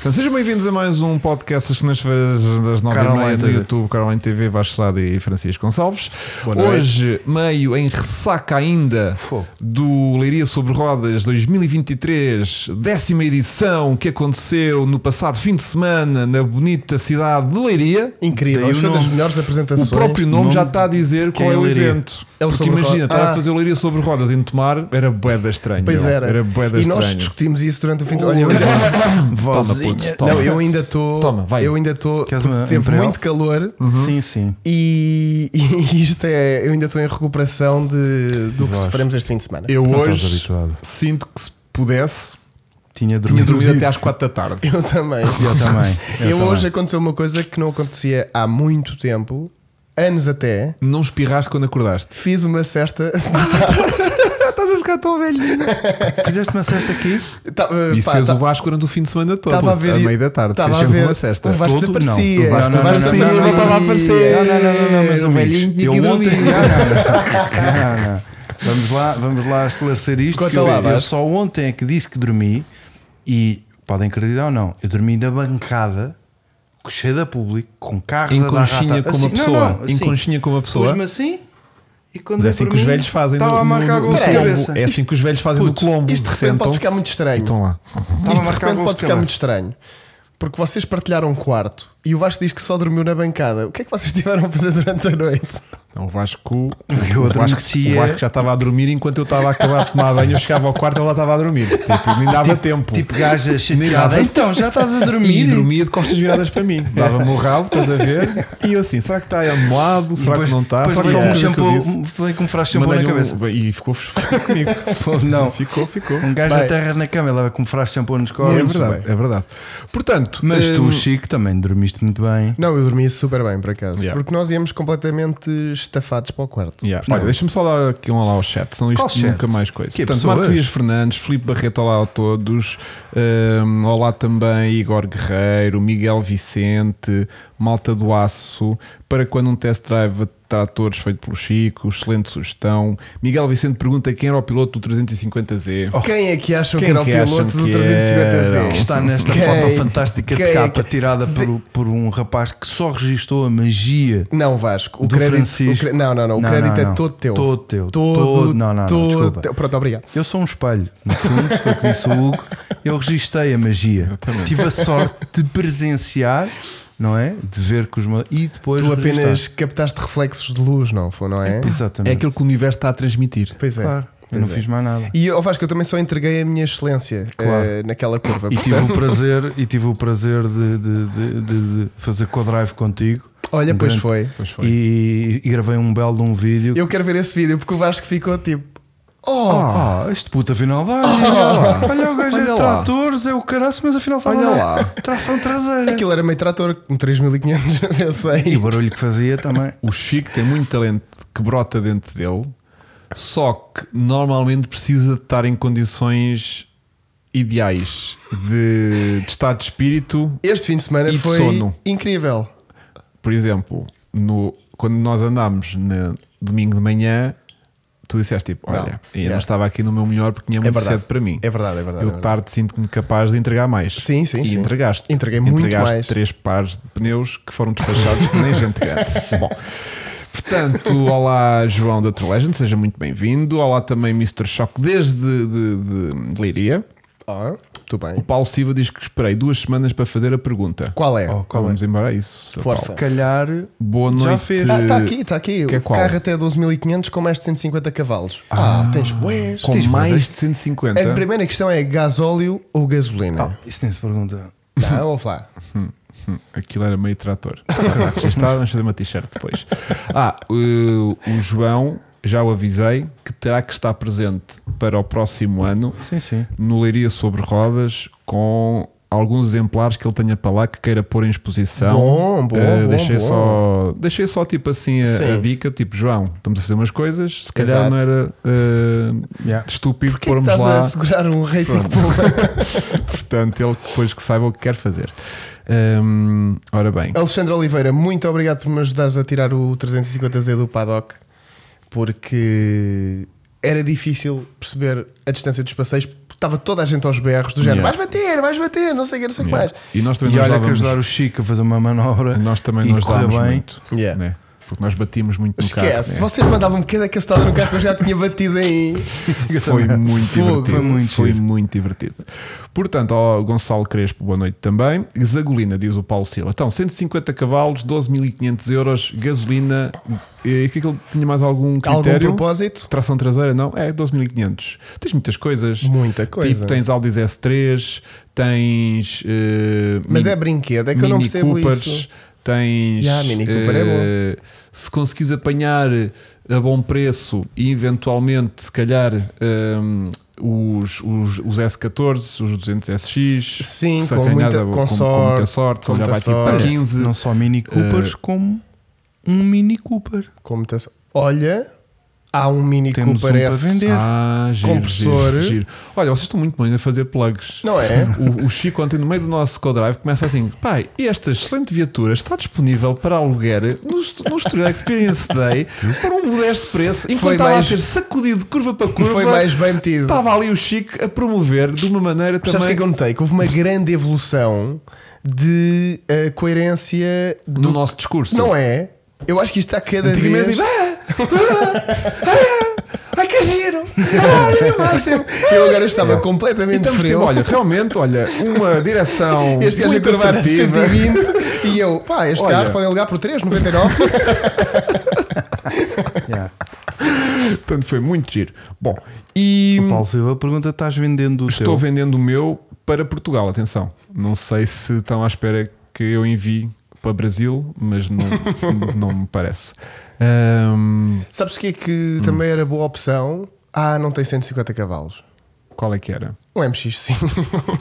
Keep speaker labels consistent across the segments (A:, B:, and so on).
A: Então, sejam bem-vindos a mais um podcast às segundas-feiras das 9h30
B: Caroline
A: no
B: TV.
A: YouTube, Caroline TV, Vasco Sada e Francisco Gonçalves.
B: Boa noite.
A: Hoje, meio em ressaca ainda
B: Fogo.
A: do Leiria sobre Rodas 2023, décima edição que aconteceu no passado fim de semana na bonita cidade de Leiria.
C: Incrível,
B: Daí o
C: foi das
B: nome.
C: melhores
A: O
C: apresentações.
A: próprio nome,
B: nome
A: já está a dizer
B: que
A: qual é,
B: é
A: o
B: Leiria.
A: evento.
C: É o
A: Porque
C: sobre
A: imagina,
C: rodas.
A: estava a
C: Ah.
A: fazer o Leiria sobre rodas em Tomar, era boeda estranho.
C: Pois
A: meu.
C: era.
A: Era boeda
C: e nós
A: estranho.
C: discutimos isso durante o fim de semana. Olha,
A: Toma,
B: Vozinha.
A: puto, toma.
C: eu- Não, eu ainda estou.
A: Toma, vai.
C: Eu ainda estou.
B: Queres uma
C: Teve
B: Imperial?
C: muito calor
B: Sim, sim.
C: e, e isto é. Eu ainda estou em recuperação de, do que
B: Vasco.
C: sofremos este fim de semana.
A: Eu
B: Não estás
A: hoje
B: habituado.
A: sinto que se pudesse,
B: Tinha dormido.
A: tinha dormido até às 4 da tarde.
C: Eu também.
B: Eu também.
C: Eu, hoje
B: também.
C: aconteceu uma coisa que não acontecia há muito tempo, anos até.
A: Não espirraste quando acordaste.
C: Fiz uma cesta.
A: Estás a ficar tão velho.
B: Fizeste uma cesta aqui?
C: Tá, eh,
A: Isso
C: pá,
A: fez
C: tá-
A: o Vasco durante o fim de semana todo.
C: Tava a ver-
A: à meia da tarde.
C: tava
A: Fez
C: a
A: sempre
C: ver-
A: uma cesta.
C: o Vasco
A: Todo?
C: desaparecia.
A: Não, o Vasco
C: Não, não,
A: desaparecia,
C: não, não,
A: não
C: não,
A: estava a
C: não,
A: aparecer.
B: Não, não, não, não, mas
A: O
B: amigos,
A: velhinho tinha
B: eu
A: que ir
B: ontem.
A: dormir.
B: Não, não, não. Vamos lá, vamos lá esclarecer isto.
C: Conta
B: que eu,
C: lá,
B: eu
C: Vasco.
B: só ontem é que disse que dormi e podem acreditar ou não, eu dormi na bancada cheia de público, com carros
A: Em
B: a dar
A: conchinha
B: rata.
A: com uma
B: Assim, não,
A: pessoa.
B: não,
A: Em
B: assim.
A: conchinha com uma pessoa.
B: Pus-me assim e quando
A: Mas é
B: dei
A: assim
B: por
A: que os
B: mim,
A: velhos fazem
B: Estava a
A: no,
B: marcar
A: no, no
B: gols de
C: Peraí.
B: cabeça.
A: Colombo. É assim que os velhos fazem no
B: Puto,
A: Colombo.
C: isto de repente pode
A: Sentam-se
C: ficar muito estranho.
A: e Estão lá.
B: Estava
C: Isto
B: a
C: de
B: marcar
C: repente
B: gols
C: pode
B: de
C: ficar
B: cabeça.
C: muito estranho. Porque vocês partilharam um quarto e o Vasco diz que só dormiu na bancada. O que é que vocês tiveram a fazer durante a noite?
A: O Vasco,
B: Eu
A: o Vasco,
B: adormecia.
A: o Vasco já estava a dormir enquanto eu estava a acabar de tomar banho. Eu chegava ao quarto e ela estava a dormir. Tipo, nem dava tempo.
B: Tipo gaja
A: dava.
B: chateada. Então, já estás a
A: E
B: dormir.
A: dormia de costas viradas para mim. Dava-me o rabo, estás a ver? E eu assim, será que está aí amoado? Será que não está? Será que
B: Depois
A: não é isso
B: veio com um
A: que eu disse?
B: shampoo, veio com um frasco de shampoo na
A: Mandei-lhe um-
B: cabeça.
A: E ficou, ficou comigo.
B: Não.
A: Ficou, ficou.
B: Um gajo
C: Bem.
B: da terra na cama, ele vai com um frasco de shampoo nos
A: É
B: cornos.
A: verdade, é verdade. Portanto,
B: Mas tu,
A: hum,
B: Chico, também dormiste muito bem.
C: Não, eu dormi super bem, por acaso.
A: Yeah.
C: Porque nós íamos completamente estafados para o quarto.
A: Yeah. Olha, deixa-me só dar aqui um olá ao chat, senão isto
B: Qual chat?
A: nunca mais coisa.
B: Que é,
A: Portanto,
B: pessoas?
A: Marcos Dias Fernandes, Filipe Barreto, olá a todos. Ahm, olá também Igor Guerreiro, Miguel Vicente, Malta do Aço. Para quando um test drive a tratores feito pelo Chico, excelente sugestão. Miguel Vicente pergunta quem era o piloto do 350Z.
C: Quem é que acham
A: Quem
C: que era o
A: que acham
C: piloto do
A: que era?
C: 350Z?
B: Que está nesta
C: Quem-
B: foto fantástica
C: quem é
B: de capa
C: que-
B: tirada por, por um rapaz que só registou a magia
C: Não, Vasco. O
B: do
C: crédito,
B: Francisco.
C: o cre- Não, não, não. O
B: Não,
C: crédito
B: não,
C: é
B: não.
C: todo teu.
B: Todo teu.
C: Todo,
B: Todo- não, não, não,
C: todo
B: desculpa.
C: teu. Pronto, obrigado.
B: Eu sou um espelho, no fundo, foi o que disse o Hugo. Eu registrei a magia. Tive a sorte de presenciar, não é? De ver com os meus. E depois.
C: Tu
B: registar.
C: apenas captaste reflexos de luz, não foi, não é?
B: Exatamente.
A: É aquilo que o universo está a transmitir.
C: Pois é.
B: Claro, eu
C: Pois
B: não
C: é.
B: fiz mais nada.
C: E oh, Vasco, eu também só entreguei a minha excelência
B: Claro.
C: eh, naquela curva.
A: tipo,
B: E tive o prazer, e tive o prazer de, de- de- de- de fazer co-drive contigo
C: Olha,
B: um
C: pois
B: grande-
C: foi.
A: Pois foi.
B: e, e gravei um belo de um vídeo.
C: Eu quero ver esse vídeo porque o Vasco ficou tipo. Oh,
B: Ah, este puto afinal dá. Olha,
C: lá.
B: olha o gajo
C: Olha
B: é
C: lá.
B: tratores, é o caraço, mas afinal sabe
C: Olha
B: andar.
C: lá. É
B: Tração traseira.
C: aquilo era meio trator um com 3500
B: E o
C: V6.
B: barulho que fazia também.
A: O Chico tem muito talento que brota dentro dele, só que normalmente precisa de estar em condições ideais de, de estado de espírito.
C: Este fim de semana
A: E de
C: foi
A: sono.
C: incrível.
A: Por exemplo, no, quando nós andámos no domingo de manhã, tu disseste tipo: Olha, eu
C: yeah.
A: não estava aqui no meu melhor porque tinha muito
C: verdade.
A: cedo para mim.
C: É verdade, é verdade. é
A: Eu
C: verdade.
A: tarde sinto-me capaz de entregar mais.
C: Sim, sim,
A: E
C: sim.
A: entregaste.
C: Entreguei muito
A: entregaste
C: mais.
A: três pares de pneus que foram despachados que nem gente gata. Bom. Portanto, olá João da True Legend, seja muito bem-vindo. Olá também Mr. Choque desde de, de- de Leiria.
C: Ah, tudo
A: O
C: bem.
A: Paulo Silva diz que esperei duas semanas para fazer a pergunta.
C: Qual é?
B: Oh, qual é?
A: Vamos embora a isso. Sr.
C: Força.
B: Se calhar.
A: Boa noite.
B: Já fez.
C: Ah, está aqui, está aqui.
A: Que é
C: o
A: qual?
C: carro até 12.500 com mais de 150 cavalos. Ah, tens boés.
A: Com
C: Tens bués.
A: mais de Ah. 150.
C: A primeira questão é gasóleo ou gasolina? Tá,
B: Isso nem se pergunta.
C: Não, vou falar.
A: Hum, Aquilo era meio trator. Está registado, vamos fazer uma t-shirt depois. Ah, o, o João, já o avisei, que terá que estar presente para o próximo ano
B: Sim, sim.
A: no Leiria Sobre Rodas com alguns exemplares que ele tenha para lá que queira pôr em exposição.
C: Bom, bom,
A: Eh,
C: bom,
A: deixei,
C: bom.
A: Só, deixei só tipo assim a,
C: Sim.
A: a dica: tipo, João, estamos a fazer umas coisas, se calhar
C: Exato.
A: não era eh,
B: Yeah.
A: estúpido
C: Porquê que
A: pormos
C: estás
A: lá.
C: a segurar um Racing Puma?
A: Portanto, ele depois que saiba o que quer fazer. Hum, ora bem.
C: Alexandre Oliveira, muito obrigado por me ajudares a tirar o 350Z do paddock, porque era difícil perceber a distância dos passeios, estava toda a gente aos berros, do género
A: Yeah.
C: vais bater, vais bater, não sei o que, não sei o
A: Yeah.
C: que mais.
A: E nós também
B: E
A: não
B: olha que ajudar
A: ajudávamos.
B: o Chico a fazer uma manobra.
A: Nós também
B: e
A: não
B: correr
A: ajudávamos
B: bem.
A: muito.
C: Yeah.
A: né? Porque nós batíamos muito no
C: Esquece,
A: carro. né?
C: vocês mandavam um bocado cacetada no carro que eu já tinha batido em.
A: Foi muito
C: Fogo,
A: divertido.
B: foi muito
A: Foi
B: giro.
A: muito divertido. Portanto, ao Gonçalo Crespo, boa noite também. Zagolina, diz o Paulo Silva. Então, 150 cavalos, 12.500 euros, gasolina. E o que é que ele tinha mais algum
C: Algum
A: critério?
C: propósito?
A: Tração traseira, não? É 12.500. Tens muitas coisas.
C: Muita coisa.
A: Tipo, tens Audis S3, tens. eh,
C: Mas
A: mini-
C: é brinquedo, é que eu não
A: Mini
C: percebo
A: Coopers,
C: isso.
A: Tens.
C: Ya, Mini Cooper é
A: eh, Se conseguis apanhar eh, a bom preço e eventualmente, se calhar, ehm, os, os, os S14, os 200 SX,
C: Sim,
A: se
C: com
A: apanhar
C: muita-
A: a- com,
C: com
A: com muita
C: sorte,
A: sorte,
C: com
A: se ele já vai
C: muita
A: tipo para
C: sorte.
A: 15.
B: Não só Mini Coopers, como um Mini Cooper.
C: Com muita so- Olha, há um Mini
B: Temos
C: Cooper
B: um para
C: S.
B: vender.
A: Ah, giro,
C: Compressor.
A: giro, giro. Olha, vocês estão muito bons a fazer plugs.
C: Não é?
A: O, o Chico ontem no meio do nosso co-drive começa assim: pai, esta excelente viatura está disponível para aluguer no, Est- no Estoril Experience Day por um modesto preço, enquanto
C: Foi
A: estava
C: mais-
A: a ser sacudido de curva para curva.
C: Foi mais bem metido.
A: Estava ali o Chico a promover de uma maneira
C: Sabes o que é
A: também
C: que eu notei? Que houve uma grande evolução de eh, coerência.
A: no nosso discurso.
C: Não é? Eu acho que isto está cada
A: Antigamente
C: vez.
A: diz, ah, ah, ah, ai que giro, ah, olha o máximo.
C: Eu agora estava completamente
A: Estamos tipo,
C: frio.
A: olha, realmente, olha, uma direção.
C: Este gajo a
A: muito
C: curvar a
A: assertiva.
C: 120 e eu, pá, este
A: Olha.
C: carro podem alugar por 3,99.
A: Portanto, foi muito giro. Bom, e
B: O Paulo Silva pergunta: estás vendendo o
A: estou
B: teu?
A: vendendo o meu para Portugal, atenção. Não sei se estão à espera que eu envie para Brasil, mas não, não me parece. Ahm,
C: Sabes o que é que também era boa opção? Ah, não tem 150 cavalos.
A: qual é que era?
C: Um MX5.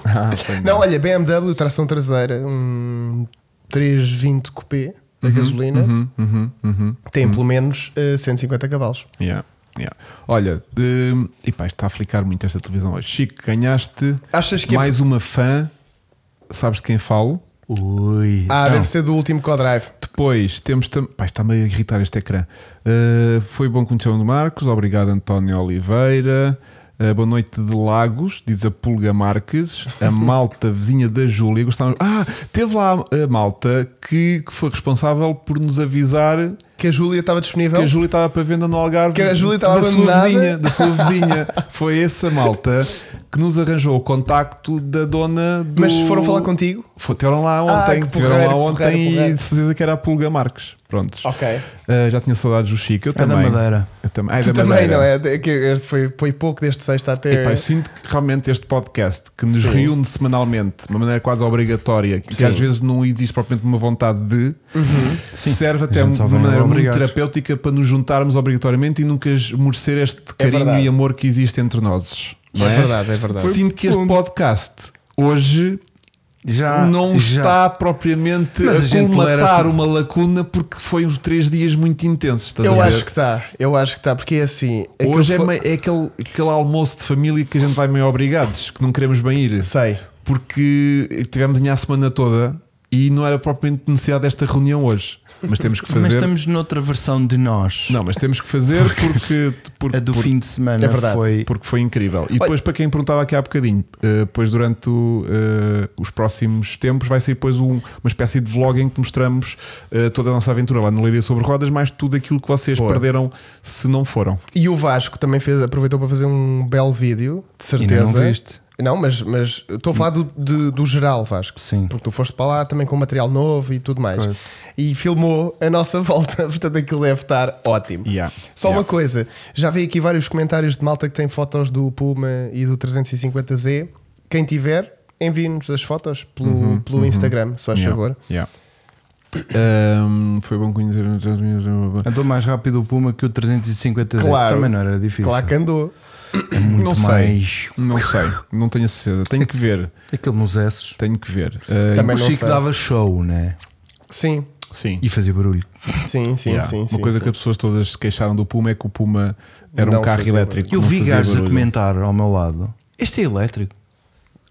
A: Ah, foi
C: Não,
A: mal.
C: olha, BMW, tração traseira, um 320 Coupé, a gasolina,
A: Uhum, uhum, uhum.
C: tem pelo menos eh, 150 cavalos.
A: Yeah, yeah. Olha, hum, epá, isto está a flicar muito esta televisão hoje. Chico, ganhaste
C: Achas que é-
A: mais uma fã. Sabes de quem falo?
B: Ui.
A: Então.
C: Ah,
B: Não.
C: deve ser do último co-drive.
A: Depois temos também. Está-me a irritar este ecrã. Uh, foi bom conhecer o Marcos. Obrigado, António Oliveira. Uh, boa noite de Lagos, diz a Pulga Marques, a malta vizinha da Júlia. Gostava... Ah, teve lá a malta que, que foi responsável por nos avisar
C: Que a Júlia estava disponível.
A: que a Júlia estava para venda no Algarve.
C: Que a Júlia
A: da
C: estava
A: sua
C: abandonada.
A: vizinha, da sua vizinha. Foi essa malta que nos arranjou o contacto da dona do.
C: Mas foram falar contigo?
A: Estiveram lá
C: Ah,
A: ontem,
C: que
A: tiveram
C: porreiro,
A: lá
C: que
A: ontem
C: porreiro,
A: e
C: porreiro. Oh.
A: de certeza que era a Pulga Marques. Prontos.
C: Ok.
A: Ah, já tinha saudades do Chico. Eu
B: É da
A: também.
B: Madeira.
A: Eu também. Ah, é
C: Tu
A: da
C: também,
A: Madeira.
C: não é? É que este foi, foi pouco deste sexta até.
A: Epá, eu sinto que realmente este podcast que nos
C: Sim.
A: reúne semanalmente de uma maneira quase obrigatória, que
C: Sim. Uhum.
A: às vezes não existe propriamente uma vontade de, serve até
B: A gente
A: de
B: só
A: uma
B: vem
A: maneira muito
B: obrigados.
A: terapêutica para nos juntarmos obrigatoriamente e nunca esmorecer este carinho
C: É verdade.
A: e amor que existe entre nós. Não
C: É
A: é?
C: verdade, é verdade.
A: Sinto que este podcast hoje
B: Já,
A: não
B: já.
A: está propriamente
B: Mas a
A: a
B: gente
A: colmatar
B: tolera-se-
A: uma lacuna porque foi uns três dias muito intensos. Estás
C: Eu
A: a ver?
C: acho que está, eu acho que está, porque é assim. aquilo
A: Hoje é,
C: foi-
A: mei- é aquele, aquele almoço de família que a gente vai meio obrigados, que não queremos bem ir,
C: Sei.
A: porque tivemos em a semana toda e não era propriamente necessidade desta reunião hoje. Mas temos que fazer.
B: Mas estamos noutra versão de nós.
A: Não, mas temos que fazer porque, porque,
B: A do
A: por-
B: fim de semana
C: É verdade.
B: foi.
A: porque foi incrível. E depois, para quem perguntava aqui há bocadinho, eh, depois durante o, eh, os próximos tempos vai ser depois um- uma espécie de vlog em que mostramos eh, toda a nossa aventura lá no Leiria sobre Rodas, mais tudo aquilo que vocês
C: Boa.
A: perderam se não foram.
C: E o Vasco também fez, aproveitou para fazer um belo vídeo, de certeza.
B: não viste.
C: Não, mas, mas estou a falar do, de- do geral, Vasco.
B: Sim.
C: Porque tu foste para lá também com material novo e tudo mais.
B: Coisa.
C: E filmou a nossa volta, portanto aquilo deve estar ótimo.
A: Yeah.
C: Só
A: Yeah.
C: uma coisa, já vi aqui vários comentários de malta que tem fotos do Puma e do 350Z. Quem tiver, envie-nos as fotos pelo, pelo Instagram, se faz
A: Uhum, Yeah,
C: favor.
A: yeah. Ahm, foi bom conhecer.
B: Andou mais rápido o Puma que o 350
C: Claro.
B: Também não era difícil.
C: Claro que andou.
B: Muito
A: Não sei,
B: mais.
A: não sei, não tenho a certeza. Tenho que ver,
B: Aquele nos S.
A: tenho que ver. Ah,
C: Também
B: O
C: não
B: Chico
C: sei.
B: dava show, né?
C: Sim,
A: sim.
B: E fazia barulho.
C: sim, sim,
A: Yeah.
C: sim.
A: Uma
C: sim,
A: coisa
C: sim.
A: que as pessoas todas se queixaram do Puma é que o Puma era
C: Não
A: um carro
C: fazia
A: elétrico.
B: Eu
A: não
B: vi
A: fazia
B: gajos a
A: barulho.
B: comentar ao meu lado. Este é elétrico.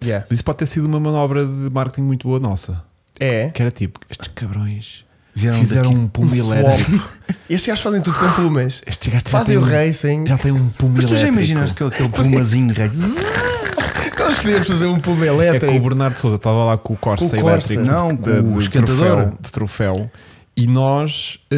C: Yeah.
A: Mas isso pode ter sido uma manobra de marketing muito boa nossa.
C: É.
A: Que era tipo, estes cabrões
B: Vieram
A: fizeram
B: daqui.
A: um Puma
C: Um
A: elétrico.
C: Estes gajos fazem tudo com plumas.
A: Este gajo já
C: Fazem
A: tem
C: o
A: um-
C: racing.
A: Já tem um Puma
B: Mas tu já
A: elétrico.
B: imaginaste que aquele Pumazinho rei?
C: Nós queríamos fazer um puma
A: É que o
C: elétrico.
A: Bernardo Souza estava lá com o Corsa,
C: Com o Corsa.
A: elétrico
B: Não,
A: de-
B: com
A: de,
B: o
A: de
B: esquentador.
A: troféu, de troféu e nós eh,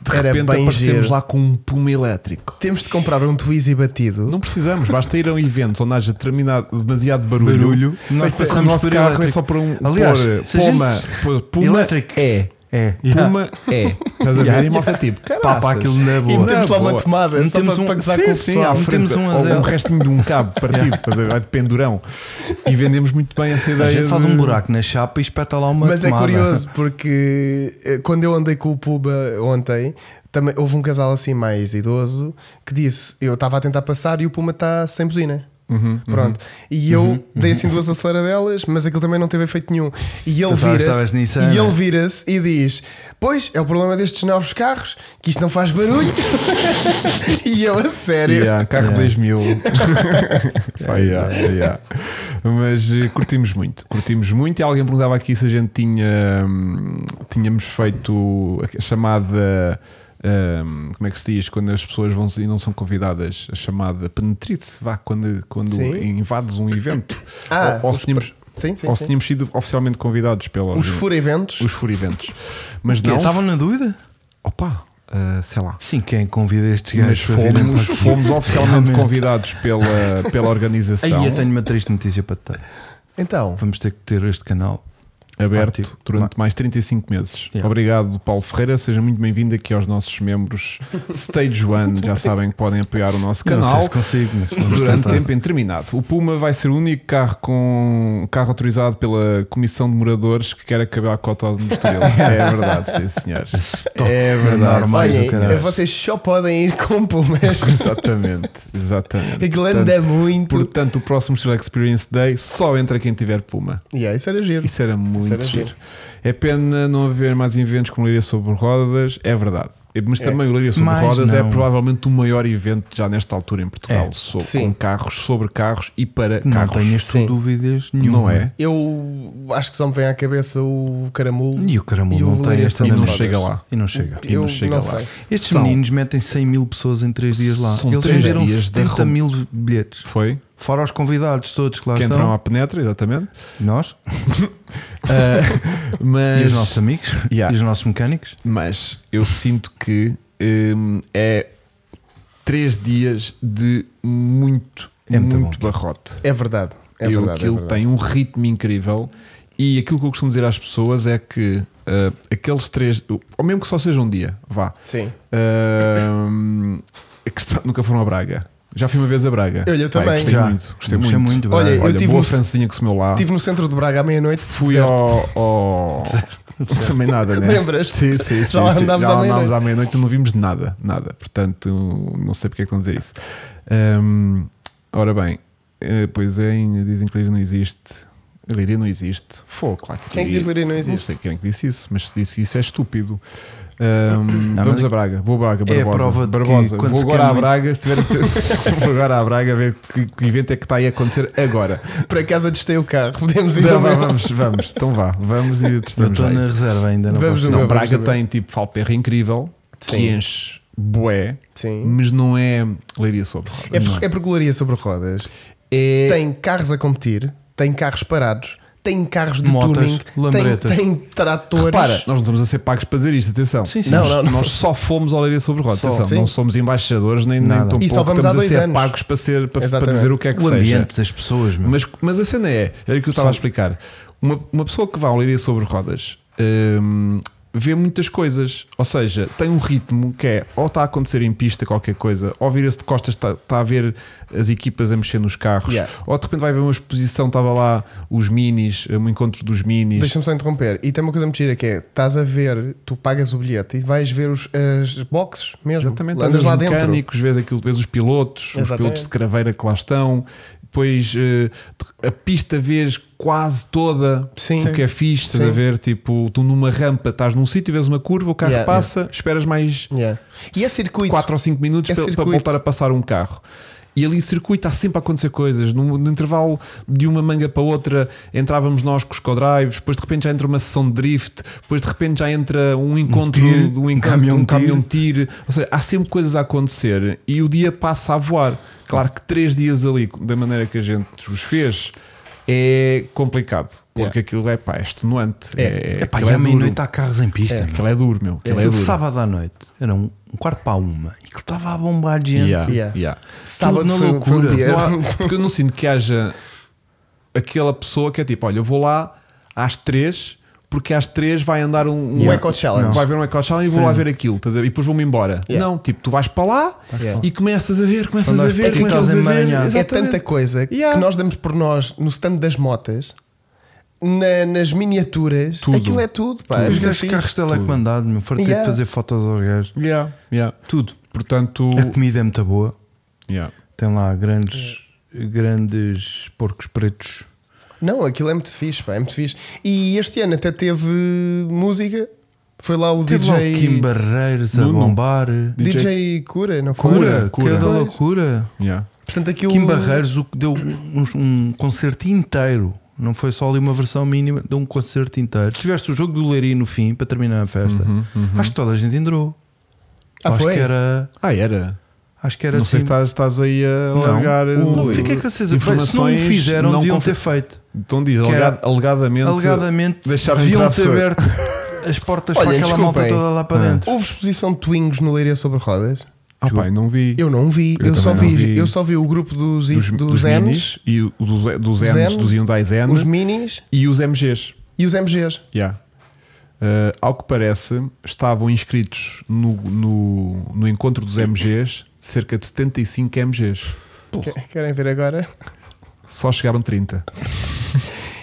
A: de
C: Era
A: repente
C: bem
A: aparecemos
C: giro.
A: lá com um puma elétrico.
C: Temos de comprar um Twizy batido.
A: Não precisamos, basta ir a um evento onde haja determinado, demasiado barulho.
B: Barulho,
A: Nós
B: nós
A: passamos o
B: passamos
A: nosso
B: por
A: carro é
B: elétrico.
A: só para um
B: Aliás,
A: pôr
B: se a
A: Puma,
B: gente-
A: pôr Puma
B: Electric
A: é.
B: É. Puma.
A: Puma é. Estás a ver? E malta tipo,
B: Papa
A: caraças.
B: aquilo na
C: E
B: boa.
C: metemos
A: Não,
C: lá uma
A: boa.
C: tomada só
B: Metemos
C: para,
B: um-
C: para gozar com
A: Sim,
C: o
A: sim, à
C: pessoal.
A: frente,
B: Metemos um a
A: ou
B: zero.
A: um restinho de um cabo partido, estás a ver? Vai de pendurão. E vendemos muito bem essa
B: A
A: ideia.
B: gente faz
A: de-
B: um buraco na chapa e espeta lá uma
C: Mas é
B: tomada.
C: curioso porque eh, quando eu andei com o Puba ontem, também houve um casal assim mais idoso que disse: Eu estava a tentar passar e o Puma está sem buzina.
B: Uhum,
C: Pronto. E eu dei assim duas aceleradelas, mas aquilo também não teve efeito nenhum. E ele
B: Pensavas que estavas
C: vira-se
B: nisso,
C: e, ele
B: Ana.
C: vira e diz: Pois é o problema destes novos carros, que isto não faz barulho. e eu, a sério,
A: Yeah, carro
B: Yeah.
A: 2000. Foi, yeah, yeah. Mas eh, curtimos muito, curtimos muito. E alguém perguntava aqui se a gente tinha hum, tínhamos feito a chamada hum, como é que se diz quando as pessoas vão e não são convidadas, a chamada penetrice, vá quando quando
C: Sim.
A: invades um evento.
C: Ah,
A: ou, ou se
C: os
A: tínhamos,
C: Sim, sim,
A: ou se
C: sim.
A: tínhamos sido oficialmente convidados pela
C: os fura-eventos.
A: os furiventos. Mas
B: Quê?
A: não,
B: Estavam é? na dúvida?
A: opa, eh, sei lá.
B: Sim, quem convida estes
A: Mas
B: gajos para virem
A: fomos,
B: para aqui?
A: fomos oficialmente
B: Realmente.
A: convidados pela, pela organização
B: Aí eu tenho uma triste notícia para te dar.
C: Então,
B: Vamos ter que ter este canal.
A: aberto
B: Ativo.
A: durante mais 35 meses.
B: Yeah.
A: Obrigado, Paulo Ferreira. Seja muito bem-vindo aqui aos nossos membros Stage One. Já sabem que podem apoiar o nosso
B: Não sei
A: canal.
B: se consigo, mas vamos
A: Durante
B: tentar.
A: tempo indeterminado. O Puma vai ser o único carro com carro autorizado pela Comissão de Moradores que quer acabar com o autódromo de Estoril. É verdade, sim, senhores. É verdade.
B: Normais do
C: olhem,
B: caralho.
C: vocês só podem ir com Pumas.
A: Exatamente, exatamente.
C: Aquilo
B: é
A: é
C: anda muito.
A: Portanto, o próximo Estoril Experience Day só entra quem tiver Puma.
C: E yeah, isso era giro.
A: Isso era muito
C: era
A: giro.
C: giro.
A: É pena não haver mais eventos como Leiria sobre Rodas, é verdade. Mas também o Leiria sobre
B: Mas
A: Rodas é
B: não.
A: provavelmente o maior evento já nesta altura em Portugal,
B: É.
A: so-
C: Sim.
A: com carros, sobre carros e para
B: Não
A: carros.
B: tenhas tu
C: Sim.
B: dúvidas nenhuma.
A: Não é?
C: Eu acho que só me vem à cabeça o caramulo.
B: E o caramulo
C: E o
B: não tem
C: Leiria
B: esta
A: E não
B: namorada.
A: chega lá.
B: E não chega.
A: E
C: Eu
A: não chega
C: não
A: lá.
C: sei.
B: Estes
A: São-
B: meninos metem 100 mil pessoas em 3 dias lá.
A: São
B: Eles
A: três
B: venderam
A: dias da
B: 70
A: Roma.
B: mil bilhetes.
A: Foi?
B: Fora os convidados todos que lá
A: que entram
B: estão.
A: à penetra, exatamente.
B: Nós
A: Ah,
B: e os
A: mas,
B: nossos amigos
A: Yeah.
B: e os nossos mecânicos.
A: mas eu sinto que hum, é três dias de muito,
B: É muito
A: muito
B: bom.
A: barrote.
C: É verdade. É
A: eu,
C: verdade.
A: aquilo
C: é verdade.
A: tem um ritmo incrível e aquilo que eu costumo dizer às pessoas é que ah, aqueles três, ou mesmo que só seja um dia, vá.
C: Sim.
A: Ahm, a questão- nunca foram a Braga. Já fui uma vez a Braga.
C: Olha, eu
A: Pá,
C: também.
A: Gostei
B: Já.
A: muito. Gostei
B: Gostei
A: muito.
B: muito,
A: Olha,
C: Braga.
A: eu tive boa
C: um-
A: francinha que se meu lá.
C: Estive no centro de Braga à meia-noite.
A: Ah. Fui
C: certo?
A: ao. ao- Também nada, né?
C: Lembras?
A: Sim, sim,
C: Já
A: sim,
C: lá
A: sim.
C: andámos
A: Já
C: à
A: lá
C: meia-noite.
A: à meia-noite e não vimos nada, nada. Portanto, não sei porque é que vão dizer isso. Ahm, ora bem, eh, pois é, ainda dizem que Leiria não existe. Leiria não existe. Foi, claro que
C: Quem é que diz Leiria não existe?
A: Não sei quem é que disse isso, mas se disse isso é estúpido. Ahm,
B: mas
A: vamos
B: é-
A: a Braga, vou a Braga,
B: é a
A: Barbosa.
B: prova de que
A: Barbosa.
B: quando
A: Vou
B: se
A: agora
B: quer
A: à
B: muito-
A: Braga, se tiver. vou agora à Braga ver que, que evento é que está aí a acontecer agora.
C: Para casa testei o carro. Podemos ir
A: Não,
C: ao meu.
A: vamos, vamos, então vá, vamos e
B: Eu
A: testamos.
B: estou
A: já
B: na
A: isso.
B: reserva ainda. Não
C: Vamos
B: posso-
C: no-
A: Não,
C: Vamos
A: Braga
C: saber.
A: tem tipo falperra incrível que
C: Sim.
A: enche bué,
C: Sim.
A: mas não é leiria sobre rodas.
C: É, por- é porque Leiria sobre rodas.
A: É-
C: Tem carros a competir, tem carros parados, tem carros de
B: Motas,
C: tuning,
B: lambretas.
C: tem, tem tratores.
A: Repara, nós não estamos a ser pagos para dizer isto, atenção.
B: Sim, sim.
C: Não,
A: nós,
C: não, não.
A: nós só fomos ao leiria sobre rodas,
B: Só.
A: atenção.
C: Sim.
A: Não somos embaixadores, nem, nem
B: Nada.
A: tão
C: E só
A: pouco estamos
C: vamos há
A: a
C: dois
A: ser
C: anos.
A: pagos para, ser, para, para
C: Exatamente.
A: dizer o que é que
B: O
A: seja.
B: ambiente das pessoas, meu.
A: Mas, mas a cena é, era o que eu estava a explicar. Uma, uma pessoa que vai ao Leiria sobre rodas hum, vê muitas coisas. Ou seja, tem um ritmo que é ou está a acontecer em pista qualquer coisa, ou vira-se de costas, está, está a ver as equipas a mexer nos carros,
C: Yeah.
A: ou de repente vai ver uma exposição, estava lá os minis, um encontro dos minis.
C: Deixa-me só interromper. E tem uma coisa muito gira que é: estás a ver, tu pagas o bilhete e vais ver os, as boxes mesmo.
A: Exatamente,
C: Andas lá
A: os
C: dentro.
A: mecânicos, vês aquilo, vês os pilotos, os
C: Exatamente.
A: pilotos de craveira que lá estão, depois eh, a pista vês quase toda,
C: Sim.
A: o que é fixe, estás
C: Sim.
A: a ver, tipo, tu numa rampa estás num sítio, vês uma curva, o carro
C: Yeah,
A: passa, esperas mais
C: Yeah. E é circuito.
A: 4 ou 5 minutos
C: É
A: para, para
C: circuito.
A: voltar a passar um carro. E ali em circuito está sempre a acontecer coisas. No, no intervalo de uma manga para outra, entrávamos nós com os co-drives, depois de repente já entra uma sessão de drift, depois de repente já entra um encontro
B: tiro,
A: de
B: um
A: um, encontro,
B: caminhão
A: um
B: de tiro.
A: caminhão de tiro. Ou seja, há sempre coisas a acontecer e o dia passa a voar. Claro que três dias ali, da maneira que a gente os fez, é complicado. Porque
C: Yeah.
A: aquilo é pá, é extenuante.
C: É.
A: É,
B: Epá,
A: aquilo
B: e à
A: duro.
B: meia-noite tá- há carros em pista. meu.
A: Aquilo é duro, meu. Aquilo é,
B: Aquele
A: duro.
B: sábado à noite era um, um quarto para uma e que estava a bombar de gente.
A: Yeah,
C: Yeah.
A: yeah.
C: Sábado
B: na
C: foi, um- foi
B: loucura.
C: um dia.
A: Não há- porque eu não sinto que haja aquela pessoa que é tipo: olha, eu vou lá às três porque às três vai andar um, um
C: Yeah. Eco Challenge.
A: Vai haver um Eco Challenge e vou lá ver aquilo, estás a ver? E depois vou-me embora.
C: Yeah.
A: Não, tipo, tu vais para lá
C: Yeah.
A: e começas a ver, começas
B: Quando
A: a
B: vais
A: ver,
B: para
A: começas a
B: aquilo,
A: ver.
B: estás
C: É
A: Exatamente.
C: tanta coisa que-
A: Yeah.
C: que nós damos por nós no stand das motas, na- nas miniaturas,
A: Tudo.
C: aquilo é tudo. Pá, é
B: Os
C: muito
B: gajos de
C: fixe.
B: carros telecomandados, meu, fartei
C: Yeah.
B: de fazer fotos aos gajos.
A: Yeah, yeah.
B: Tudo.
A: Portanto,
B: A comida é muito boa.
A: yeah.
B: Tem lá grandes, grandes porcos pretos.
C: Não, aquilo é muito fixe, pá, é muito fixe. E este ano até teve música. Foi lá o
B: Teve lá o Kim
C: DJ.
B: Barreiros a
A: Nuno.
B: bombar.
C: DJ Cura, não foi?
B: Cura,
A: Cura.
B: que é da
C: Pois.
B: loucura.
A: Yeah.
C: Portanto, aquilo.
B: Kim Barreiros o que deu um, um concerto inteiro. Não foi só ali uma versão mínima, deu um concerto inteiro. Tiveste o jogo do Leiria no fim para terminar a festa.
A: Uhum,
B: Acho que toda a gente entrou.
C: Ah,
B: acho
C: foi?
B: que era.
A: Ah, era.
B: Acho que era
A: não
B: assim.
A: sei se estás, estás aí a
B: Não.
A: largar. uh,
B: Não,
A: é
B: fiquei com a certeza. Foi, Se não o
A: informações
B: fizeram,
A: não
B: deviam
A: confir-
B: ter feito.
A: Então diz,
B: Que era-
A: alega- alegadamente.
B: Alegadamente,
A: deixar
B: deviam
A: entrar
B: ter
A: pessoas.
B: aberto as portas
C: Olha,
B: para aquela
C: desculpem.
B: malta toda lá para dentro.
C: Houve exposição de Twingos no Leiria sobre Rodas?
A: Ah, pá, não vi.
C: Eu não vi,
A: Eu
C: eu, só
A: também
C: vi,
A: não vi.
C: eu só vi o grupo dos, dos, Ns,
A: minis e o- dos, dos Ns,
C: Ns,
A: dos Hyundai Zen
C: os minis
A: e os MGs.
C: e os MGs.
A: Yeah. Eh, ao que parece, estavam inscritos no, no, no encontro dos MGs cerca de 75 MGs.
C: Que- Querem ver agora?
A: Só chegaram 30.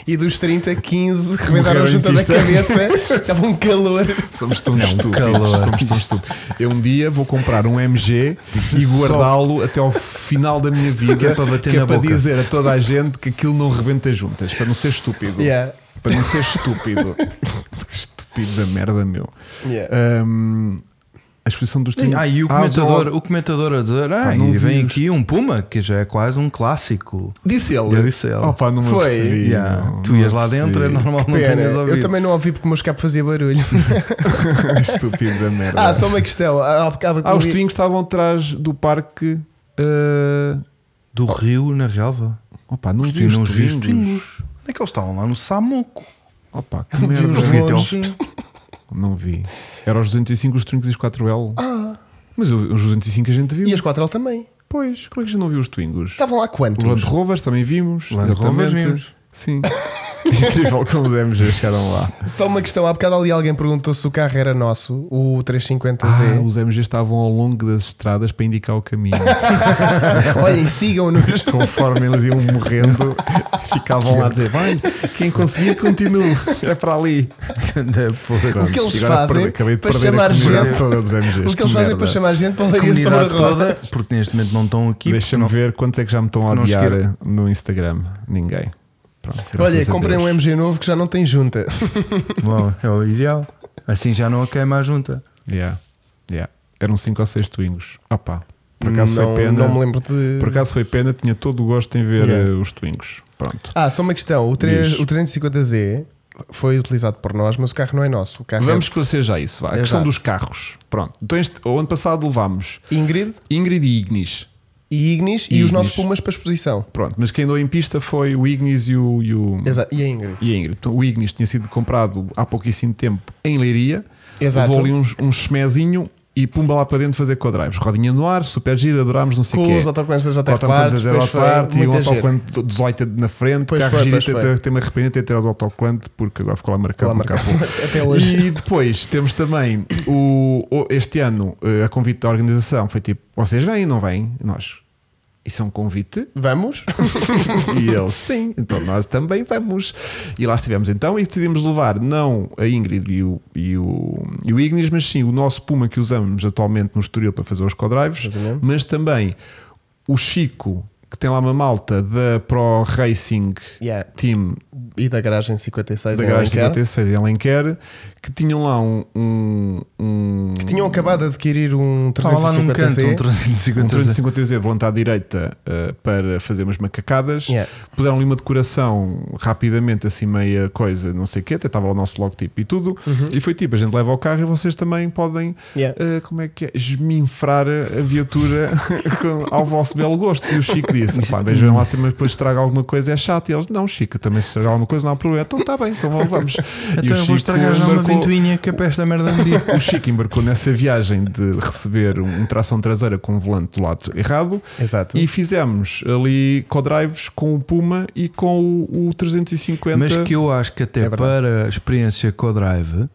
C: E dos 30, 15 rebentaram
A: Morreram
C: junto
A: em
C: da
A: pista.
C: cabeça, estava um calor.
A: Somos tão estúpidos.
B: calor.
A: Somos tão estúpidos. Eu um dia vou comprar um MG e
B: Só-
A: guardá-lo até ao final da minha vida.
B: Que é para bater
A: que é
B: na
A: para
B: boca.
A: dizer a toda a gente que aquilo não rebenta juntas. Para não ser estúpido.
C: Yeah.
A: Para não ser estúpido. Que estúpido da merda, meu.
C: Yeah.
A: Ahm, a exposição dos
B: Sim,
A: tinhos-
B: Ah, e o
A: Ah,
B: comentador,
A: vou-
B: o comentador a dizer: Ah,
A: não
B: e
A: vi
B: vem
A: os-
B: aqui um Puma, que já é quase um clássico.
A: Disse ele.
B: Eu disse ele.
A: Oh, pá, não me
C: Foi.
A: apercebi,
B: Yeah.
A: não,
B: tu
A: não
B: ias lá
A: apercebi.
B: dentro, é normal não
C: Pera,
B: tenhas ouvido.
C: eu também não ouvi porque o meu escape fazia barulho.
A: estúpido da merda.
C: ah, só uma questão. Há, há, bocado
A: Ah, os
C: li-
A: Twinks estavam atrás do parque. ah,
C: Oh.
B: Do Rio na relva.
A: Opa, não
B: Os
A: vi os
B: não os vi os
A: Twinks.
B: pingos. Onde é que eles estavam? Lá no Samuco.
A: Opa, que
C: vi
A: merda.
C: os
B: Eu vi até
C: longe.
B: ao-
A: Não vi. Era os 205, os 30 e os 4L. Mas o- os 205 a gente viu.
C: Ah. E as Tá. 4L também.
A: Pois, como é que a gente não viu os Twingos?
C: Estavam lá
A: Os Land
C: quantos?
A: Rovers também vimos.
B: Land Rovers
A: exatamente.
B: vimos.
A: Sim. Incrível como os MG chegaram lá.
C: Só uma questão. Há bocado ali alguém perguntou se o carro era nosso, o 350Z.
A: Ah, os MG estavam ao longo das estradas para indicar o caminho. Ah,
C: Olhem, sigam-nos.
A: Conforme eles iam morrendo, ficavam lá a dizer: vai, quem conseguir, continue. É para ali.
B: Ganda porra.
C: O que eles
A: E agora
C: fazem
A: perdi- acabei de
C: para
A: perder a
C: chamar
A: comunidade
C: gente?
A: toda dos MGs.
C: O que eles fazem
A: merda.
C: para chamar gente para
B: A
C: leiria sobre a
B: comunidade
C: roda?
B: toda, porque neste momento não estão aqui. porque
A: Deixa-me
B: não-
A: ver quanto é que já me estão a
B: não
A: odiar
B: cheguei.
A: no Instagram. Ninguém. Pronto, graças
C: Olha,
A: a
C: comprei
A: Deus.
C: um MG novo que já não tem junta.
B: Bom, é o ideal. Assim já não a queima a junta.
A: Yeah, yeah. Eram 5 ou 6 twingos. Opa, por acaso
C: não,
A: foi pena.
C: Não me lembro de.
A: Por acaso foi pena, tinha todo o gosto em ver
C: Yeah.
A: eh, os twingos. Pronto.
C: Ah, só uma questão. O, três-
A: Diz.
C: o 350Z foi utilizado por nós, mas o carro não é nosso. O carro
A: Vamos esclarecer já isso. vá. A
C: Exato.
A: questão dos carros. Pronto. Então, este, o ano passado levámos
C: é Ingrid
A: Ingrid e Ignis.
C: e Ignis e,
A: E
C: os nossos
A: Ignis.
C: Pumas para exposição.
A: Pronto, mas quem andou em pista foi o Ignis e o, e o,
C: Exato. E a Ingrid.
A: e a Ingrid. Então, o Ignis tinha sido comprado há pouquíssimo tempo em Leiria.
C: Exato.
A: Levou ali uns, um chemezinho e pumba lá para dentro fazer co-drives. Rodinha no ar, super giro, adorámos, não sei o quê.
C: Com os autocolantes das
A: Autoclantes a
C: autoclantes,
A: zero
C: depois
A: ao
C: foi
A: parte e um
C: muita gente.
A: autoclante 18 na frente. O
C: Pois
A: carro
C: foi,
A: gira
C: pois foi.
A: até-me arrependido de ter tirado o autoclante porque agora ficou lá marcado.
C: Lá
A: no
C: marcado.
A: capô.
C: Até hoje.
A: E depois temos também o, o- este ano eh, a convite da organização foi tipo: vocês vêm, não vêm? E Nós. Isso é um convite?
C: Vamos?
A: E eles, sim, então nós também vamos. E lá estivemos então e decidimos levar não a Ingrid e o, e o, e o Ignis, mas sim o nosso Puma que usamos atualmente no Estoril para fazer os co-drives,
C: Exatamente.
A: mas também o Chico, que tem lá uma malta da Pro Racing
C: Yeah.
A: Team
C: e da garagem 56
A: da
C: em
A: garagem
C: Alenquer,
A: 56 em Alenquer, que tinham lá um. um, um
C: que tinham acabado de adquirir um
B: Estava lá num
C: 350
B: canto, um
A: um
B: 350
A: 350Z volante à direita eh, para fazer umas macacadas,
C: Yeah.
A: puderam ali uma decoração rapidamente, assim, meia coisa, não sei o quê, até estava o nosso logotipo e tudo.
B: Uhum.
A: E foi tipo: a gente leva ao carro e vocês também podem
C: Yeah.
A: Uh, como é que é? Esminfrar a a viatura com- ao vosso belo gosto. E o Chico disse: "Epá, vejam lá, se mas depois estraga alguma coisa é chato. E eles: Não, Chico, também se estragar alguma coisa não há problema. Então está bem, então vamos. e
B: Então
A: o
B: eu vou
A: Chico
B: estragar já uma
A: embarcou-
B: ventoinha que é para esta merda medir.
A: o Chico embarcou nessa viagem de receber um, um tração traseira com o volante do lado errado
C: Exato.
A: e fizemos ali co-drives com o Puma e com o, o 350.
B: Mas que eu acho que
C: É
B: até
C: verdade.
B: para a experiência co-drive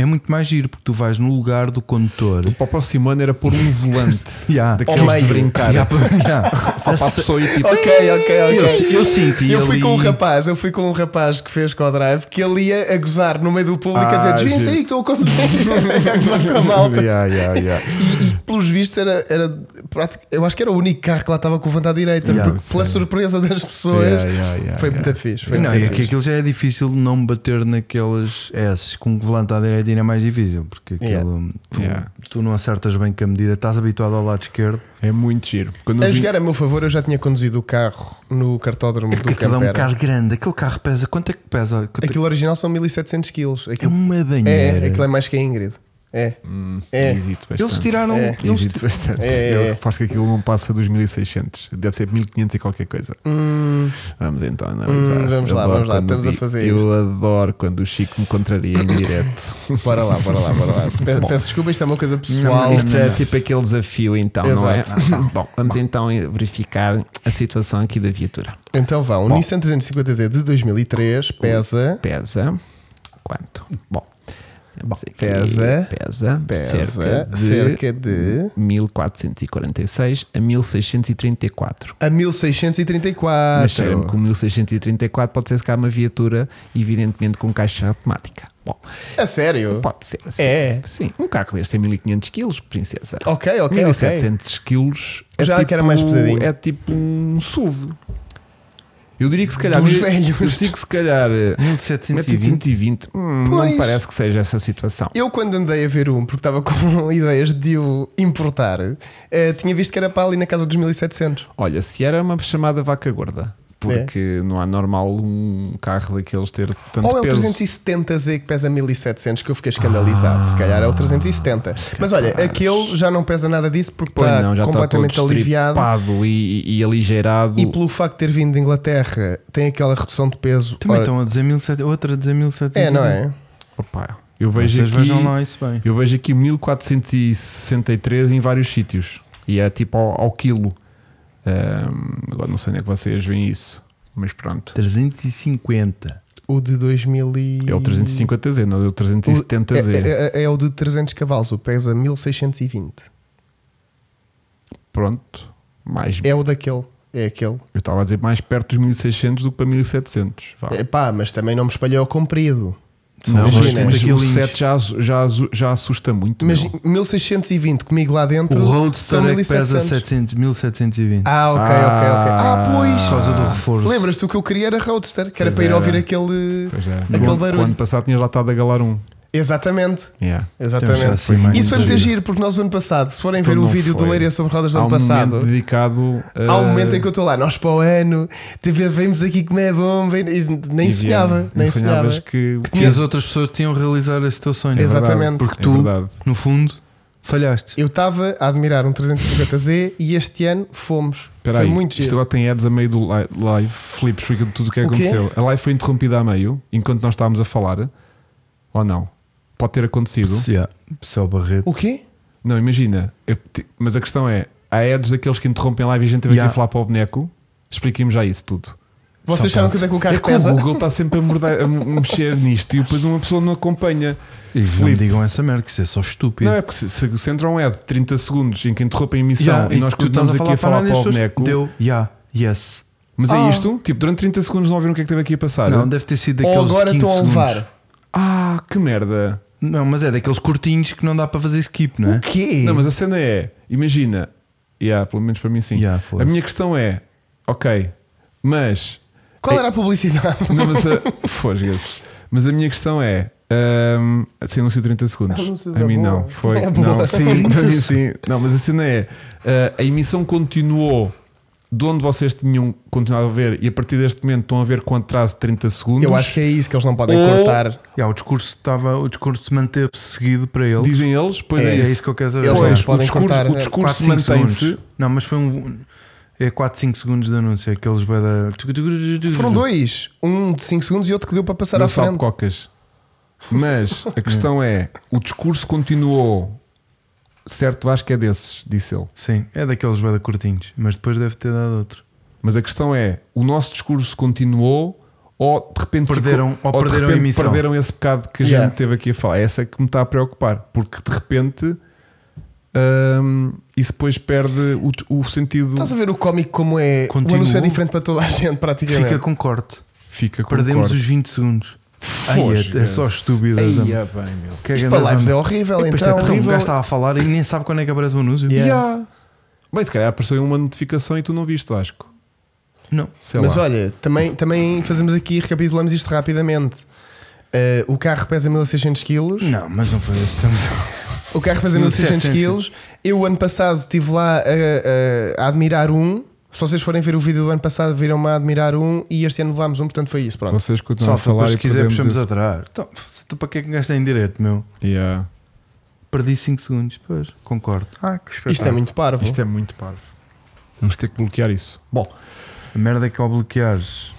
B: é muito mais giro, porque tu vais no lugar do condutor.
A: Para o próximo ano era pôr um volante
B: Yeah.
A: daqueles de
C: meio.
A: brincar
B: Já para- já.
A: só para a pessoa ir tipo.
C: Ok, ok, ok.
B: Eu- eu senti
C: Eu fui
B: ali-
C: com um rapaz, eu fui com um rapaz que fez co-drive que ele ia a gozar no meio do público a
A: Ah,
C: dizer desviem-se
A: giro.
C: aí que estou a conduzir. a gozar com a malta.
A: Yeah, yeah, yeah.
C: E, e, pelos vistos era, era prático- eu acho que era o único carro que lá estava com vontade direita,
A: Yeah,
C: porque pela
A: sim.
C: surpresa das pessoas
A: Yeah, yeah, yeah,
C: foi
A: yeah.
C: muito fixe. Foi
B: Não,
C: muito
B: e aqui
C: fixe.
B: aquilo já é difícil de não bater naquelas S com o volante à direita ainda é mais difícil, porque aquilo
C: Yeah.
B: Tu,
A: Yeah.
B: tu não acertas bem com a medida, estás habituado ao lado esquerdo,
A: É muito giro. Quando
C: A
A: vi-
C: jogar a meu favor, eu já tinha conduzido o carro no cartódromo do
B: aquilo é um
C: Campera.
B: carro grande, aquele carro pesa, quanto é que pesa? Quanto é-
C: Aquilo original são 1700 kg.
B: é
C: Aquilo
B: uma
C: é,
B: banheira.
C: aquilo é mais que a Ingrid. É.
A: Hum,
C: É.
A: hesito bastante.
B: Eles tiraram, um,
C: É.
B: eles
A: Hesito bastante.
C: É, é, é.
A: Eu aposto que aquilo não passa dos 1600. Deve ser 1500 e qualquer coisa.
C: Hum,
A: Vamos então analisar.
C: Hum, vamos lá,
A: Adoro
C: vamos lá,
A: quando
C: estamos a
A: vi-
C: fazer
A: Eu
C: isto.
A: adoro quando o Chico me contraria em direto.
C: bora lá, bora lá, bora lá. Pe-
A: Bom.
C: Peço desculpa, isto é uma coisa
A: Não,
C: pessoal.
A: isto é tipo aquele desafio, então,
C: Exato.
A: não é? Ah, Bom, vamos então verificar a situação aqui da viatura.
C: Então vá, um
A: Bom.
C: Nissan 350Z de 2003 pesa.
A: Pesa quanto? Bom, vamos aqui.
C: pesa-
A: pesa,
C: Pesa
A: cerca de,
C: cerca de.
A: 1446 a 1634.
C: A 1634.
A: Mas é cheira-me que o 1634 pode ser se calhar uma viatura, evidentemente com caixa automática. Bom,
C: A sério?
A: pode ser. Sim,
C: É.
A: sim. um carro deste tem 1500 kg, princesa.
C: Ok, ok, ok.
A: 1700 quilos é
C: Já
A: tipo,
C: que era mais pesadinho.
A: É tipo um SUV. Eu diria que se calhar.
C: Dos
A: eu-
C: velhos.
A: Eu diria que se calhar. eh,
B: 1720.
A: 1720. Hum, não
C: Pois.
A: me parece que seja essa situação.
C: Eu, quando andei a ver um, porque estava com ideias de o importar, eh, tinha visto que era para ali na casa dos 1700.
A: Olha, se era uma chamada vaca gorda,
C: É.
A: porque não há normal um carro daqueles ter tanto
C: Ou é o
A: peso.
C: 370Z que pesa 1700 que eu fiquei escandalizado. se calhar é o 370. Mas olha, aquele já não pesa nada disso porque
A: Pois
C: está
A: não, já
C: Tá completamente
A: está todo
C: aliviado.
A: estripado E, e, e aligeirado.
C: E pelo facto de ter vindo da Inglaterra, tem aquela redução de peso.
B: Também
C: Ora,
B: estão a dizer 1700, outra a dizer 1700.
C: É, não é?
A: Opa, eu vejo
B: Vocês
A: aqui,
B: vejam lá isso bem.
A: eu vejo aqui 1463 em vários sítios e é tipo ao, ao quilo. Ahm, agora não sei onde é que vocês veem isso, mas pronto.
B: 350.
C: O de 2000 e...
A: É o 350Z, não é o 370Z.
C: É, é- é o de 300 cavalos, o pesa 1620.
A: Pronto, mais.
C: É o daquele, é aquele.
A: Eu estava a dizer mais perto dos 1600 do que para 1700. Vá.
C: Epá, mas também não me espalhou ao comprido.
A: Não, mas,
C: É, Imagina.
A: mas o
B: 30
A: 7 já, asu- já, asu- já assusta muito.
C: Mas
A: meu.
C: 1620 comigo lá
B: O
C: dentro.
B: Roadster
C: são
B: é que pesa
C: 1700.
B: 700, 1720.
C: Ah, ok, ok, ok. Ah, pois!
B: Por causa do reforço.
C: Lembras-te o que eu queria era Roadster, que era
A: Pois
C: para ir
A: era.
C: ouvir aquele.
A: Pois é.
C: Aquele
A: No ano-
C: barulho.
A: o ano passado tinha já estado a galar um.
C: Exatamente,
A: Yeah.
B: Temos já
C: exatamente.
B: assim mais
C: Isso foi
B: um
C: muito
B: giro.
C: giro, porque nós, o ano passado, se forem
A: Então
C: ver o
A: não
C: vídeo do
A: foi.
C: Leiria sobre rodas do
A: Há
C: ano
A: um
C: passado,
A: momento dedicado.
C: há um momento em que eu estou lá, nós para o ano, teve, vemos aqui como é bom, vem- e nem sonhava, nem sonhava.
A: que.
B: Que as outras pessoas tinham de realizar esse teu sonho.
A: É
C: Exatamente.
A: verdade,
B: Porque
A: é
B: tu-
A: verdade.
B: No fundo, falhaste.
C: Eu estava a admirar um 350Z e este ano fomos.
A: Espera
C: foi
A: aí,
C: muito
A: isto
C: giro.
A: agora tem ads a meio do li- live. Filipe, explica-me tudo o que é que
C: O quê?
A: aconteceu. A live foi interrompida a meio, enquanto nós estávamos a falar. Ou não? Pode ter acontecido.
B: Se há- se há o Barreto.
C: O quê?
A: Não, imagina. eu te- mas a questão é: há ads daqueles que interrompem a live e a gente teve
B: Yeah.
A: aqui a falar para o boneco? Expliquem-me já isso tudo.
C: Vocês
B: Só
C: acharam
B: pode.
C: que é que o
A: É
C: carro
A: que o
C: pesa?
A: Google está sempre a, mordar- a mexer nisto e depois uma pessoa não acompanha.
B: E não me
A: Filipe.
B: digam essa merda, que isso é só estúpido.
A: Não, é porque se, se, se entra um ad de 30 segundos em que interrompe a emissão
B: Yeah,
A: e nós
B: tu estás
A: continuamos aqui a falar para o
B: pessoas,
A: boneco,
B: Deu, yeah, yes.
A: mas
C: Ah.
A: é isto? Tipo, durante 30 segundos não ouviram o que é que teve aqui a passar?
B: Não, deve ter sido daqueles.
C: Ou agora
B: 15
C: estão a levar?
B: segundos.
A: Ah, que merda!
B: Não, mas é daqueles curtinhos que não dá para fazer skip, não é?
C: O quê?
A: Não, mas a cena é: imagina, yeah, pelo menos para mim sim.
B: Yeah, foda-se.
A: a minha questão é: ok, mas
C: Qual era a publicidade?
A: Não, mas a, Fosga-se. Mas a minha questão é. Um, assim, anúncio 30 segundos.
C: Ah, anúncio
A: a
C: da
A: mim
C: boa.
A: não. Foi.
C: É boa.
A: não, sim, para mim sim. Não, mas a cena é. uh, a emissão continuou de onde vocês tinham continuado a ver e a partir deste momento estão a ver com atraso de 30 segundos.
C: Eu acho que é isso que eles não podem
A: Ou-
C: cortar.
B: Yeah, o discurso estava, o discurso manteve-se seguido para eles.
A: Dizem eles, pois é,
B: é,
A: isso.
B: isso que eu quero saber.
C: Eles
A: Pois,
C: não nos podem
A: o discurso,
C: cortar,
A: o
C: né?
A: discurso
B: 4, 5
A: mantém-se.
B: segundos. Não, mas foi um. É 4, 5 segundos de anúncio. Aqueles vai da.
C: Foram dois. Um de 5 segundos e outro que deu para passar
A: não
C: à
A: sabe
C: frente.
A: cocas. Mas a questão é: o discurso continuou. Certo, acho que é desses, disse ele.
B: Sim, é daqueles vai da curtinhos. Mas depois deve ter dado outro.
A: Mas a questão é: o nosso discurso continuou ou de repente
B: Perderam-
A: ficou-
B: ou perderam a emissão.
A: perderam esse bocado que a
C: Yeah.
A: gente teve aqui a falar? Essa é que me está a preocupar, porque de repente hum, isso depois perde o, o sentido.
C: Estás a ver o cómico como é.
B: Continua.
C: O anúncio é diferente para toda a gente, praticamente.
B: Fica com corte.
A: Fica com
B: Perdemos
A: corte.
B: os 20 segundos. Ai,
A: Fosgas.
B: é, é só estúpida.
A: Ai,
B: Zama.
A: é bem, meu.
B: Que grande
C: Isto para lives é
B: Zama.
C: horrível,
B: E depois
C: então.
B: é tão- O gajo estava a falar e nem sabe quando é que aparece o anúncio.
A: Yeah. Bem, se calhar apareceu uma notificação e tu não viste, acho.
B: Não.
A: Sei
C: Mas
A: lá.
C: olha, também, também fazemos aqui, recapitulamos isto rapidamente. Eh, o carro pesa 1600 kg.
B: Não, mas não foi esse tempo.
C: O carro pesa 1600 quilos. Eu, ano passado, estive lá a, a- a admirar um. Se vocês forem ver o vídeo do ano passado, viram-me a admirar um e este ano levámos um, portanto foi isso. Pronto.
A: Vocês continuam
B: Só
A: a falar
B: depois
A: e
B: se quiser
A: perdemos
B: puxamos
A: esse-
B: atrás. Então, f- tu para que é que gasta em direto, meu?
A: Yeah.
B: Perdi 5 segundos. Pois, concordo. Ah, que espetáculo.
C: Isto é muito parvo.
A: Isto é muito parvo. Vamos ter que bloquear isso.
C: Bom,
B: A merda é que ao bloqueares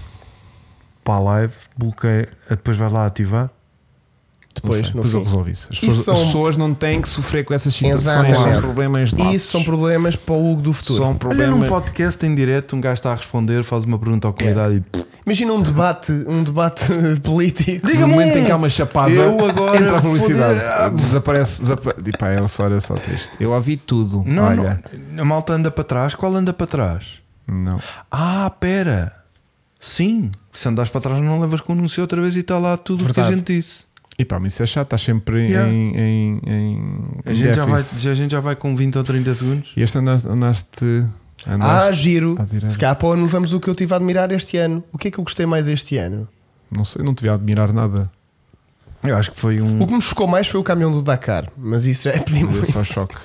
B: para a live, bloqueia, ah, depois vais lá ativar.
A: Não sei,
C: depois, no
A: depois eu
C: fim.
A: resolvo isso. As pessoas,
C: são-
A: as pessoas não têm que sofrer com essas situações.
C: Exatamente.
A: São problemas nossos.
C: Isso são problemas para o Hugo do futuro.
A: São
B: Olha,
A: problemas.
B: num podcast em direto, um gajo está a responder, faz uma pergunta à comunidade e. pff,
C: Imagina um debate, um debate político.
A: No momento em que há uma chapada,
B: Eu agora
A: entra a publicidade.
B: foder- Ah,
A: Desaparece. desapa- E pá, é só, era só triste. Eu ouvi tudo.
B: Não,
A: Olha.
B: não. A malta anda para trás. Qual anda para trás?
A: Não.
B: Ah, pera. Sim. Se andares para trás, não levas com o anúncio outra vez e está lá tudo o que a
C: Verdade.
B: gente disse.
A: E pá, mas isso é chato. Estás sempre em.
B: Yeah.
A: em, em, em-
B: A
A: em
B: gente, já vai,
A: Um déficit.
B: já- a gente já vai com 20 ou 30 segundos.
A: E este andaste. andaste,
C: Ah,
A: andaste
C: giro.
A: à direita.
C: Se calhar para o ano levamos o que eu tive a admirar este ano. O que é que eu gostei mais este ano?
A: Não sei, não te devia admirar nada.
B: Eu acho que foi um.
C: O que me chocou mais foi o caminhão do Dakar, mas isso já é
A: É
C: pedir muito.
A: só choque.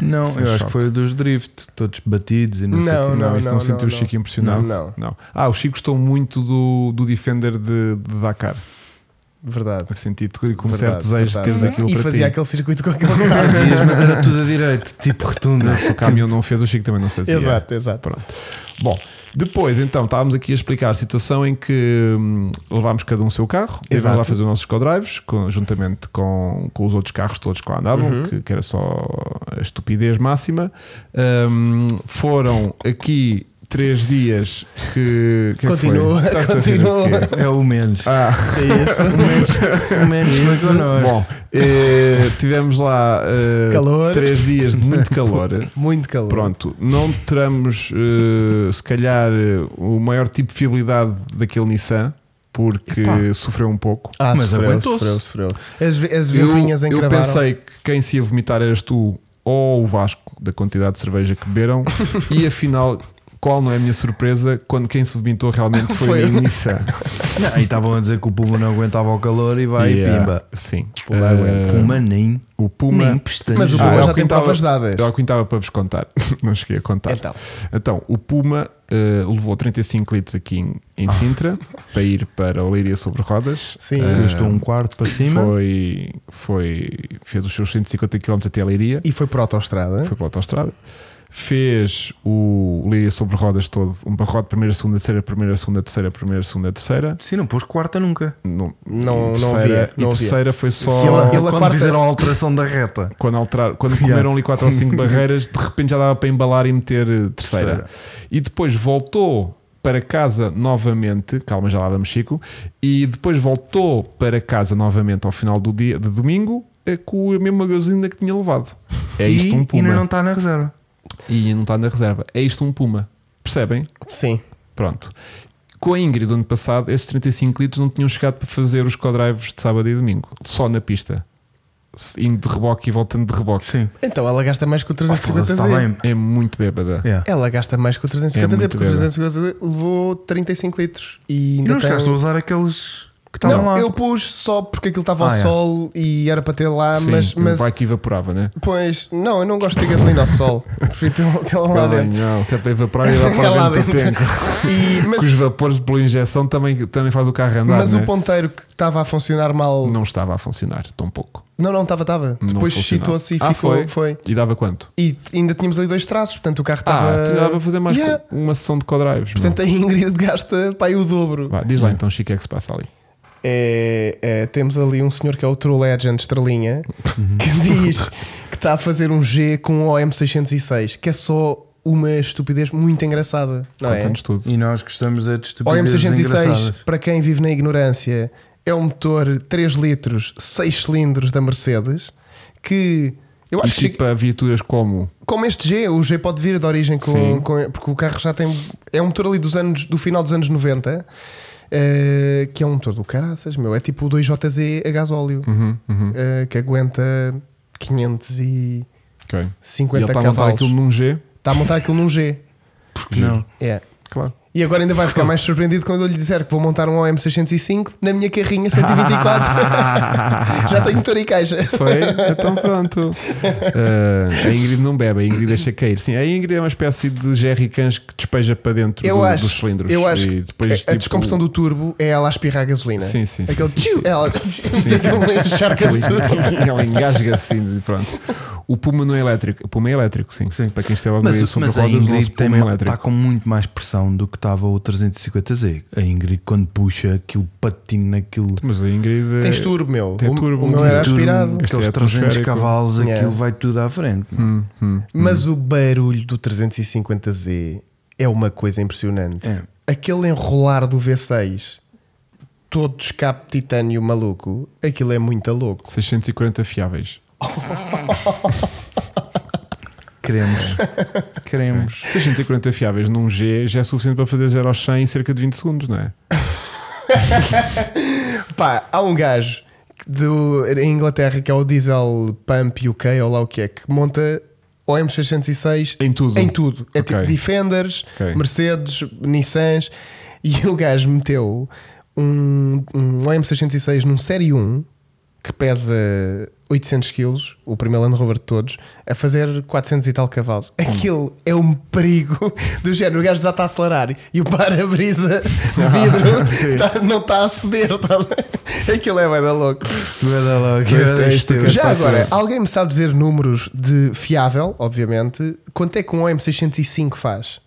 B: Não,
A: Sem
B: eu acho
A: choque.
B: que foi o dos drift, todos batidos e não, sei o
C: Não,
B: quê.
A: Não, isso não,
C: não,
A: sentiu o
C: não.
A: Chico impressionado.
C: Não,
A: Ah, o Chico gostou muito do, do Defender de, de Dakar.
C: Verdade.
A: Eu senti te com um
C: Verdade,
A: certo desejo de
C: verdade.
A: teres aquilo
C: E
A: para
C: fazia
A: ti.
C: aquele circuito com aquele carro.
B: Fazias, mas era tudo a direito, tipo rotunda.
A: Não, se o caminhão não fez, o Chico também não fez.
C: Exato, exato.
A: Pronto. Bom, depois então estávamos aqui a explicar a situação em que hum, levámos cada um o seu carro e vamos
C: Exato.
A: lá fazer os nossos co-drives com- juntamente com, com os outros carros todos que lá andavam,
C: Uhum.
A: que, que era só a estupidez máxima. Hum, foram aqui três dias que. que é que foi?
C: Continua,
A: Estás a rir de
C: continua.
A: quê?
B: É o menos.
A: Ah.
C: É isso.
B: O menos foi connosco.
A: Bom, eh, tivemos lá eh,
C: Calor.
A: três dias de muito calor.
C: Muito calor.
A: Pronto, não teremos eh, se calhar eh, o maior tipo de fiabilidade daquele Nissan porque sofreu um pouco.
C: Ah,
B: Mas
C: sofreu,
B: aguentou-se.
C: sofreu, sofreu. As, ve- as
A: Eu,
C: ventoinhas
A: eu
C: encravaram.
A: pensei que quem se ia vomitar eras tu ou o Vasco, da quantidade de cerveja que beberam, e afinal, qual não é a minha surpresa quando quem se vomitou realmente foi,
C: Foi.
A: o Nissan?
B: Não, e estavam a dizer que o Puma não aguentava o calor e vai
A: Yeah,
B: e pimba.
A: Sim,
C: Puma aguenta.
A: Eh,
B: Puma nem,
A: o Puma.
B: nem pestaneja.
C: Mas o
A: Ah,
C: Puma
A: é o
C: já
A: que
C: tem
A: estava-
C: provas dadas.
A: Eu ao que estava para vos contar, não cheguei a contar.
C: Então,
A: Então, o Puma eh, levou 35 litros aqui em, em Sintra para ir para o Leiria sobre Rodas.
C: sim.
A: Ah,
B: Custou um quarto para cima.
A: Foi, foi, fez os seus 150 km até a Leiria,
C: E foi para a autostrada.
A: foi para a autostrada. Fez o Leiria sobre Rodas todo, um barrote, primeira, segunda, terceira, primeira, segunda, terceira, primeira, segunda, terceira.
B: Sim, não pôs quarta nunca.
A: Não,
C: Não- não
A: terceira,
C: havia,
A: E
C: não havia.
A: terceira foi só.
C: E ela- ele- a
B: Quando
C: quarta-
B: fizeram a alteração da reta.
A: Quando, alterar, quando
B: Yeah.
A: comeram ali 4 ou 5 barreiras, de repente já dava para embalar e meter eh, terceira.
B: Terceira.
A: E depois voltou para casa novamente, calma, já lá vamos, Chico. E depois voltou para casa novamente ao final do dia de domingo eh, com a mesma gasolina que tinha levado. É
B: E-
A: isto um
B: E ainda não
A: Puma.
B: está na reserva.
A: E não está na reserva. É isto um Puma. Percebem?
C: Sim.
A: Pronto. Com a Ingrid, ano passado, esses 35 litros não tinham chegado para fazer os co-drives de sábado e domingo, só na pista. indo de reboque e voltando de reboque.
B: Sim.
C: Então ela gasta mais que o
B: Ah, foda-se,
C: 350
B: está
C: Z.
B: bem.
A: É muito bêbada.
B: Yeah.
C: Ela gasta mais que o 350
A: É
C: Z,
A: muito
C: porque o
A: bêbada.
C: 350 Z levou 35 litros e
B: E
C: ainda
B: não
C: tem.
B: chegaste a usar aqueles que estavam
C: Não,
B: lá.
C: eu pus só porque aquilo estava ao
B: Ah, é.
C: sol e era para ter lá,
A: Sim,
C: Ah,
A: um
C: mas. mas
A: vai que evaporava, né?
C: Pois, não, eu não gosto de ter gasolina ao sol. Prefiro ter- ter lá
A: Bem,
C: dentro.
A: Não, se é para evaporar, evapora
C: É lá
A: dentro do
C: dentro.
A: tanque.
C: E- mas-
A: Que os vapores pela injeção também, também faz o carro andar.
C: mas
A: né?
C: o ponteiro que estava a funcionar mal.
A: Não estava a funcionar, tão pouco.
C: Não, não, estava, estava.
A: Não
C: Depois
A: funcionava.
C: chitou-se e
A: Ah,
C: ficou.
A: foi?
C: Foi.
A: E dava quanto?
C: E ainda tínhamos ali dois traços, portanto o carro estava.
A: Ah, tu dava para fazer mais
C: Yeah.
A: uma sessão de co-drives.
C: Portanto a Ingrid gasta pá, aí o dobro.
A: meu. Vá, diz lá então, Chico, o que é que se passa ali?
C: É, é, temos ali um senhor que é o True Legend Estrelinha
A: Uhum.
C: que diz que está a fazer um G com um OM606, que é só uma estupidez muito engraçada, não é?
A: Conta-nos tudo.
B: E nós gostamos é de estupidez
C: OM606,
B: engraçadas.
C: para quem vive na ignorância, é um motor 3 litros, 6 cilindros da Mercedes que eu
A: E
C: acho
A: tipo
C: que
A: para viaturas como
C: como este G, o G pode vir de origem com,
A: Sim.
C: com- porque o carro já tem é um motor ali dos anos do final dos anos 90 eh, que é um motor do caraças, meu, é tipo o 2JZ a gasóleo,
A: Uhum, uhum.
C: eh, que aguenta 550
A: Ok. E ele está a montar
C: cavalos.
A: aquilo num G.
C: Está a montar aquilo num G.
B: Não.
C: É.
A: Claro.
C: E agora ainda vai ficar mais surpreendido quando eu lhe disser que vou montar um OM605 na minha carrinha 124. já tenho motor e caixa.
A: Foi? Então pronto. Ah, a Ingrid não bebe, a Ingrid deixa cair. Sim, a Ingrid é uma espécie de Jerry Cans que despeja para dentro
C: Eu
A: do-
C: acho,
A: dos cilindros.
C: eu acho
A: e
C: que
A: depois,
C: a, a
A: tipo,
C: descompressão do turbo é ela a espirrar a gasolina.
A: Sim, sim, sim,
C: Aquele
A: sim,
C: tchiu,
A: sim.
C: ela encharca-se tudo.
A: Ele, ele engasga assim, pronto. O Puma não é elétrico. O Puma é elétrico, sim.
B: Sim.
A: Para quem esteve a ver
B: Mas,
A: sobre
B: mas a
A: rodas, não
B: Ingrid
A: se Puma é
B: está
A: elétrico.
B: com muito mais pressão do que estava o 350Z. A Ingrid, quando puxa aquilo patina, aquilo.
A: Mas a Ingrid. é-
C: Tens turbo, meu.
A: Tem
C: O-
A: turbo,
C: o meu era
A: tem turbo.
C: aspirado.
A: Este
B: Aqueles
A: é
B: 300
A: atmosférico.
B: cavalos,
C: Yeah.
B: aquilo vai tudo à frente.
A: Hum, hum.
C: Mas o barulho do 350Z é uma coisa impressionante.
B: É.
C: Aquele enrolar do V6, todo de escape de titânio maluco, aquilo é muito louco.
A: 640 fiáveis.
B: Queremos. Queremos.
A: 640 fiáveis num G já é suficiente para fazer 0 aos 100 em cerca de 20 segundos, não é?
C: Pá, há um gajo que do, em Inglaterra que é o Diesel Pump UK, ou lá o que é, que monta o M606
A: Em tudo.
C: Em tudo. É
A: Ok.
C: tipo Defenders,
A: Ok.
C: Mercedes, Nissans. E o gajo meteu um, um M606 num Série 1 que pesa 800 kg, o primeiro Land Rover de todos, a fazer 400 e tal cavalos. Aquilo é um perigo do género. O gajo já está a acelerar e o para-brisa de vidro tá- não está a ceder. tá- Aquilo é bem louco.
B: Vai lá,
A: Este- é
B: vai
A: este
B: lá,
A: que-
C: Já
A: Está
C: agora,
A: tudo.
C: alguém me sabe dizer números de fiável, obviamente, quanto é que um OM605 faz?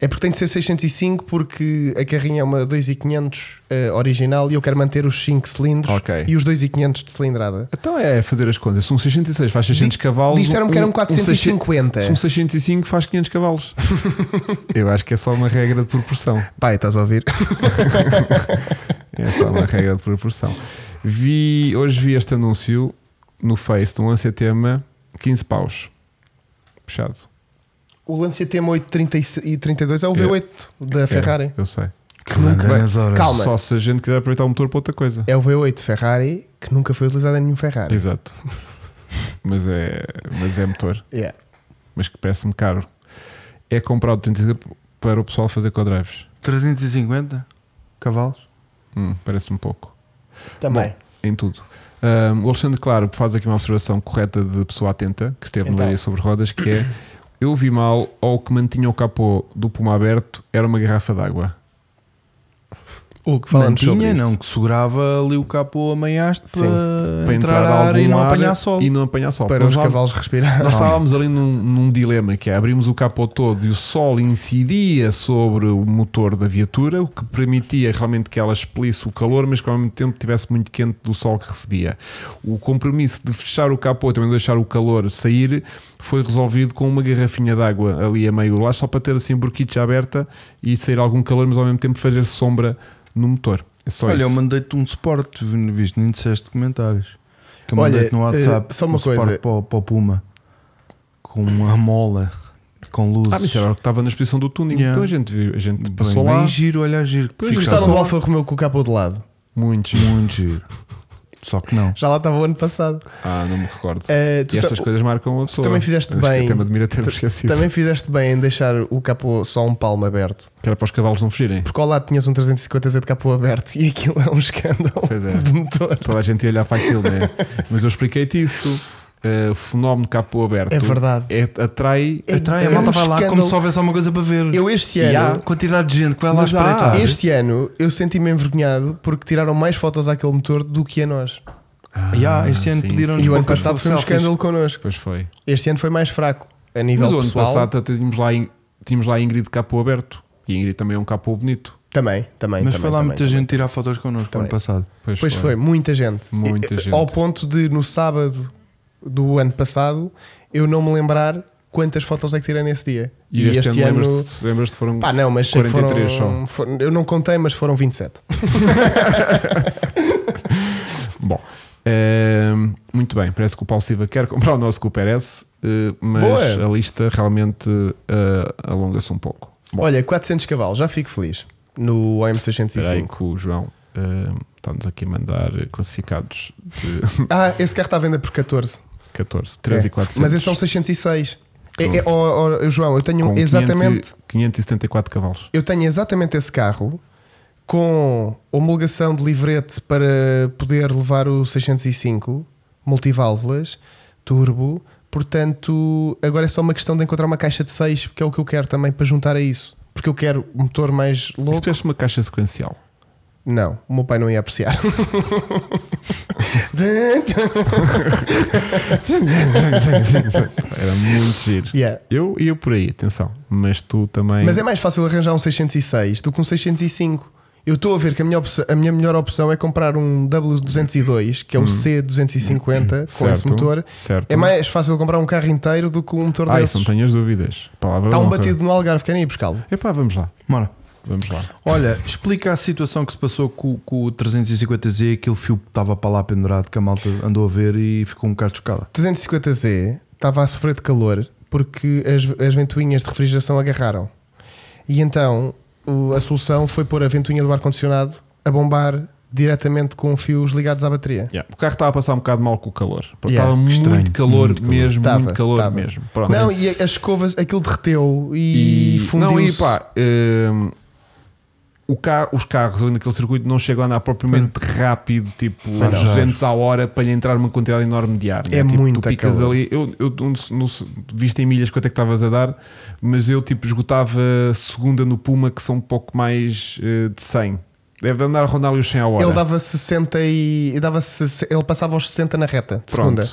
C: É porque tem de ser 605 porque a carrinha é uma 2500 eh, original e eu quero manter os 5 cilindros
A: Ok.
C: e os 2500 de cilindrada.
A: Então é fazer as contas. Se um 606 faz 600
C: Di-
A: cavalos.
C: disseram que eram 450.
A: Um, 600 se um 605 faz 500 cavalos. Eu acho que é só uma regra de proporção.
C: um Pai, estás a ouvir?
A: É só uma regra de proporção. Vi, hoje vi este anúncio no Face de um lance tema 15 paus. Puxado.
C: O Lancia TM8 e 32 é o V8 da Ferrari.
A: É, eu sei.
B: Que nunca
A: bem.
B: nas horas.
C: Calma.
A: Só se a gente quiser aproveitar o motor para outra coisa.
C: É o V8 Ferrari que nunca foi utilizado em nenhum Ferrari.
A: Exato. Mas é, mas é motor.
C: Yeah.
A: Mas que parece-me caro. É comprar o 35 para o pessoal fazer co-drives.
B: 350 cavalos.
A: Hum, parece-me pouco.
C: Também.
A: Bom, em tudo. Ahm, o Alexandre Claro faz aqui uma observação correta de pessoa atenta, que esteve no
C: Então.
A: Leiria sobre rodas, que é eu vi mal ou o que mantinha o capô do puma aberto era uma garrafa d'água.
C: O que falamos
B: Mantinha,
C: sobre isso?
B: não, que segurava ali o capô a meiaste
C: Sim.
B: para,
A: Para
B: É. entrar, ar e
A: algum
B: não
A: ar
B: apanhar sol.
A: E não apanhar sol.
C: Para
A: Pois
C: os
A: lá-
C: cavalos respirar.
A: Nós estávamos ali num, num dilema que é abrimos o capô todo e o sol incidia sobre o motor da viatura, o que permitia realmente que ela expelisse o calor, mas que ao mesmo tempo tivesse muito quente do sol que recebia. O compromisso de fechar o capô e também deixar o calor sair foi resolvido com uma garrafinha de água ali a meio lá, só para ter assim a burquicha aberta e sair algum calor, mas ao mesmo tempo fazer sombra no motor. É só
B: Olha,
A: isso.
B: eu mandei-te um suporte, viste, nem disseste comentários. Que eu
C: Olha,
B: mandei-te no WhatsApp
C: eh, só uma
B: um suporte
C: coisa.
B: Para, o- para o Puma com uma mola com luzes.
A: Ah, mas isso era o que estava na exposição do tuning.
B: Yeah.
A: Então a gente, viu, a gente
B: Bem,
A: passou
B: bem
A: lá.
B: giro, olha giro.
A: Pois,
B: Fica
A: gostaram
C: Gostaram
B: só-
C: do Alfa Romeo com o capô de lado?
A: Muito giro.
B: Muito giro. Só que não.
C: Já lá estava o ano passado.
A: Ah, não me recordo.
C: Eh, tu
A: E estas
C: ta-
A: coisas marcam a pessoa.
C: também fizeste
A: Acho que é
C: bem.
A: Até me admira ter-me esquecido.
C: Também fizeste bem em deixar o capô só um palmo aberto.
A: Que era para os cavalos não fugirem.
C: Porque ao lado tinhas um 350Z de capô aberto e aquilo é um escândalo
A: Pois é.
C: de motor.
A: Toda a gente ia olhar para aquilo, né? Mas eu expliquei-te isso. Eh, o fenómeno de capô aberto
C: É verdade.
A: é- atrai.
C: É-
B: Atrai,
C: é
B: a malta
C: um
B: vai lá como
C: escândalo.
B: se houvesse alguma coisa para ver.
C: Eu este
A: E
C: ano,
A: há-
B: A quantidade de gente que vai lá
A: Mas há.
B: espreitar.
C: este ano, eu senti-me envergonhado porque tiraram mais fotos àquele motor do que a nós.
B: Ya, este ano
A: Ah, sim,
B: pediram-nos
A: sim.
C: E o ano
B: poucas
C: passado foi um
B: selfies.
C: escândalo connosco.
A: Pois foi.
C: Este ano foi mais fraco a nível
A: Mas o ano
C: pessoal.
A: passado até tínhamos lá, In- tínhamos lá a Ingrid de capô aberto. E a Ingrid também é um capô bonito.
C: Também, também.
B: Mas
C: também,
B: foi lá
C: também,
B: muita
C: também.
B: gente tirar fotos connosco
C: Também.
B: ano passado.
A: Pois,
C: Pois foi, muita gente.
A: Muita
C: E-
A: gente.
C: Ao ponto de, no sábado do ano passado, eu não me lembrar quantas fotos é que tirei nesse dia.
A: E, este, ano, lembras-te, lembras-te foram
C: Pá, não, mas sei que
A: 43
C: foram,
A: só.
C: foram- Eu não contei, mas foram 27.
A: Bom, ehm, muito bem. Parece que o Paulo Silva quer comprar o nosso Cooper S, eh, mas
C: Boa.
A: a lista realmente eh, alonga-se um pouco. Bom,
C: Olha, 400 cavalos, já fico feliz.
A: espera
C: No
A: aí
C: OM605.
A: que o João ehm, está-nos aqui a mandar eh, classificados de
C: Ah, esse carro está à venda por 14.
A: 14, 13
C: É.
A: e 400.
C: Mas esse são 606. É, é,
A: Com-
C: ó, ó, João, eu tenho
A: com
C: exatamente.
A: 500 e- 574 cavalos.
C: Eu tenho exatamente esse carro com homologação de livrete para poder levar o 605, multiválvulas, turbo. Portanto, agora é só uma questão de encontrar uma caixa de 6, que é o que eu quero também para juntar a isso. Porque eu quero um motor mais
A: Isso é-
C: louco.
A: parece uma caixa sequencial.
C: Não, o meu pai não ia apreciar.
A: Era muito giro.
C: Yeah.
A: Eu ia por aí, atenção. Mas tu também.
C: Mas é mais fácil arranjar um 606 do que um 605. Eu estou a ver que a minha, opção- a minha melhor opção é comprar um W202, que é o C250, com esse
A: Hum. Certo,
C: motor.
A: certo.
C: É mais fácil comprar um carro inteiro do que um motor
A: Ah, isso não
C: desses.
A: tenho as dúvidas. Palavra
C: Está um
A: honra.
C: batido no Algarve, querem ir buscá-lo?
A: Epá, vamos lá.
B: Bora.
A: Vamos lá.
B: Olha, explica a situação que se passou com, com o 350Z, aquele fio que estava para lá pendurado, que a malta andou a ver e ficou um bocado chocada.
C: 250Z estava a sofrer de calor porque as, as ventoinhas de refrigeração agarraram. E então o- a solução foi pôr a ventoinha do ar-condicionado a bombar diretamente com fios ligados à bateria.
A: Yeah. O carro estava a passar um bocado mal com o calor. Porque
C: Yeah.
A: Estava
B: Estranho,
A: muito calor
B: muito calor.
A: mesmo,
C: Tava,
A: muito calor
C: tava.
A: mesmo. Pronto.
C: Não, e a- as escovas, aquilo derreteu e, fundiu
A: Não, e pá, hum, o ca- os carros ali naquele circuito não chegam a andar propriamente rápido, tipo
C: Pois não.
A: 200 à hora, para lhe entrar uma quantidade enorme de ar. né?
C: É
A: tipo,
C: muita
A: Tu picas
C: calor.
A: ali, eu, eu não, se- não se- viste em milhas quanto é que estavas a dar, mas eu tipo esgotava a segunda no Puma, que são um pouco mais eh, de 100. Deve andar a rondar ali os 100 à hora.
C: Ele dava 60 e e dava 60 ele passava aos 60 na reta, de
A: Pronto.
C: segunda.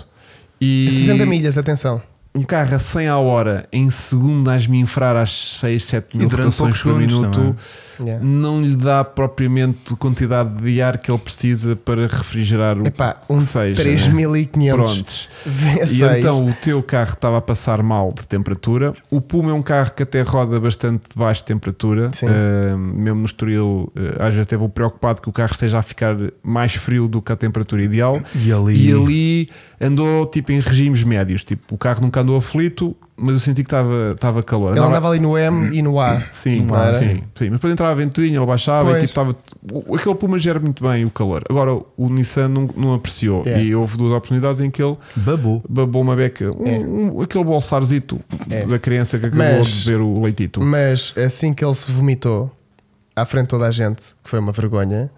A: E
C: 60 milhas, atenção.
A: um carro a 100 à hora em segundas me infrar às 6, 7 mil
B: E durante
A: rotações
B: poucos
A: por
B: segundos
A: minuto
B: também.
C: Yeah.
A: não lhe dá propriamente a quantidade de ar que ele precisa para refrigerar o
C: Epá, É um
A: que seja. né?
C: 3500
A: Prontos. E
C: V6.
A: então o teu carro estava a passar mal de temperatura. O Puma é um carro que até roda bastante de baixa temperatura.
C: Sim.
A: Ah, mesmo no Estoril, ah, às vezes até vou preocupado que o carro esteja a ficar mais frio do que a temperatura ideal.
B: E ali.
A: E ali andou tipo em regimes médios. Tipo, o carro nunca andou aflito, mas eu senti que estava estava calor.
C: ele andava ali no M e no A.
A: Sim,
C: Não era?
A: sim, sim. Mas depois entrava a ventoinha, ele baixava
C: Pois.
A: e tipo estava. o- Aquele Puma gera muito bem o calor. Agora o Nissan não, não apreciou.
C: É.
A: E houve duas oportunidades em que ele
B: Babou.
A: babou uma beca. Um,
C: É.
A: um- aquele bolsarzito
C: É.
A: da criança que acabou
C: Mas-
A: de beber o leitito.
C: Mas assim que ele se vomitou à frente de toda a gente, que foi uma vergonha,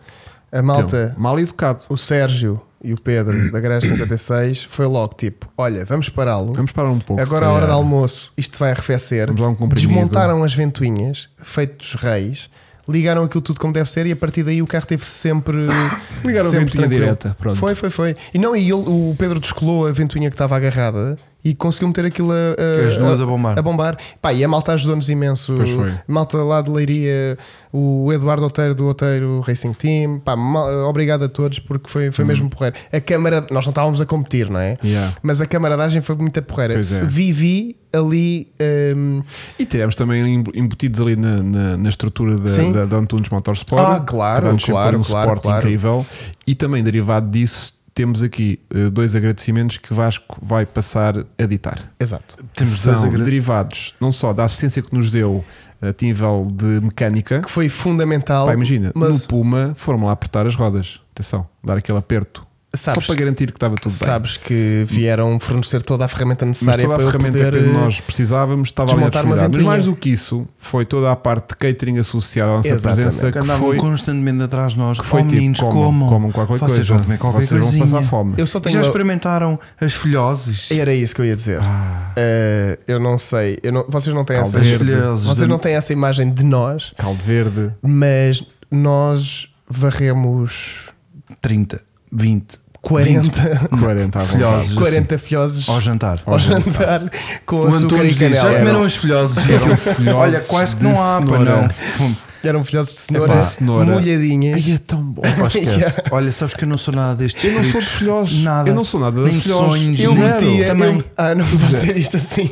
C: a malta,
A: Então, mal educado.
C: o Sérgio e o Pedro da Garagem 56 foi logo tipo: olha, vamos pará-lo.
A: Vamos parar um pouco.
C: Agora é
A: se
C: a hora do
A: calhar.
C: almoço, isto vai arrefecer.
A: Vamos lá um comprimido.
C: Desmontaram as ventoinhas, feitos reis, ligaram aquilo tudo como deve ser e a partir daí o carro teve sempre.
A: Ligaram a
C: sempre
A: ventoinha
C: tranquilo.
A: direta, pronto.
C: Foi, foi, foi. E não, e ele- o Pedro descolou a ventoinha que estava agarrada e conseguiu meter aquilo a. a-
B: As duas a bombar.
C: a bombar. Pá, e a malta ajudou-nos imenso.
A: Pois foi.
C: Malta lá de Leiria, o Eduardo Oteiro do Oteiro Racing Team. Pá, mal- obrigado a todos porque foi,
A: Uhum.
C: foi mesmo porreiro. A câmara, nós não estávamos a competir, não é?
A: Yeah.
C: Mas a camaradagem foi muito a porreira.
A: Pois é.
C: Vivi ali. hum,
A: E tivemos também em- embutidos ali na, na, na estrutura da,
C: Sim.
A: da, da Antunes Motorsport.
C: Ah, claro,
A: que dá-nos sempre
C: claro,
A: um
C: claro,
A: suporte
C: claro.
A: incrível. E também derivado disso, temos aqui eh, dois agradecimentos que Vasco vai passar a ditar.
C: exato.
B: Temos
A: São
B: dois agrade-
A: derivados não só da assistência que nos deu eh, a nível de mecânica.
C: Que foi fundamental.
A: Pá, imagina,
C: mas
A: no Puma foram lá apertar as rodas. Atenção, dar aquele aperto.
C: Sabes,
A: Só para garantir que estava tudo bem.
C: sabes que vieram fornecer toda a ferramenta
A: Mas
C: necessária
A: toda a
C: para eu
A: ferramenta
C: poder,
A: que
C: eh,
A: nós precisávamos estava ali à
C: desmontar uma
A: disponibilidade. Mas mais do
C: ventoinha.
A: que isso, foi toda a parte de catering associada à nossa
C: Exatamente.
A: presença
B: Que
A: que
B: andavam
A: foi,
B: constantemente atrás de nós.
A: que foi
B: oh,
A: tipo,
B: meninos,
A: comam,
B: comam.
A: comam qualquer
B: Vocês
A: coisa.
B: vão comer qualquer
A: Vocês vão
B: coisinha.
A: passar fome.
C: Eu só
B: E
C: tenho
B: já
C: uma-
B: experimentaram as filhoses?
C: Era isso que eu ia dizer.
A: Ah.
C: Eh, eu não sei, eu não- vocês não têm essa,
B: As filhoses.
C: vocês
B: de-
C: não têm essa imagem de nós,
A: Caldo verde.
C: mas nós varremos
B: 30, 20
C: 40,
A: 40 à vontade.
B: filhoses.
C: 40 fioses
B: Ao jantar.
C: ao jantar com
B: O
C: açúcar
B: António
C: e
B: diz: já
C: canela.
B: comeram as filhoses?
A: Eram filhoses
B: Olha, quase que não
A: de
B: há, pá,
A: cenoura.
B: não.
C: Eram filhoses um de cenoura,
A: Epá, cenoura.
C: molhadinhas.
A: Ai, é tão bom.
B: Pá, esquece.
C: Yeah.
B: Olha, sabes que eu não sou nada destes
A: Eu não sou de
B: fritos.
A: filhoses.
B: Nada.
A: Eu não sou nada de
B: Nem
A: filhoses.
B: sonhos.
A: Eu
C: Eu
B: zero.
C: metia,
B: Também.
C: eu- ah, não vou dizer isto assim.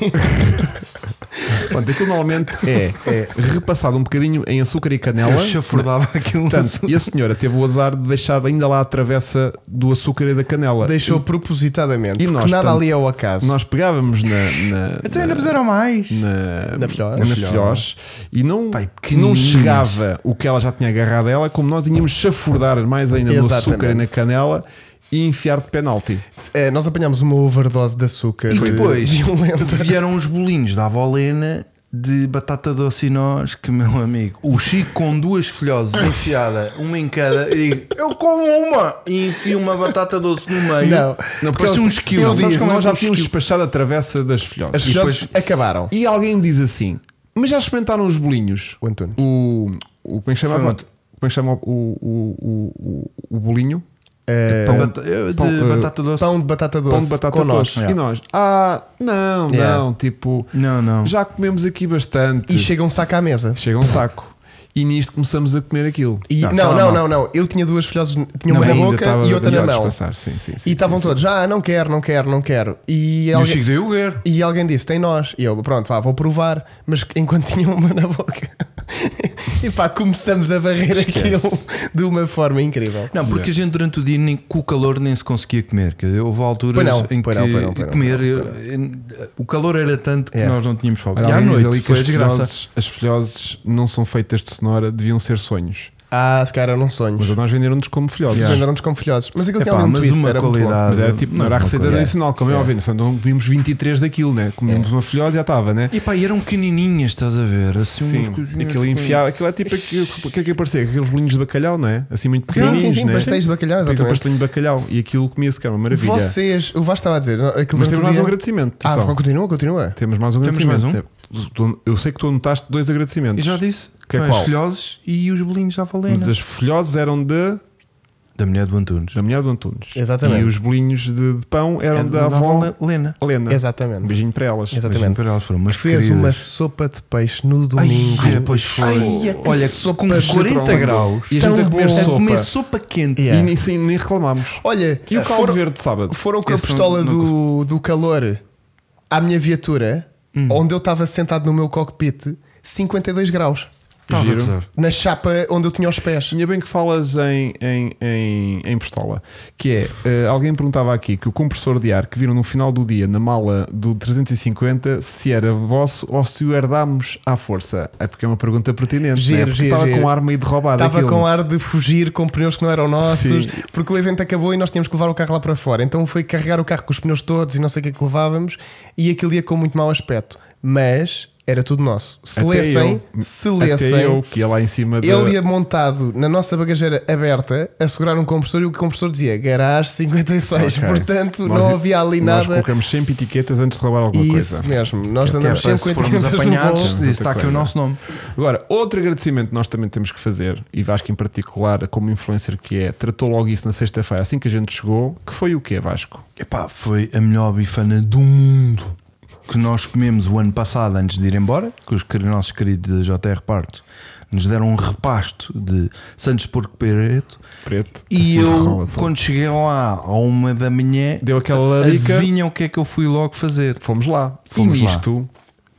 A: Pronto, aquilo normalmente é, é repassado um bocadinho em açúcar e canela.
B: Eu chafurdava aquilo.
A: Portanto, e a senhora teve o azar de deixar ainda lá a travessa do açúcar e da canela.
C: Deixou propositadamente,
A: E
C: porque
A: nós,
C: nada
A: portanto,
C: ali é o acaso.
A: Nós pegávamos na. na na-
B: Então ainda puseram mais.
A: na,
C: Na filhós.
A: na filhós. e não,
B: Pai,
A: não
B: pequenininhos.
A: chegava o que ela já tinha agarrado a ela, como nós tínhamos chafurdar mais ainda
C: Exatamente.
A: no açúcar e na canela e enfiar de penalti.
C: Eh, nós apanhámos uma overdose de açúcar
B: E depois
C: violenta.
B: vieram os bolinhos da avolena de batata doce e nós, que meu amigo, o Chico com duas filhoses enfiada, uma em cada, e digo, eu como uma e enfio uma batata doce no meio.
C: Não,
B: não porque
C: eu-
B: são uns quilos.
C: eu
B: Sabes
C: disse,
B: como é
A: nós
B: que
A: já
B: uns
A: tínhamos
B: quilos-
A: despachado a travessa das filhós.
C: As é
A: E,
C: filhoses acabaram.
A: e alguém diz assim: Mas já experimentaram os bolinhos?
C: O António.
A: O, o, como é que chama?
B: Foi
A: Como é que chama o, o, o, o, o bolinho?
C: Eh,
B: Pão, bata- de
A: é? pão, eh,
B: batata doce.
C: pão de batata doce.
A: Pão de batata
C: com nós.
A: doce. E nós? Ah, não,
C: Yeah.
A: não. Tipo,
B: Não, não.
A: já comemos aqui bastante.
C: E chega um saco à mesa.
A: Chega um saco. E nisto começamos a comer aquilo. Ah, tá
C: E-
B: Não,
C: não,
B: tava
C: não,
B: mal.
C: não, não, Eu tinha duas filhoses, tinha uma na
A: ainda
C: boca
A: estava
C: e outra na
A: melhor
C: mão.
A: disfarçar. Sim, sim, sim,
C: E estavam
A: sim, sim.
C: todos, ah, não quero, não quero, não quero. E
B: E o
C: alguém,
B: Chico deu o guerro.
C: e alguém disse, tem nós. E eu, pronto, vá, vou provar. Mas enquanto tinha uma na boca. e pá, começamos a varrer aquilo de uma forma incrível.
B: Não, porque a gente durante o dia nem, com o calor nem se conseguia comer. Quer dizer, houve alturas
C: Pois não,
B: em que
C: pois não, pois não, pois não,
B: comer eh, o calor era tanto que
C: Yeah.
B: nós não tínhamos fome.
A: Olha,
B: E à
A: alguém diz ali
B: noite
A: que
B: foi a
A: as
B: desgraça.
A: filhoses- As filhoses não são feitas de cenoura, deviam ser sonhos.
C: Ah, se calhar eram sonhos.
A: Mas a nós venderam-nos como filhoses.
C: Eles venderam-nos como filhosos. Mas aquilo
B: Epá,
C: tinha ali um
B: mas
C: twist,
B: uma
C: era muito bom.
B: qualidade.
A: Mas era tipo, não
B: Mas
A: era a
B: uma
A: receita
B: coisa.
A: tradicional, como é óbvio. Só não comíamos 23 daquilo, né? Comíamos uma filhose e já estava, né?
B: E pá, e eram pequenininhas, estás a ver? Assim, umas
A: Sim,
B: coisinhas
A: aquilo
B: com-
A: enfiado, aquilo é tipo aquilo, o que é que aparecia? Aqueles bolinhos de bacalhau, não é? Assim muito
C: Sim, sim,
A: pequenininhos,
C: sim,
A: né?
C: pastéis de bacalhau,
A: Aquele
C: exatamente.
A: pastelinho de bacalhau e aquilo comia-se, que era uma maravilha.
C: Vocês, o Vasco estava a dizer, aquilo
A: Mas
C: durante
A: temos
C: o
A: mais um
C: dia-
A: agradecimento.
C: Ah,
A: atenção.
C: continua, continua.
A: Temos mais um
B: Temos
A: agradecimento.
B: mais
C: um?
A: Eu sei que tu anotaste dois agradecimentos.
B: E já disse,
A: Que é
B: são
A: qual?
B: as filhoses e os bolinhos da Valena.
C: né?
A: Mas as folhosas eram de,
B: Da mulher do Antunes.
A: da mulher do Antunes.
C: Exatamente.
A: E os bolinhos de, de pão eram
B: É
A: da, avó
B: Lena.
A: Helena.
C: Exatamente.
A: Um beijinho para elas.
C: Exatamente.
B: Beijinho Para elas foram umas
C: que fez
B: queridas.
C: uma sopa de peixe no
B: Ai,
C: domingo.
B: é, pois foi.
C: Ai, é que
B: Olha,
C: sopa
B: com
C: de
B: 40
C: citron.
B: graus.
A: E a gente
C: Tão
A: a comer
C: bom.
B: A
A: sopa. É.
B: comer sopa quente.
A: E
C: Yeah.
A: nem, sem- nem reclamámos.
C: Olha,
A: E o caldo
C: foram,
A: verde de sábado?
C: foram com a
B: Esse não-
A: um-
C: pistola
B: não
C: do, do calor à minha viatura,
A: Hum.
C: onde eu estava sentado no meu cockpit, 52 graus.
B: Estás a
A: Giro.
B: gozar.
C: Na chapa onde eu tinha os pés.
A: Tinha bem que falas em, em, em, em pistola, que é eh, alguém perguntava aqui que o compressor de ar que viram no final do dia na mala do 350 se era vosso ou se o herdámos à força. É porque é uma pergunta pertinente. né?
C: Giro,
A: Porque
C: giro,
A: estava
C: giro.
A: com ar meio derrubado.
C: Estava
A: aquilo.
C: com ar de fugir com pneus que não eram nossos,
A: um- Sim.
C: porque o evento acabou e nós tínhamos que levar o carro lá para fora. Então foi carregar o carro com os pneus todos e não sei o que é que levávamos, e aquilo ia com muito mau aspecto. Mas era tudo nosso. Se
A: Até
C: lessem,
A: eu-
C: se
A: Até eu
C: lessem,
A: que ia lá em cima da-
C: ele ia montado na nossa bagageira aberta a segurar um compressor e o compressor dizia garagem 56.
A: Ok.
C: Portanto,
A: Nós-
C: não havia ali
A: Nós
C: nada.
A: colocamos sempre etiquetas antes de roubar alguma
C: Isso
A: coisa.
C: mesmo, nós
B: Que é
C: andamos
B: para
C: sempre
B: se
C: um com
B: formos
C: etiquetas no
B: apanhados,
C: bolso.
A: bolso.
B: está aqui o nosso nome.
A: Agora, outro agradecimento que nós também temos que fazer, e Vasco em particular, como influencer que é, tratou logo isso na sexta-feira, assim que a gente chegou, que foi o quê, Vasco?
B: Epá, foi a melhor bifana do mundo que nós comemos o ano passado antes de ir embora, que os quer- nossos queridos da JR Partes nos deram um repasto de Santos Porco Preto
A: Preto.
B: e
A: assim,
B: eu
A: rola tudo.
B: quando cheguei lá à uma da manhã
A: Deu aquela dica.
B: adivinham o que é que eu fui logo fazer
A: Fomos lá.
B: Fomos
A: e
B: lá.
A: nisto,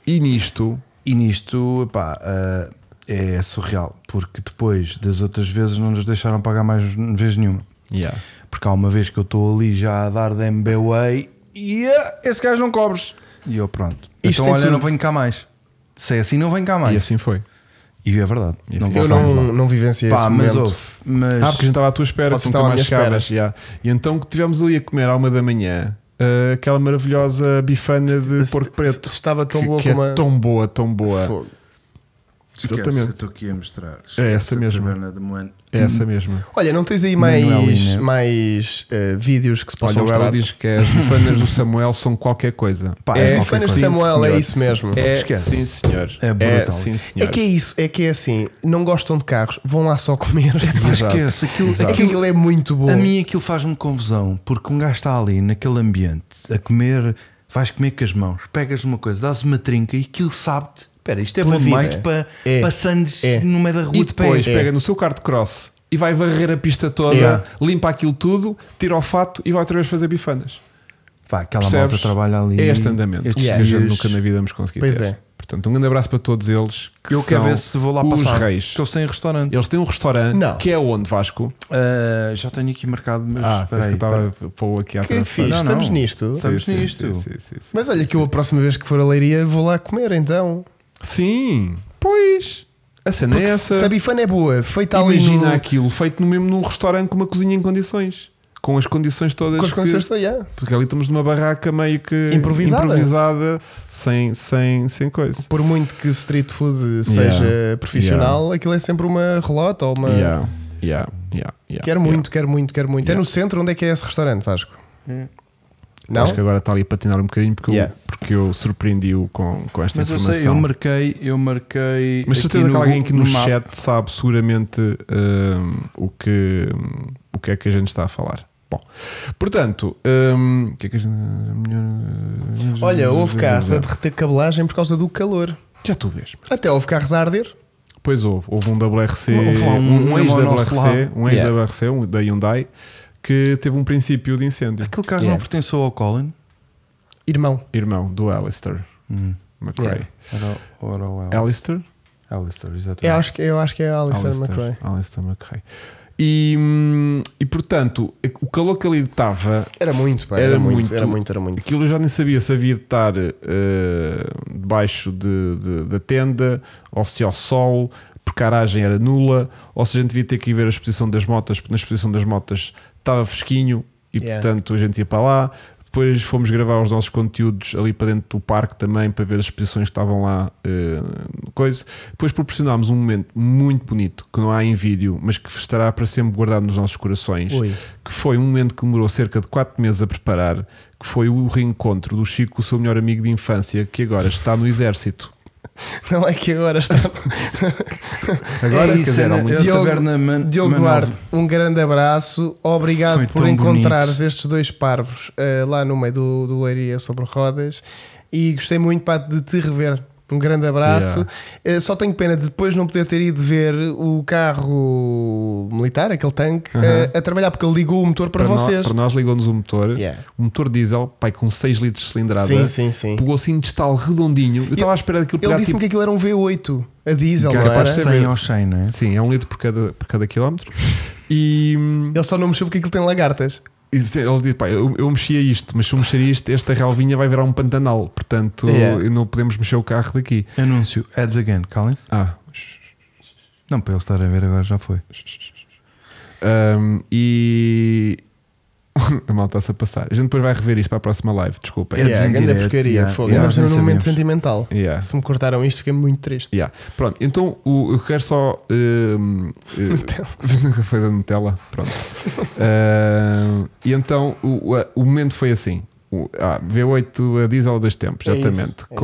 A: e nisto,
B: e nisto, epá, ah, é surreal, porque depois das outras vezes não nos deixaram pagar mais vez nenhuma
A: yeah.
B: Porque há uma vez que eu estou ali já a dar de MBWay e ah, esse gajo não cobres. E eu pronto.
C: Isto
B: então
C: é
B: olha,
C: tudo.
B: não venho cá mais. Se é assim, não venho cá
A: e
B: mais.
A: assim foi.
B: E é verdade.
A: Isso.
B: Não
A: Eu
B: vou
C: Eu
B: falar mal.
C: não, não vivenciei esse
B: Pá, mas
C: momento.
B: ouve, mas
A: Ah, porque a gente estava à tua espera,
C: Vocês
A: tu nunca
C: estavam à
A: mais
C: minha espera.
A: chegavas. já. E então que estivemos ali a comer à uma da manhã ah, aquela maravilhosa bifana de
C: Se-
A: porco preto.
C: se estava tão
A: que,
C: boa
A: que
C: como
A: é
C: a-
A: tão boa, tão boa.
C: Fogo.
A: Esquece,
D: Exatamente.
A: Exatamente.
D: Estou aqui a mostrar.
A: É essa mesmo. É essa mesmo.
C: Olha, não tens aí mais,
B: Manuelina.
C: mais eh, vídeos que se possam
A: Olha, o Bela
C: mostrar?
A: diz que é as bifanas do Samuel são qualquer coisa.
B: Pá,
A: é,
B: é
C: Foi
B: qualquer
C: no
B: coisa.
C: Samuel,
B: Sim, senhor.
C: é isso mesmo.
A: é,
B: Esquece.
A: sim, senhor.
B: É brutal.
A: É, sim,
C: É
A: senhor.
C: que é isso, é que é assim, não gostam de carros, vão lá só comer.
B: Pá, esquece, aquilo,
C: É que
B: aquilo-
C: aquilo é muito bom.
B: a mim aquilo faz-me confusão, porque um gajo está ali naquele ambiente a comer, vais comer com as mãos, pegas uma coisa, dás uma trinca e aquilo sabe-te. Espera, isto é
C: Pela
B: bom demais
C: vida.
B: para
C: É.
B: passandes
C: É.
B: no meio da rua
A: E
B: de pé.
A: depois pega no seu carro de cross e vai varrer a pista toda,
C: É.
A: limpa aquilo tudo, tira o fato e vai outra vez fazer bifanas.
B: Pá, aquela
A: Percebes?
B: malta trabalha ali.
A: É este andamento
B: estes
A: que a gente
B: dias.
A: nunca na vida vamos conseguir.
C: Pois
A: ter.
C: é.
A: Portanto, um grande abraço para todos eles. Que
B: Eu quero
A: são
B: ver se vou lá
A: os
B: passar.
A: reis.
B: Que eles têm restaurante.
A: Eles têm um restaurante
C: Não.
A: que é onde, Vasco?
B: Ah, já tenho aqui marcado, mas
A: Ah,
B: espera
A: parece que eu
B: aí,
A: estava a pôr aqui à
C: que
A: trança.
C: fixe,
B: Não,
C: estamos
B: não.
C: nisto.
A: Sim,
B: Estamos
A: sim,
B: nisto.
A: sim, sim, sim, sim.
C: Mas olha que eu a próxima vez que for a Leiria vou lá comer então.
A: Sim, pois. A cena é
C: Porque
A: essa.
C: se a bifana é boa, feita ali
A: Imagina
C: no...
A: aquilo feito no mesmo num restaurante com uma cozinha em condições. Com as condições todas.
C: com as
A: que-
C: condições estou, yeah.
A: Porque ali estamos numa barraca meio que
C: Improvisada.
A: improvisada, sem, sem, sem coisa.
C: Por muito que street food
A: Yeah.
C: seja profissional, aquilo é sempre uma relota ou uma.
A: Yeah, yeah, yeah, yeah,
C: Quero
A: yeah.
C: muito, quero muito, quero muito.
A: Yeah.
C: É no centro onde é que é esse restaurante, Vasco?
B: Hum.
C: Não?
A: Acho que agora está ali a patinar um bocadinho porque,
C: Yeah.
A: eu, porque eu surpreendi-o com, com esta
B: Mas eu
A: informação.
B: sei, eu marquei, eu marquei.
A: Mas
B: aqui
A: certeza que alguém aqui no,
B: mapa.
A: chat sabe seguramente hum, o, que, hum, o que é que a gente está a falar. Bom, portanto, hum, o que é que a gente.
C: Olha, houve carros a derreter cabelagem por causa do calor.
A: Já tu vês.
C: Até houve carros a arder.
A: Pois houve, houve um WRC,
B: Houve lá um-
A: um,
B: um ao nosso
A: ex-WRC,
B: lado.
A: um ex-WRC, um da Hyundai, que teve um princípio de incêndio.
B: Aquele carro
C: Yeah.
B: não pertenceu ao Colin?
C: Irmão.
A: Irmão do Alistair
B: Hum.
A: McRae.
C: Yeah.
B: Era, o- era o Al-
A: Alistair?
B: Alistair, exatamente.
C: Eu acho, que- eu acho que é a Alistair McRae.
A: Alistair McRae. E, hum, e portanto, o calor que ali estava
C: Era muito, pá, era,
A: Era
C: muito,
A: muito.
C: era muito, era muito.
A: Aquilo eu já nem sabia se havia de estar eh, debaixo de- de- da tenda ou se ao sol, porque a aragem era nula, ou se a gente devia ter que ir ver a exposição das motas, porque na exposição das motas estava fresquinho e
C: Yeah.
A: portanto a gente ia para lá. Depois fomos gravar os nossos conteúdos ali para dentro do parque também para ver as exposições que estavam lá. eh, coisa. Depois proporcionámos um momento muito bonito que não há em vídeo, mas que estará para sempre guardado nos nossos corações
C: Ui.
A: que foi um momento que demorou cerca de 4 meses a preparar, que foi o reencontro do Chico, o seu melhor amigo de infância, que agora está no exército.
C: Não é que agora está.
A: Agora,
B: É
A: quer
B: isso,
A: dizer,
B: é
A: há
B: na-
A: muito-
B: é a
C: Diogo,
B: taberna Man-
C: Diogo
B: Manova.
C: Duarte, um grande abraço. Obrigado
B: Foi
C: por
B: tão
C: encontrares
B: bonito.
C: estes dois parvos eh, lá no meio do, do Leiria sobre rodas. E gostei muito pá, de te rever. Um grande abraço.
A: Yeah.
C: Eh, só tenho pena de depois não poder ter ido ver o carro militar, aquele tanque,
A: Aham.
C: eh, a trabalhar, porque ele ligou o motor para,
A: nó-
C: vocês.
A: para nós ligou-nos o motor,
C: Yeah.
A: um motor diesel, pai, com 6 litros de cilindrada,
C: Sim, sim, sim.
A: pegou assim de tal redondinho. Eu estava à espera daquilo
C: Ele
A: pegar
C: disse-me
A: tipo.
C: que aquilo era um V8, a diesel, não
B: Gastaste
C: era?
A: de ser-
B: 100 ao 100, não é?
A: Sim, é um litro por cada, por cada quilómetro. E hum,
C: Ele só não mexeu porque aquilo tem lagartas.
A: e se- ele disse: pá, eu, eu mexia isto, mas se eu mexer isto, esta relvinha vai virar um pantanal. Portanto,
C: Yeah.
A: não podemos mexer o carro daqui.
B: Anúncio, ads again, Collins.
A: Ah,
B: Não, para ele estar a ver agora já foi.
A: Um, e. a malta está-se a passar. A gente depois vai rever isto para a próxima live, desculpem.
B: É
C: Yeah, grande
B: direto,
C: porcaria,
B: yeah,
C: fogo.
B: yeah,
C: Ainda por cima
B: nem
C: num momento
B: sabíamos.
C: sentimental.
A: Yeah.
C: Se me cortaram isto, fiquei muito triste.
A: Yeah. Pronto, então o- eu quero só. Um,
C: Nutella.
A: nunca foi da Nutella. Pronto. Um, e então o, o- o momento foi assim. O- ah, V8 a diesel dois tempos,
C: É isso,
A: exatamente.
C: é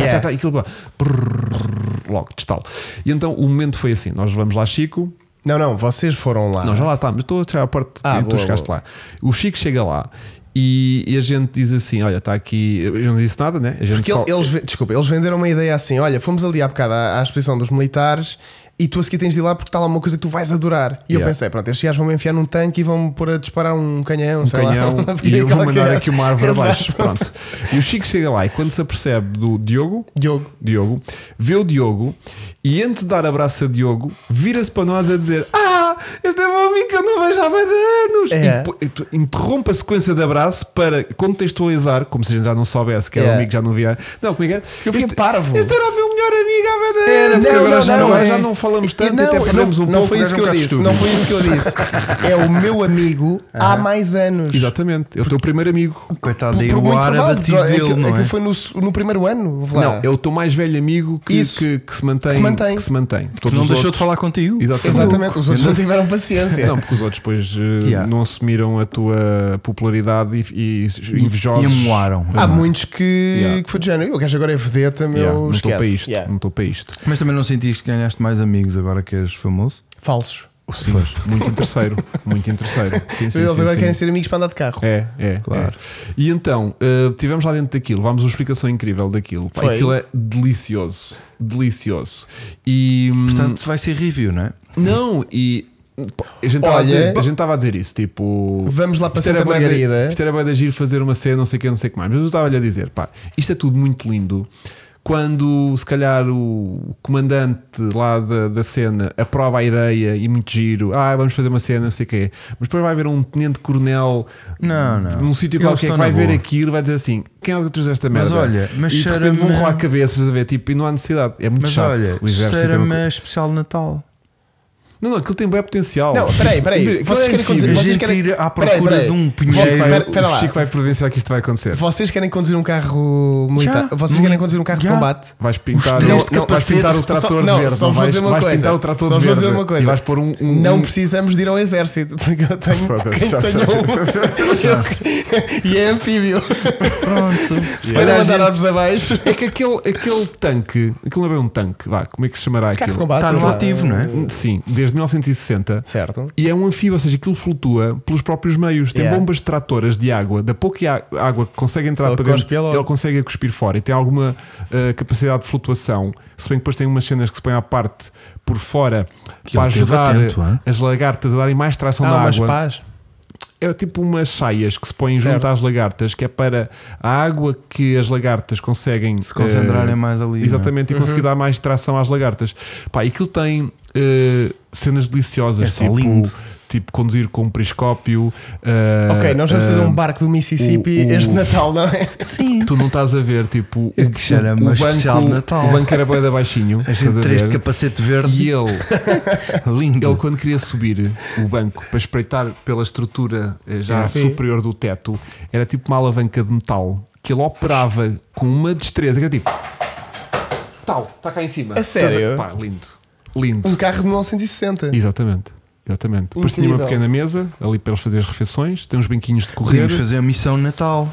C: Yeah.
A: tá, e aquilo. brrr, logo, destalo. E então o momento foi assim: nós vamos lá, Chico.
C: Não, não, vocês foram lá.
A: Não, já lá estamos. Eu estou a tirar a parte
C: é? Ah,
A: e tu
C: boa,
A: chegaste lá. O Chico chega lá e, e a gente diz assim: Olha, está aqui. Eu não disse nada, né? A gente
C: Porque
A: só-
C: eles, ve- desculpa, eles venderam uma ideia assim: olha, fomos ali há bocado à, à exposição dos militares e tu a seguir tens de ir lá porque está lá uma coisa que tu vais adorar. E eu
A: Yeah.
C: pensei: pronto, estes gajos vão me enfiar num tanque e vão me pôr a disparar um canhão,
A: um
C: sei
A: canhão
C: lá.
A: e eu vou
C: Aquela
A: mandar
C: que é-
A: aqui uma árvore
C: Exato.
A: abaixo. Pronto. E o Chico chega lá e quando se apercebe do Diogo.
C: Diogo,
A: Diogo, vê o Diogo e antes de dar abraço a Diogo, vira-se para nós a dizer: Ah, este é o meu amigo que eu não vejo há bué de anos.
C: É.
A: E depois- e tu- interrompe a sequência de abraço para contextualizar, como se a gente já não soubesse que era
C: É.
A: um amigo que já não via. Não, como é que era?
B: Eu fiquei
A: Este-
B: parvo.
A: Este era o meu melhor amigo há bué de
C: Era,
A: anos.
C: É, não,
A: Agora
C: não,
A: já,
C: não,
A: agora
C: é.
A: já não falamos tanto,
C: Não,
A: até perdemos
C: não,
A: um
C: não
A: pouco.
C: foi isso que
B: era
C: eu
B: um
C: disse.
B: bocado
C: Não foi isso que eu disse. É o meu amigo há mais anos.
A: Exatamente, é o teu primeiro amigo.
B: Coitado, daí
C: Por
B: o
C: muito
B: ar
C: provável.
B: abatido
C: Aquilo-
B: dele, não
C: aquilo
B: é?
C: foi no, s- no primeiro ano. vá
A: Não,
C: lá.
A: é o teu mais velho amigo que,
C: Isso.
A: que, que se mantém.
C: Que se mantém.
A: que se mantém.
B: Que
A: Todos
B: Não
A: os
B: deixou de
A: outros-
B: falar contigo.
A: Exatamente.
C: Exatamente, os outros não tiveram paciência.
A: Não, porque os outros depois eh,
B: Yeah.
A: não assumiram a tua popularidade e, e invejosos.
B: E Ah, amoaram.
C: Há muitos que,
A: Yeah.
C: que foi de género. O gajo agora é vedeta, meu.
A: Yeah, não estou
C: esquece.
A: para isto. Hum.
C: Yeah.
A: Não estou para isto.
B: Mas também não sentiste que ganhaste mais amigos agora que és famoso?
C: Falsos.
A: Oh, Sim, muito interesseiro. Muito interesseiro. Sim, sim,
C: Eles
A: sim,
C: agora
A: sim.
C: querem ser amigos para andar de carro.
A: É, é, claro. E então, eh, tivemos lá dentro daquilo, vamos uma explicação incrível daquilo. Pá,
C: Foi.
A: aquilo é delicioso. Delicioso. E. hum,
B: Portanto, vai ser review, não é?
A: não, e. pá, A gente estava a
C: Olha-
A: dizer- a gente estava a dizer isso, tipo.
C: Vamos lá para
A: Isto era
C: Santa
A: bué de-
C: Margarida.
A: Isto era bem de agir fazer uma cena, não sei o que, não sei o que mais. Mas eu estava-lhe a dizer, pá, isto é tudo muito lindo. Quando se calhar o comandante lá da, da cena aprova a ideia e muito giro, ah, vamos fazer uma cena, não sei o que Mas depois vai haver um tenente-coronel
B: Não, não.
A: de um sítio
B: Eles
A: qualquer
B: estão
A: que vai
B: na
A: ver
B: boa.
A: aquilo e vai dizer assim: quem é que trouxe esta merda?
B: Mas olha, mas
A: e de repente
B: cheira-me-
A: vão rolar cabeças a ver, tipo, e não há necessidade. É muito
B: Mas
A: chato.
B: olha,
A: o exército é uma
B: cheira-me
A: coisa.
B: a especial de Natal.
A: Não, não, aquilo tem bem potencial.
C: Não, peraí, peraí.
A: Aquilo
C: Vocês
A: é
C: querem
A: anfíbio.
C: conduzir.
B: A
C: Vocês
B: gente
C: querem...
B: ir à
C: peraí,
B: procura
C: peraí.
B: de um
A: O Chico
B: pinheiro.
A: vai-
C: Pera- pera lá.
A: O Chico vai providenciar que isto vai acontecer.
C: Vocês querem conduzir um carro militar?
B: Já.
C: Vocês querem conduzir um carro
B: Já.
C: de combate?
A: Vais pintar, não,
B: Os três de
A: não, vais
B: capacete,
A: pintar o
C: só-
A: trator de
C: não,
A: verde.
C: só
A: não
C: vou
A: vais,
C: dizer uma
A: vais
C: coisa.
A: pintar o trator de
C: Só vou
A: verde.
C: dizer uma coisa.
A: E vais pôr um. um
C: Não
A: um-
C: precisamos de ir ao exército, porque eu tenho.
A: Foda-se,
C: Quem
A: já
C: tenha
A: sei.
C: um- e é anfíbio.
B: Pronto.
A: Yeah.
C: Se calhar
A: A gente-
C: mandar árvores abaixo.
A: É que aquele, aquele tanque, aquilo não é bem um tanque, vá, como é que se chamará
C: Carro de
A: aquilo?
C: combate.
B: Está no
C: vá.
B: ativo, não é?
A: Sim, desde 1960.
C: Certo.
A: E é um anfíbio, ou seja, aquilo flutua pelos próprios meios. Tem
C: Yeah.
A: bombas tratoras de água, da pouca á- água que consegue entrar
C: Ele
A: para dentro,
C: cospe logo.
A: ele consegue a cuspir fora e tem alguma ah, capacidade de flutuação. Se bem que depois tem umas cenas que se põem à parte por fora para
B: ele esteve
A: ajudar
B: atento, hã?
A: as lagartas a darem mais tração
C: Há
A: na
C: umas
A: água.
C: pás.
A: É tipo umas saias que se põem
C: Certo.
A: junto às lagartas, que é para a água que as lagartas conseguem
B: Se concentrarem
A: eh,
B: mais ali, não é?
A: Exatamente, e conseguir dar mais tração às lagartas. Pá, aquilo tem eh, cenas deliciosas,
B: É só
A: tipo,
B: lindo.
A: tipo conduzir com um periscópio. eh,
C: Ok, nós vamos fazer
A: eh,
C: um barco do Mississippi
A: o- o-
C: este Natal, não é?
B: Sim.
A: Tu não estás a ver, tipo,
B: É que cheira-me a especial de Natal.
A: o banco era boeda baixinho.
B: A
A: estás
B: gente três
A: ver?
B: de capacete
A: E é
B: verde.
A: ele,
B: Lindo.
A: ele quando queria subir o banco para espreitar pela estrutura eh, já
C: Sim.
A: superior do teto, era tipo uma alavanca de metal que ele operava com uma destreza que era tipo. Tal, está cá em cima.
C: A sério?
A: Pá, lindo. Lindo.
C: Um carro de 1960.
A: Exatamente. Exatamente. Depois tinha uma
C: Incrível.
A: pequena mesa ali para eles fazer as refeições, tem uns banquinhos de correr.
B: Podíamos fazer a missão de Natal.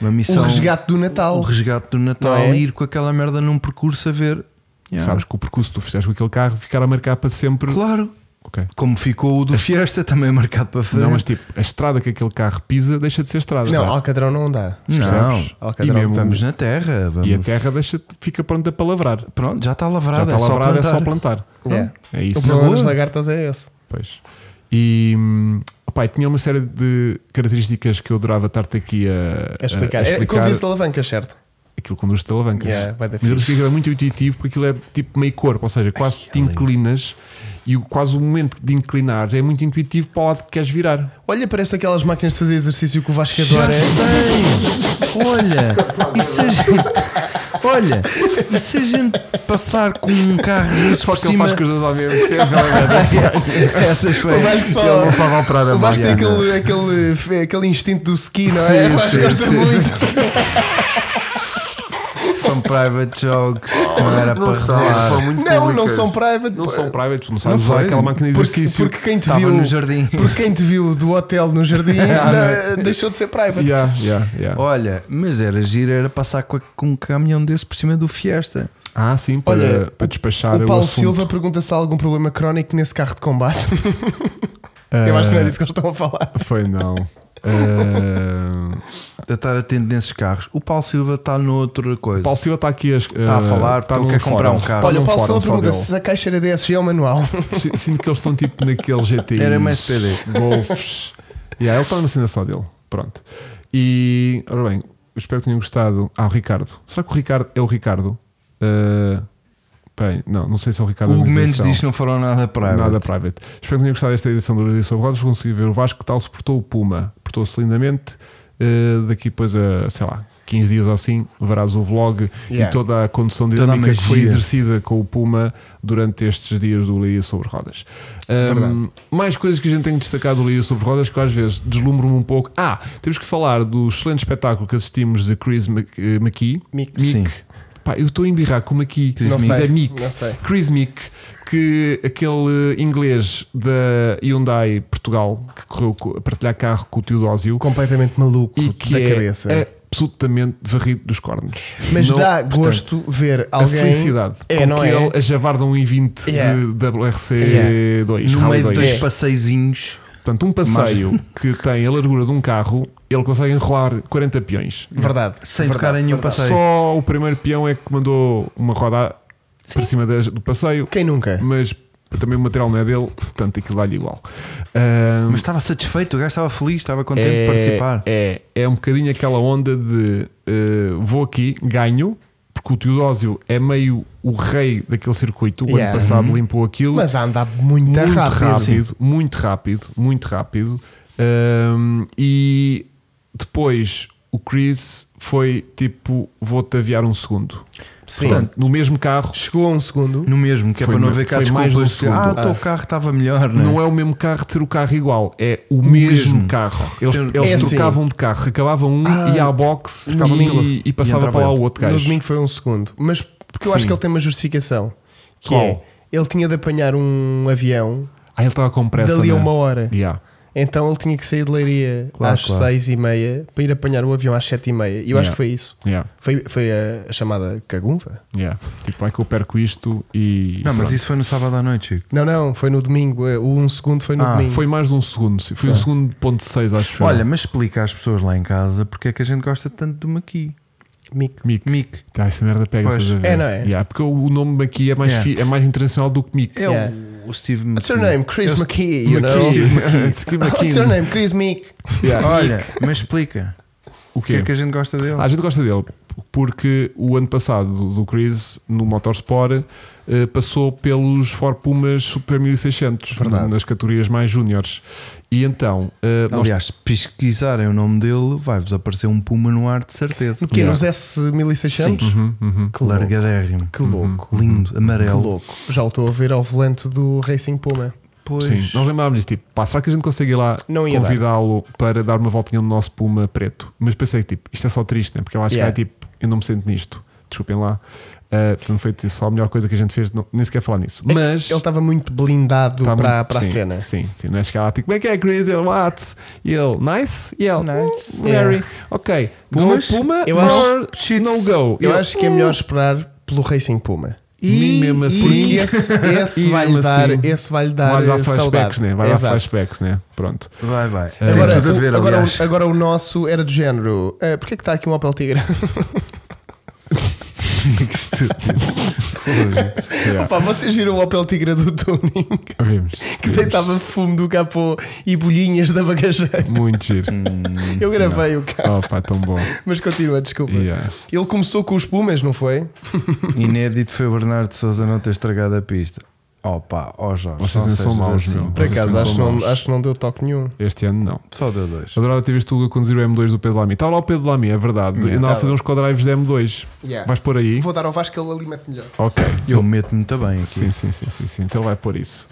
B: Uma
C: O
B: missão.
C: Um resgate do Natal.
B: o um resgate do Natal
C: Não é?
B: e ir com aquela merda num percurso a ver. Yeah.
A: Sabes que o percurso que tu fizeste com aquele carro ficará a marcar para sempre.
B: Claro.
A: Ok.
B: Como ficou o do Fiesta também marcado para fazer.
A: Não, mas tipo, a estrada que aquele carro pisa deixa de ser estrada.
C: Não,
A: Tá?
C: Alcatrão não dá.
B: Não.
A: Percebes?
C: Ok,
A: E
C: não,
A: mesmo-
B: Vamos na terra. Vamos.
A: E a terra deixa, fica pronta para lavrar.
B: Pronto, já está
A: Já
B: lavrada.
A: está lavrada, é só
B: plantar.
A: plantar.
C: Yeah.
A: É
C: O
A: isso.
C: problema
B: boa.
C: das lagartas é esse.
A: Pois. E hum, opá, e tinha uma série de características que eu adorava estar-te aqui a,
C: É explicar.
A: a- a
C: É,
A: explicar.
C: Conduzir-se de alavancas, certo?
A: aquilo conduz-te a alavancas.
C: Yeah, vai dar
A: Mas eu
C: fixe.
A: acho que aquilo é muito intuitivo porque aquilo é tipo meio corpo, ou seja, quase te inclinas e o- quase o momento de inclinar é muito intuitivo para o lado que queres virar.
C: Olha, parece aquelas máquinas de fazer exercício que é o Vasco
B: Já
C: adora.
B: sei! Olha! E se a gente. Olha! E se a gente passar com um carro desse por
A: Só que ele
B: cima.
A: faz coisas ao mesmo tempo.
B: Essas foi.
C: O Vasco só-
B: Ele não sabe operar a
C: O Vasco tem
B: Mariana.
C: aquele, aquele, eh, aquele instinto do ski, não é?
B: Sim,
C: O Vasco
B: sim,
C: gosta
B: sim,
C: muito.
B: São private jokes. Não era Ah, para revelar.
C: Não, não são private.
A: Não são private, tu não
B: Não
A: sabes usar
B: sei.
A: aquela máquina de
C: porque,
A: exercício.
C: porque quem te
B: Estava
C: viu
B: no jardim.
C: Porque quem te viu do hotel no jardim
B: Ah,
C: na- deixou de ser private.
A: Yeah, yeah, yeah.
B: Olha, mas era giro, era passar com, a- com um caminhão desse por cima do Fiesta.
A: Ah, sim, para,
C: Olha,
A: para despachar
C: o Paulo
A: assunto.
C: Silva pergunta se há algum problema crónico nesse carro de combate. Eu
A: Ah,
C: acho que não é disso que eles estão a falar.
A: Foi não. Ah,
B: De estar atento nesses carros. O Paulo Silva está noutra coisa.
A: Paulo Silva está aqui a,
B: Está a falar porque ele
A: num
B: quer comprar
A: fórum.
B: um carro.
A: Está
C: Olha, o
A: num
C: Paulo
A: fórum
C: Silva pergunta
A: só
C: se a caixa era DSG ou manual.
A: dele. Si- Sinto que eles estão tipo naquele GT.
B: Era uma SPD.
A: Golfes. yeah, ele está numa cena só dele. Pronto. E, ora bem, espero que tenham gostado. Ah, o Ricardo. Será que o Ricardo é o Ricardo? Ah, Peraí, não, não sei se é o Ricardo
B: O
A: Gomes
B: Mendes
A: Edição.
B: diz que não foram nada para
A: Nada private. Espero que tenham gostado desta edição do Brasil sobre Rodas. Consegui ver o Vasco que tal se portou o Puma. Portou-se lindamente. Eh, daqui depois a, sei lá, 15 dias ou assim, verás o vlog
C: Yeah.
A: e toda a condução
B: Toda a
A: dinâmica que foi
B: magia.
A: exercida com o Puma durante estes dias do Leia sobre Rodas. Ahm,
C: Verdade.
A: mais coisas que a gente tem que destacar do Leia sobre Rodas que eu às vezes deslumbro-me um pouco. Ah, temos que falar do excelente espetáculo que assistimos de Chris Mc- eh, McKee.
C: Mick.
B: Sim.
A: Pá, eu estou a embirrar com o McKee,
B: Chris
C: não,
A: mas
B: Mick.
A: é
C: sei,
A: Mick.
C: não sei.
A: Chris Mick, que aquele inglês da Hyundai Portugal que correu co- a partilhar carro com o Teodósio
C: Completamente maluco
A: e que
C: da
A: é
C: cabeça.
A: absolutamente varrido dos cornos.
C: Mas
A: Não-
C: dá
A: portanto,
C: gosto ver
A: A
C: alguém.
A: felicidade
C: É,
A: com
C: não
A: que
C: é?
A: ele a javarda um i20
C: Yeah.
A: de WRC
C: Yeah.
A: 2,
B: No
A: Rally
B: meio de
A: 2.
B: dois
C: É.
B: passeiozinhos.
A: Portanto, um passeio que tem a largura de um carro, ele consegue enrolar 40 peões.
C: Verdade.
B: Sem
C: verdade,
B: tocar em nenhum
C: verdade.
B: Sei.
A: Só o primeiro peão é que mandou uma roda para cima das- do passeio.
C: Quem nunca?
A: mas também o material não é dele, portanto aquilo dá-lhe igual. Ahm,
B: Mas estava satisfeito, o gajo estava feliz, estava contente
A: é,
B: de participar.
A: É, é um bocadinho aquela onda de eh, vou aqui, ganho, porque o Teodósio é meio o rei daquele circuito. O
C: Yeah.
A: ano passado
B: Uhum.
A: limpou aquilo
C: Mas anda muito,
A: muito
C: rápido.
A: rápido, muito rápido, muito rápido. Ahm, e depois o Chris foi tipo: vou-te aviar um segundo.
C: Sim.
A: Portanto, no mesmo carro,
C: Chegou a um segundo.
B: No mesmo, que é
A: Foi
B: para não
A: me-
B: haver cá
A: foi mais
B: desculpas.
A: um
B: de que, ah, o
A: segundo.
B: teu carro estava melhor, não é?
A: Não é o mesmo carro de ser o carro igual, é o mesmo,
B: mesmo.
A: carro. Eles,
B: Tem-
A: eles
C: É assim.
A: trocavam de carro, acabavam um,
C: Ah,
A: ia à box
C: no
A: e,
C: domingo.
A: e passava
B: E
A: para lá
B: entrava
A: o outro
C: No
A: gajo.
C: domingo foi um segundo. Mas porque eu
A: Sim.
C: acho que ele tem uma justificação. Que
A: Qual?
C: é. Ele tinha de apanhar um avião
A: Ah, ele estava com pressa.
C: dali a
A: né?
C: uma hora.
A: Yeah.
C: Então ele tinha que sair de leiria
B: Claro,
C: às
B: claro.
C: seis e meia para ir apanhar o avião às sete e meia. E eu acho
A: Yeah.
C: que foi isso.
A: Yeah.
C: Foi, foi a, a chamada cagunva?
A: Yeah. Tipo, é que eu perco isto e.
B: Não, mas
A: pronto.
B: isso foi no sábado à noite, Chico.
C: Não, não, foi no domingo. eh, O um segundo foi no
B: Ah,
C: domingo.
A: Foi mais de um segundo, sim.
C: É.
A: foi um segundo ponto seis, acho eu.
B: Olha, mas explica às pessoas lá em casa porque é que a gente gosta tanto do Maqui.
C: Mick.
A: Mick.
B: Mick.
A: Ah, essa merda pega
B: Pois.
C: É, não é?
A: Yeah, porque o nome aqui é mais,
B: Yeah.
A: fi- é mais internacional do que Mick.
B: É
C: Yeah.
B: o, o Steve McQueen.
C: What's your name? Chris
B: Eu-
C: McKee, you know?
A: McKee. Steve
C: What's
A: McKee.
C: your name? Chris Mick.
A: Yeah.
B: Olha, mas explica.
A: O
B: Porque
A: quê?
B: é que a gente gosta dele?
A: Ah, a gente gosta dele porque o ano passado do- do Chris no Motorsport eh, passou pelos Ford Pumas Super 1600
C: Verdade.
A: nas categorias mais júniores e então eh, nós-
B: Aliás, se pesquisarem o nome dele, vai-vos aparecer um puma no ar, de certeza.
C: Que
A: Yeah.
C: nos S1600?
A: Uhum, uhum.
C: Que louco.
B: Largadérrimo.
C: Que louco.
B: Lindo,
C: Que
B: amarelo.
C: louco. Já o estou a ver ao volante do Racing Puma. É
B: Pois.
A: Sim, nós lembrávamos tipo, pá, será que a gente consegue ir lá
C: Não ia dar.
A: convidá-lo para dar uma voltinha no nosso Puma preto? Mas pensei que tipo, isto é só triste, né? porque ela acho
C: Yeah.
A: que é tipo, eu não me sinto nisto, desculpem lá. Eh, portanto, foi só a melhor coisa que a gente fez, não- nem sequer falar
C: É
A: nisso. Mas
C: Ele estava muito blindado
A: Tá
C: para,
A: muito-
C: para a
A: sim,
C: cena.
A: Sim, sim. Não é chegar lá, tipo, como é que é, Chris? Ele, what? E ele, nice? E ele,
B: Nice.
A: nice. very. Ok,
B: Pumas?
A: go Puma,
C: Eu
A: or
C: acho-
A: no go.
C: Eu
A: Ele,
C: acho que é melhor esperar pelo Racing Puma.
A: E, mesmo assim,
C: Porque esse, esse
A: E
C: vai-lhe
A: mesmo
C: dar,
A: assim,
C: esse vai dar,
A: vai dar
C: eh,
A: flashbacks,
C: saudade.
A: né? Vai dar
C: Exato.
A: flashbacks, né? Pronto.
B: Vai, vai.
C: Agora,
B: Tem tudo a ver,
C: o, agora, um
B: aliás.
C: o, agora o nosso era do género. eh, Porquê é que está aqui um Opel Tigra?
B: Que estúpido. Fogo.
A: Yeah.
C: Pá, vocês viram o Opel Tigra do Tony
A: Vimos.
C: que deitava fumo do capô e bolhinhas da bagageira?
A: Muito giro.
C: Hum.
A: Hum,
C: Eu gravei o carro,
A: Opa, tão bom.
C: mas continua, desculpa.
A: Yeah.
C: Ele começou com os Pumas, não foi?
B: Inédito foi o Bernardo Souza não ter estragado a pista. Oh pá, ó Jorge.
A: Vocês
B: não
A: não são
B: sejas
A: maus,
B: assim.
A: meu.
C: Por
A: Vocês
C: acaso,
A: não
C: acho que,
A: são
C: não,
A: maus.
C: acho que não deu toque nenhum.
A: Este ano não.
B: Só deu dois.
A: Adorava ter visto o Hugo a conduzir o M2 do Pedro Lamy. Estava lá o Pedro Lamy, é verdade.
B: Yeah.
A: Andava a fazer uns co-drives de M2.
C: Yeah.
A: Vais por aí?
C: Vou dar ao Vasco, ele ali mete melhor.
A: Ok.
B: Eu meto-me também aqui.
A: Sim, sim, sim, sim, sim. Então vai por isso.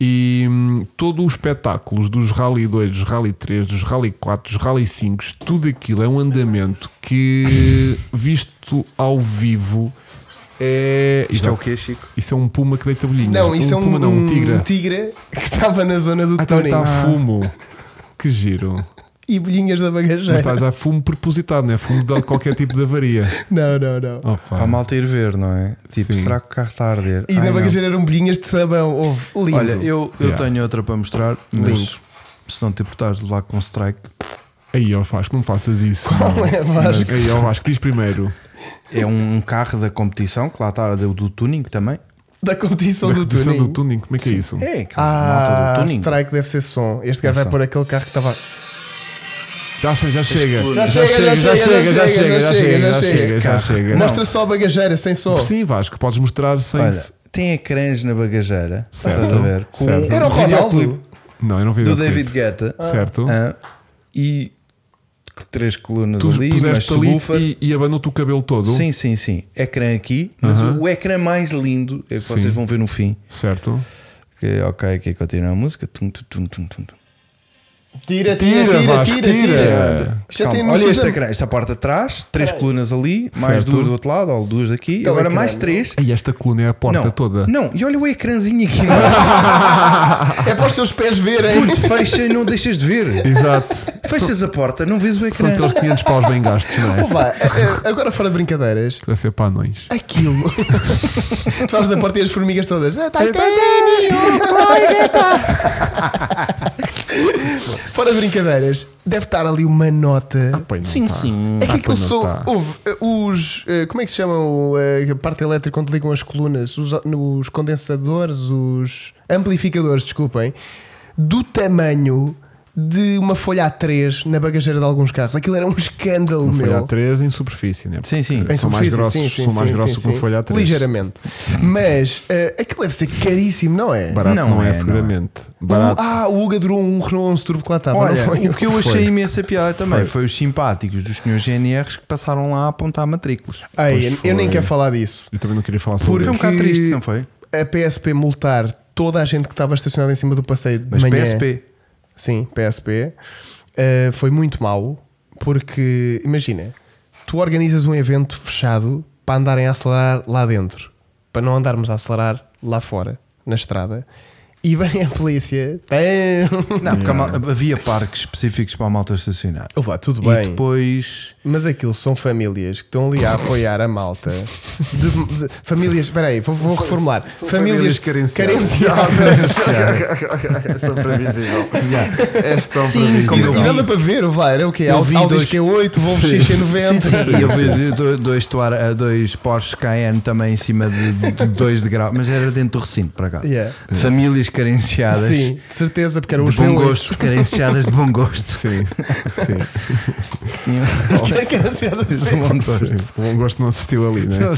A: E hum, todo os espetáculos dos Rally 2, dos Rally 3, dos Rally 4, dos Rally 5, tudo aquilo é um andamento que, visto ao vivo, é.
B: Isto é o
A: Exato.
B: quê, Chico?
A: Isso é um puma que deita bolhinhas.
C: Não, isso é um,
A: puma, não, um tigre.
C: um tigre que estava na zona do
A: Ah, então
C: Tony
A: está a fumo. Que giro.
C: e bolhinhas da
A: Mas tá-
C: bagageira.
A: estás a fumo propositado, não é? Fumo de qualquer tipo de avaria. Oh,
C: Não, não, não.
A: Opa.
B: Há malta a ir ver, não é? Tipo,
A: Sim.
B: será que o carro está a arder?
C: E
B: Ai,
C: na
B: não.
C: bagageira eram bolhinhas de sabão. Houve lindo.
B: Olha, eu, eu
A: Yeah.
B: tenho outra para mostrar, mas
C: Lindo.
B: se não te importares de levar com strike,
A: Aí, ó, Vasco, não faças isso.
C: Qual é, Vasco?
A: Aí, ó, Vasco, diz primeiro.
B: é um carro da competição, que lá está do, do tuning também.
C: Da competição
A: Da
C: do
A: redução
C: tuning.
A: do tuning, como é que é isso?
B: É, aquela malta
C: Ah,
B: do tuning.
C: strike deve ser som. Este gajo
B: É
C: vai
B: som.
C: pôr aquele carro que estava.
A: Já, sei, já chega.
B: Explode.
A: Já chega, já chega, já chega, já chega, já chega, já chega.
C: Mostra só a bagageira sem som.
A: Não, Sim, Vasco, podes mostrar sem.
B: Olha, tem ecrãs na bagageira.
A: Certo.
B: Estás a ver? Com
A: Certo.
C: Era o
B: um videoclipe
C: Ronaldo.
A: Não, eu não vi
B: do
A: o clipe.
B: David Guetta.
A: Certo.
B: Ah, e três colunas
A: Tu
B: ali, mas
A: puseste ali
B: subwoofer.
A: e, e abanou-te o cabelo todo.
B: Sim, sim, sim. Ecrã aqui, mas
A: Aham.
B: o ecrã mais lindo é que vocês
A: Sim.
B: vão ver no fim.
A: Certo.
B: Que, é, ok, aqui continua a música. Tum, tum, tum, tum, tum, tum.
C: Tira, tira, tira,
A: Vasco,
C: tira, tira.
A: tira.
C: Já
B: Calma,
C: tem
B: olha
C: noção.
B: este ecrã, esta parte atrás, três colunas ali, mais
A: Certo.
B: duas do outro lado, ou duas daqui,
C: Então,
B: agora
C: ecrã,
B: mais
C: não.
B: três.
A: E esta coluna é a porta
B: Não,
A: toda.
B: não, e olha o ecrãzinho aqui embaixo.
C: É para os teus pés verem.
B: Puto, fecha e não deixas de ver.
A: Exato.
B: Fechas a porta, não vês o
A: São
B: ecrã.
A: aqueles 500 paus bem gastos, não é?
C: Pô, vá, a- a- agora fora de brincadeiras,
A: Vai ser para anões.
C: aquilo. tu abres a porta e as formigas todas. "Ah,
B: É, tá
C: Titânio!
B: tá.
C: Fora de brincadeiras, deve estar ali uma nota.
A: Pois não
B: Sim,
A: tá.
B: sim.
C: É que
A: Ah,
C: aquilo
A: pois não
C: sou.
A: tá.
C: Houve, eh, os. eh, Como é que se chama o, eh, a parte elétrica onde ligam as colunas? Os, os condensadores, os amplificadores, desculpem. Do tamanho de uma folha A3 na bagageira de alguns carros. Aquilo era um escândalo,
A: Uma
C: meu.
A: folha A3 em superfície, né?
B: Sim, sim.
A: Porque
C: Em
A: São mais
C: superfície,
A: grossos,
C: sim, sim,
A: são mais
C: sim,
A: grossos
C: sim,
A: que uma
C: sim.
A: folha A3.
C: Ligeiramente. Mas eh, aquilo deve ser caríssimo, não é?
A: Barato não,
B: Não
A: é,
B: é, não é.
A: seguramente.
C: O-
A: Barato.
C: ah, o Hugo adorou um Renault 11 Turbo que lá estava, não
B: Olha,
C: foi?
B: o que eu achei
A: Foi.
B: imensa piada também foi. os simpáticos dos senhores GNRs que passaram lá a apontar matrículas.
C: Ei,
A: Pois
C: eu nem
A: foi.
C: quero falar disso.
A: Eu também não queria falar sobre
C: Porque-
B: Foi um
A: isso.
B: bocado triste, não foi?
C: A PSP multar toda a gente que estava estacionada em cima do passeio de
B: Mas
C: manhã.
B: PSP.
C: Sim, PSP. eh, foi muito mau, porque imagina, tu organizas um evento fechado para andarem a acelerar lá dentro, para não andarmos a acelerar lá fora, na estrada, e vem a polícia. Tão...
B: Não, porque a mal- havia parques específicos para a malta estacionar.
C: Ouve lá, tudo
B: E
C: bem.
B: depois.
C: Mas aquilo são famílias que estão ali a apoiar a malta. De- de- famílias, espera aí, vou, vou reformular. Famílias,
A: famílias carenciadas.
C: carenciadas.
D: é previsível. És tão
B: Sim, como
D: previsível.
B: eu
C: E
B: vi.
C: dava para Então, ver, vai, era o quê?
B: Eu vi
C: Audi
B: dois-
C: Q8, Volvo
B: Sim.
C: XC90.
B: Sim, sim. E eu vi do- do- dois, Tuara- dois Porsche Cayenne também em cima de, de, de dois degraus, mas era dentro do recinto para cá.
C: Yeah.
B: De Famílias carenciadas,
C: Sim, de certeza, porque era
B: de
C: os
B: bom
C: V8.
B: gosto, carenciadas de bom gosto.
A: Sim, sim.
C: É Era carenciado.
A: Sim. O bom gosto não assistiu ali, né?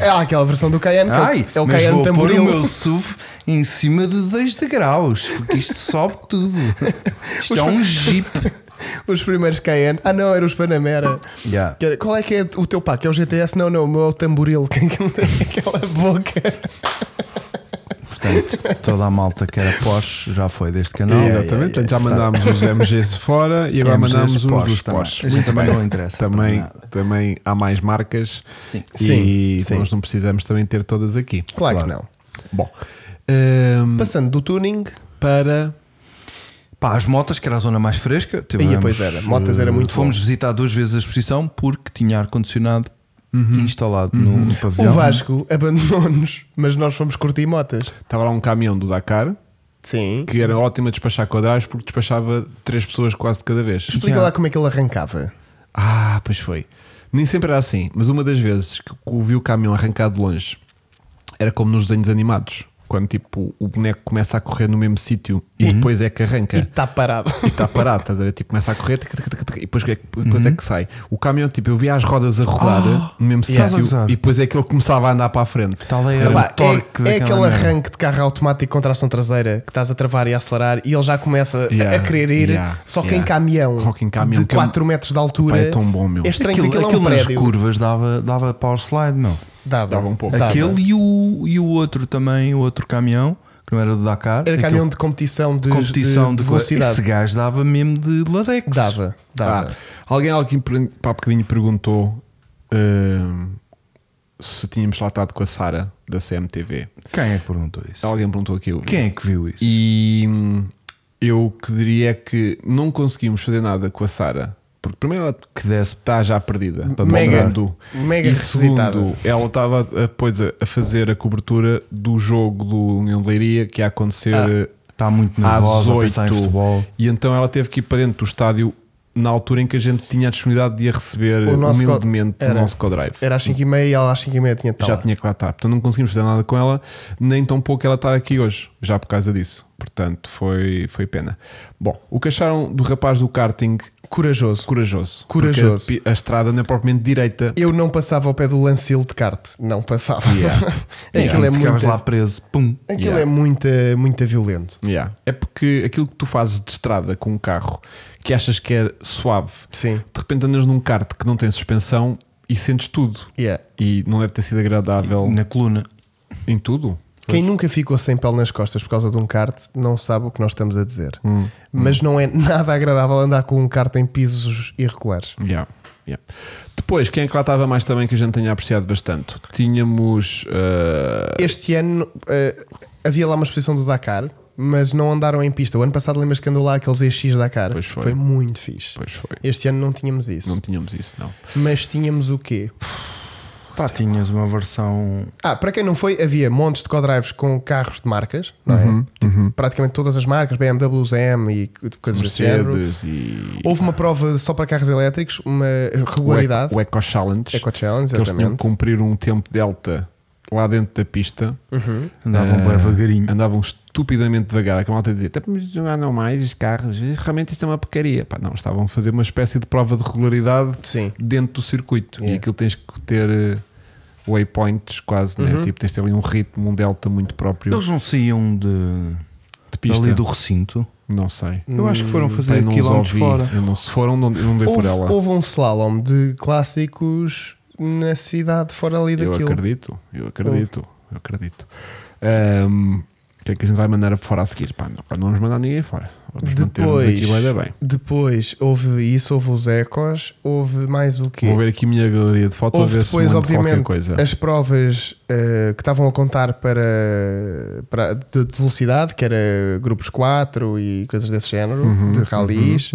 C: É aquela versão do Cayenne que é o-
B: Ai,
C: é o
B: mas
C: Cayenne
B: vou pôr
C: tamboril.
B: o meu SUV em cima de dois degraus, porque isto sobe tudo. Isto é um jeep.
C: Os primeiros Cayenne. Ah, não, era os Panamera.
B: Yeah.
C: Que era- Qual é que é o teu pá? Que é o GTS? Não, não, o meu é o tamboril. Que é aquele- Aquela boca.
B: Portanto, toda a malta que era Porsche já foi deste canal.
A: Exatamente. Portanto, já mandámos os MGs fora e agora
B: MGs
A: mandámos os
B: Porsche
A: dos
B: também.
A: Porsche.
B: A gente
A: Muito
B: também
A: bem.
B: não interessa para
A: Também,
B: nada.
A: também há mais marcas
B: Sim.
A: e
C: Sim, sim.
A: nós não precisamos também ter todas aqui.
C: Claro, que não.
A: Bom, hum,
C: Passando do tuning,
A: para.
B: Pá, as motas, que era a zona mais fresca. tivemos,
C: Ia, pois era. Motas era
B: eh,
C: muito
B: Fomos
C: bom.
B: visitar duas vezes a exposição porque tinha ar-condicionado instalado no- no
C: Uhum. o
B: pavilhão.
C: Vasco abandonou-nos, mas nós fomos curtir motas.
A: Estava lá um caminhão do Dakar
C: Sim.
A: que era ótimo a despachar quadrados porque despachava três pessoas quase de cada vez.
C: Explica lá como é que ele arrancava.
A: Ah, pois foi. Nem sempre era assim, mas uma das vezes que eu vi o caminhão arrancar de longe era como nos desenhos animados, quando tipo o boneco começa a correr no mesmo sítio e
B: Uhum.
A: depois é que arranca.
C: E está parado.
A: E está parado, estás a ver? Tipo, começa a correr tic, tic, tic, tic, e depois, é que- depois é
B: Uhum.
A: que sai. O caminhão, tipo, eu via as rodas a rodar no mesmo
B: estás Ah, a
A: sítio
B: gozar. Tá
A: e depois é que ele começava a andar para a frente.
B: Tal era
A: Era-
B: o
C: Epá,
B: torque
C: é, é
B: daquela
C: aquele
B: merda.
C: arranque de carro automático com tração traseira que estás a travar e a acelerar e ele já começa a-
A: Yeah,
C: a querer ir.
A: yeah,
C: só que
A: yeah.
C: em caminhão,
A: Só que em caminhão,
C: de
A: que é um-
C: 4 metros de altura
A: Pá, é tão bom, meu.
C: é estranho
B: Aquilo,
C: que aquilo,
B: aquilo
C: é um
B: nas
C: prédio.
B: curvas dava, dava power slide, não.
C: Dava,
A: Dava um pouco. Dava.
B: Aquele e o, e o outro também, o outro caminhão, que não era do Dakar.
C: Era caminhão
B: aquele
C: de competição de,
B: competição de,
C: de, de
B: coisa. Esse
C: velocidade.
B: gajo dava mesmo de ladex.
C: Dava,
B: tá.
C: dava.
A: Ah, alguém alguém pre- para há bocadinho perguntou hum, se tínhamos lá estado com a Sara da CMTV.
B: Quem é que perguntou isso?
A: Alguém perguntou aqui. eu-
B: Quem é que viu isso?
A: Então, E hum, eu que diria é que não conseguimos fazer nada com a Sara. Porque primeiro ela
B: Que desse
A: está já perdida para
C: Mega,
A: o mundo.
C: mega
A: e
C: requisitada.
A: segundo, ela estava a- depois eh, a, a fazer a cobertura do jogo do União de Leiria que ia acontecer
C: Ah.
A: eh,
B: Está muito
A: às
B: nervosa a pensar em
A: 8
B: futebol.
A: e então ela teve que ir para dentro do estádio na altura em que a gente tinha a disponibilidade de a receber
C: O nosso co-
A: humildemente o
C: era-
A: nosso co-drive.
C: Era às 5h30 e ela às 5h30 tinha tal.
A: Já tinha que lá estar. Portanto, não conseguimos fazer nada com ela, nem tão pouco ela estar aqui hoje, já por causa disso. Portanto, foi, foi pena. Bom, o que acharam do rapaz do karting
C: Corajoso.
A: corajoso?
C: Corajoso.
A: Porque a, a estrada não é propriamente direita.
C: Eu não passava ao pé do Lancil de kart. Não passava.
A: Yeah.
C: Aquilo é
B: Ficavas
C: muito.
B: lá preso, pum.
C: Aquilo
A: Yeah.
C: é muito, muito violento.
A: Yeah. É porque aquilo que tu fazes de estrada com um carro que achas que é suave,
C: Sim.
A: de repente andas num kart que não tem suspensão e sentes tudo.
C: Yeah.
A: E não deve ter sido agradável
B: Na coluna.
A: em tudo.
C: Quem nunca ficou sem pele nas costas por causa de um kart não sabe o que nós estamos a dizer.
A: Hum,
C: Mas não é nada agradável andar com um kart em pisos irregulares.
A: Yeah, yeah. Depois, quem é que lá estava mais também que a gente tenha apreciado bastante? Tínhamos. eh,
C: Este ano eh, havia lá uma exposição do Dakar, mas não andaram em pista. O ano passado lembras que andou lá aqueles EX Dakar?
A: Pois foi.
C: muito fixe.
A: Pois foi.
C: Este ano não tínhamos isso.
A: Não tínhamos isso, não.
C: Mas tínhamos o quê?
B: Pá, tinhas uma versão.
C: Ah, para quem não foi, havia montes de co-drives com carros de marcas, não
A: Uhum.
C: é?
B: Uhum,
C: Tipo, praticamente todas as marcas, BMWs, M e coisas desse género.
A: Mercedes e.
C: Houve uma prova só para carros elétricos, uma regularidade.
A: O Eco Challenge.
C: Eco Challenge,
A: que eles tinham que
C: exatamente.
A: cumprir um tempo delta lá dentro da pista.
C: Uhum.
A: Eh,
B: Andavam bem devagarinho.
A: Andavam estupidamente devagar. Aquela malta dizia: "Tá, mas não andam mais os carros, realmente isto é uma porcaria. Pá, não, estavam a fazer uma espécie de prova de regularidade
C: Sim.
A: dentro do circuito. E
C: Yeah.
A: aquilo tens que ter eh, waypoints quase,
C: Uhum.
A: né? Tipo, tens de ter ali um ritmo, um delta muito próprio
B: Eles não saíam de.
A: de pista.
B: ali do recinto.
A: Não sei.
B: Eu acho que foram
A: Tem,
B: fazer
A: não os
B: quilómetros
A: ouvi.
B: fora.
A: Eu não, se foram, não, eu não dei por
C: Houve,
A: ela.
C: houve um slalom de clássicos na cidade, fora ali
A: eu
C: daquilo.
A: acredito, eu acredito, eu acredito. Ahm, o que é que a gente vai mandar fora a seguir? Pá, não, pá, não vamos mandar ninguém fora. Vamos manter-nos
C: Depois,
A: aqui bem, bem.
C: depois houve isso, houve os ecos, houve mais o quê?
A: Vou ver aqui a minha galeria de fotos, a
C: Houve
A: ver se
C: depois,
A: mando qualquer
C: obviamente,
A: coisa.
C: as provas eh, que estavam a contar para, para de, de velocidade, que era grupos 4 e coisas desse género,
A: Uhum,
C: de ralis.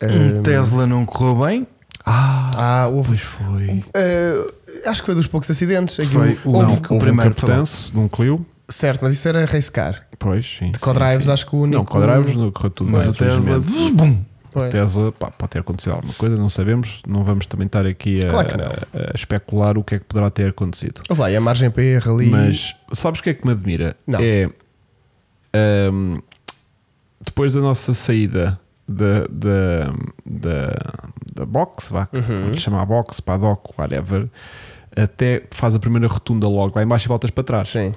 C: Eh,
B: Um Tesla não correu bem.
C: Ah, houve.
A: Pois foi.
C: eh, acho que foi dos poucos acidentes. Aquilo,
B: Foi o-
C: houve-
B: não.
A: Houve um
B: primeiro
A: capitance de um Clio.
C: certo, mas isso era race car.
A: Pois, sim.
C: De Codrives, acho que o único.
A: Não, Codrives não correu tudo.
C: é
B: Mas
A: bem,
B: o Tesla.
A: felizmente.
B: vzz, Bum,
A: O
C: Pois.
A: Tesla, pá, pode ter acontecido alguma coisa, não sabemos. Não vamos também estar aqui a,
C: Claro que não.
A: a- a especular o que é que poderá ter acontecido.
C: Houve lá, e a margem para erro ali.
A: Mas sabes o que é que me admira?
C: Não.
A: É ahm, depois da nossa saída da, da, da, da box, vá,
C: Uhum.
A: vamos chamar box, paddock, whatever, até faz a primeira rotunda logo lá em baixo e voltas para trás.
C: Sim.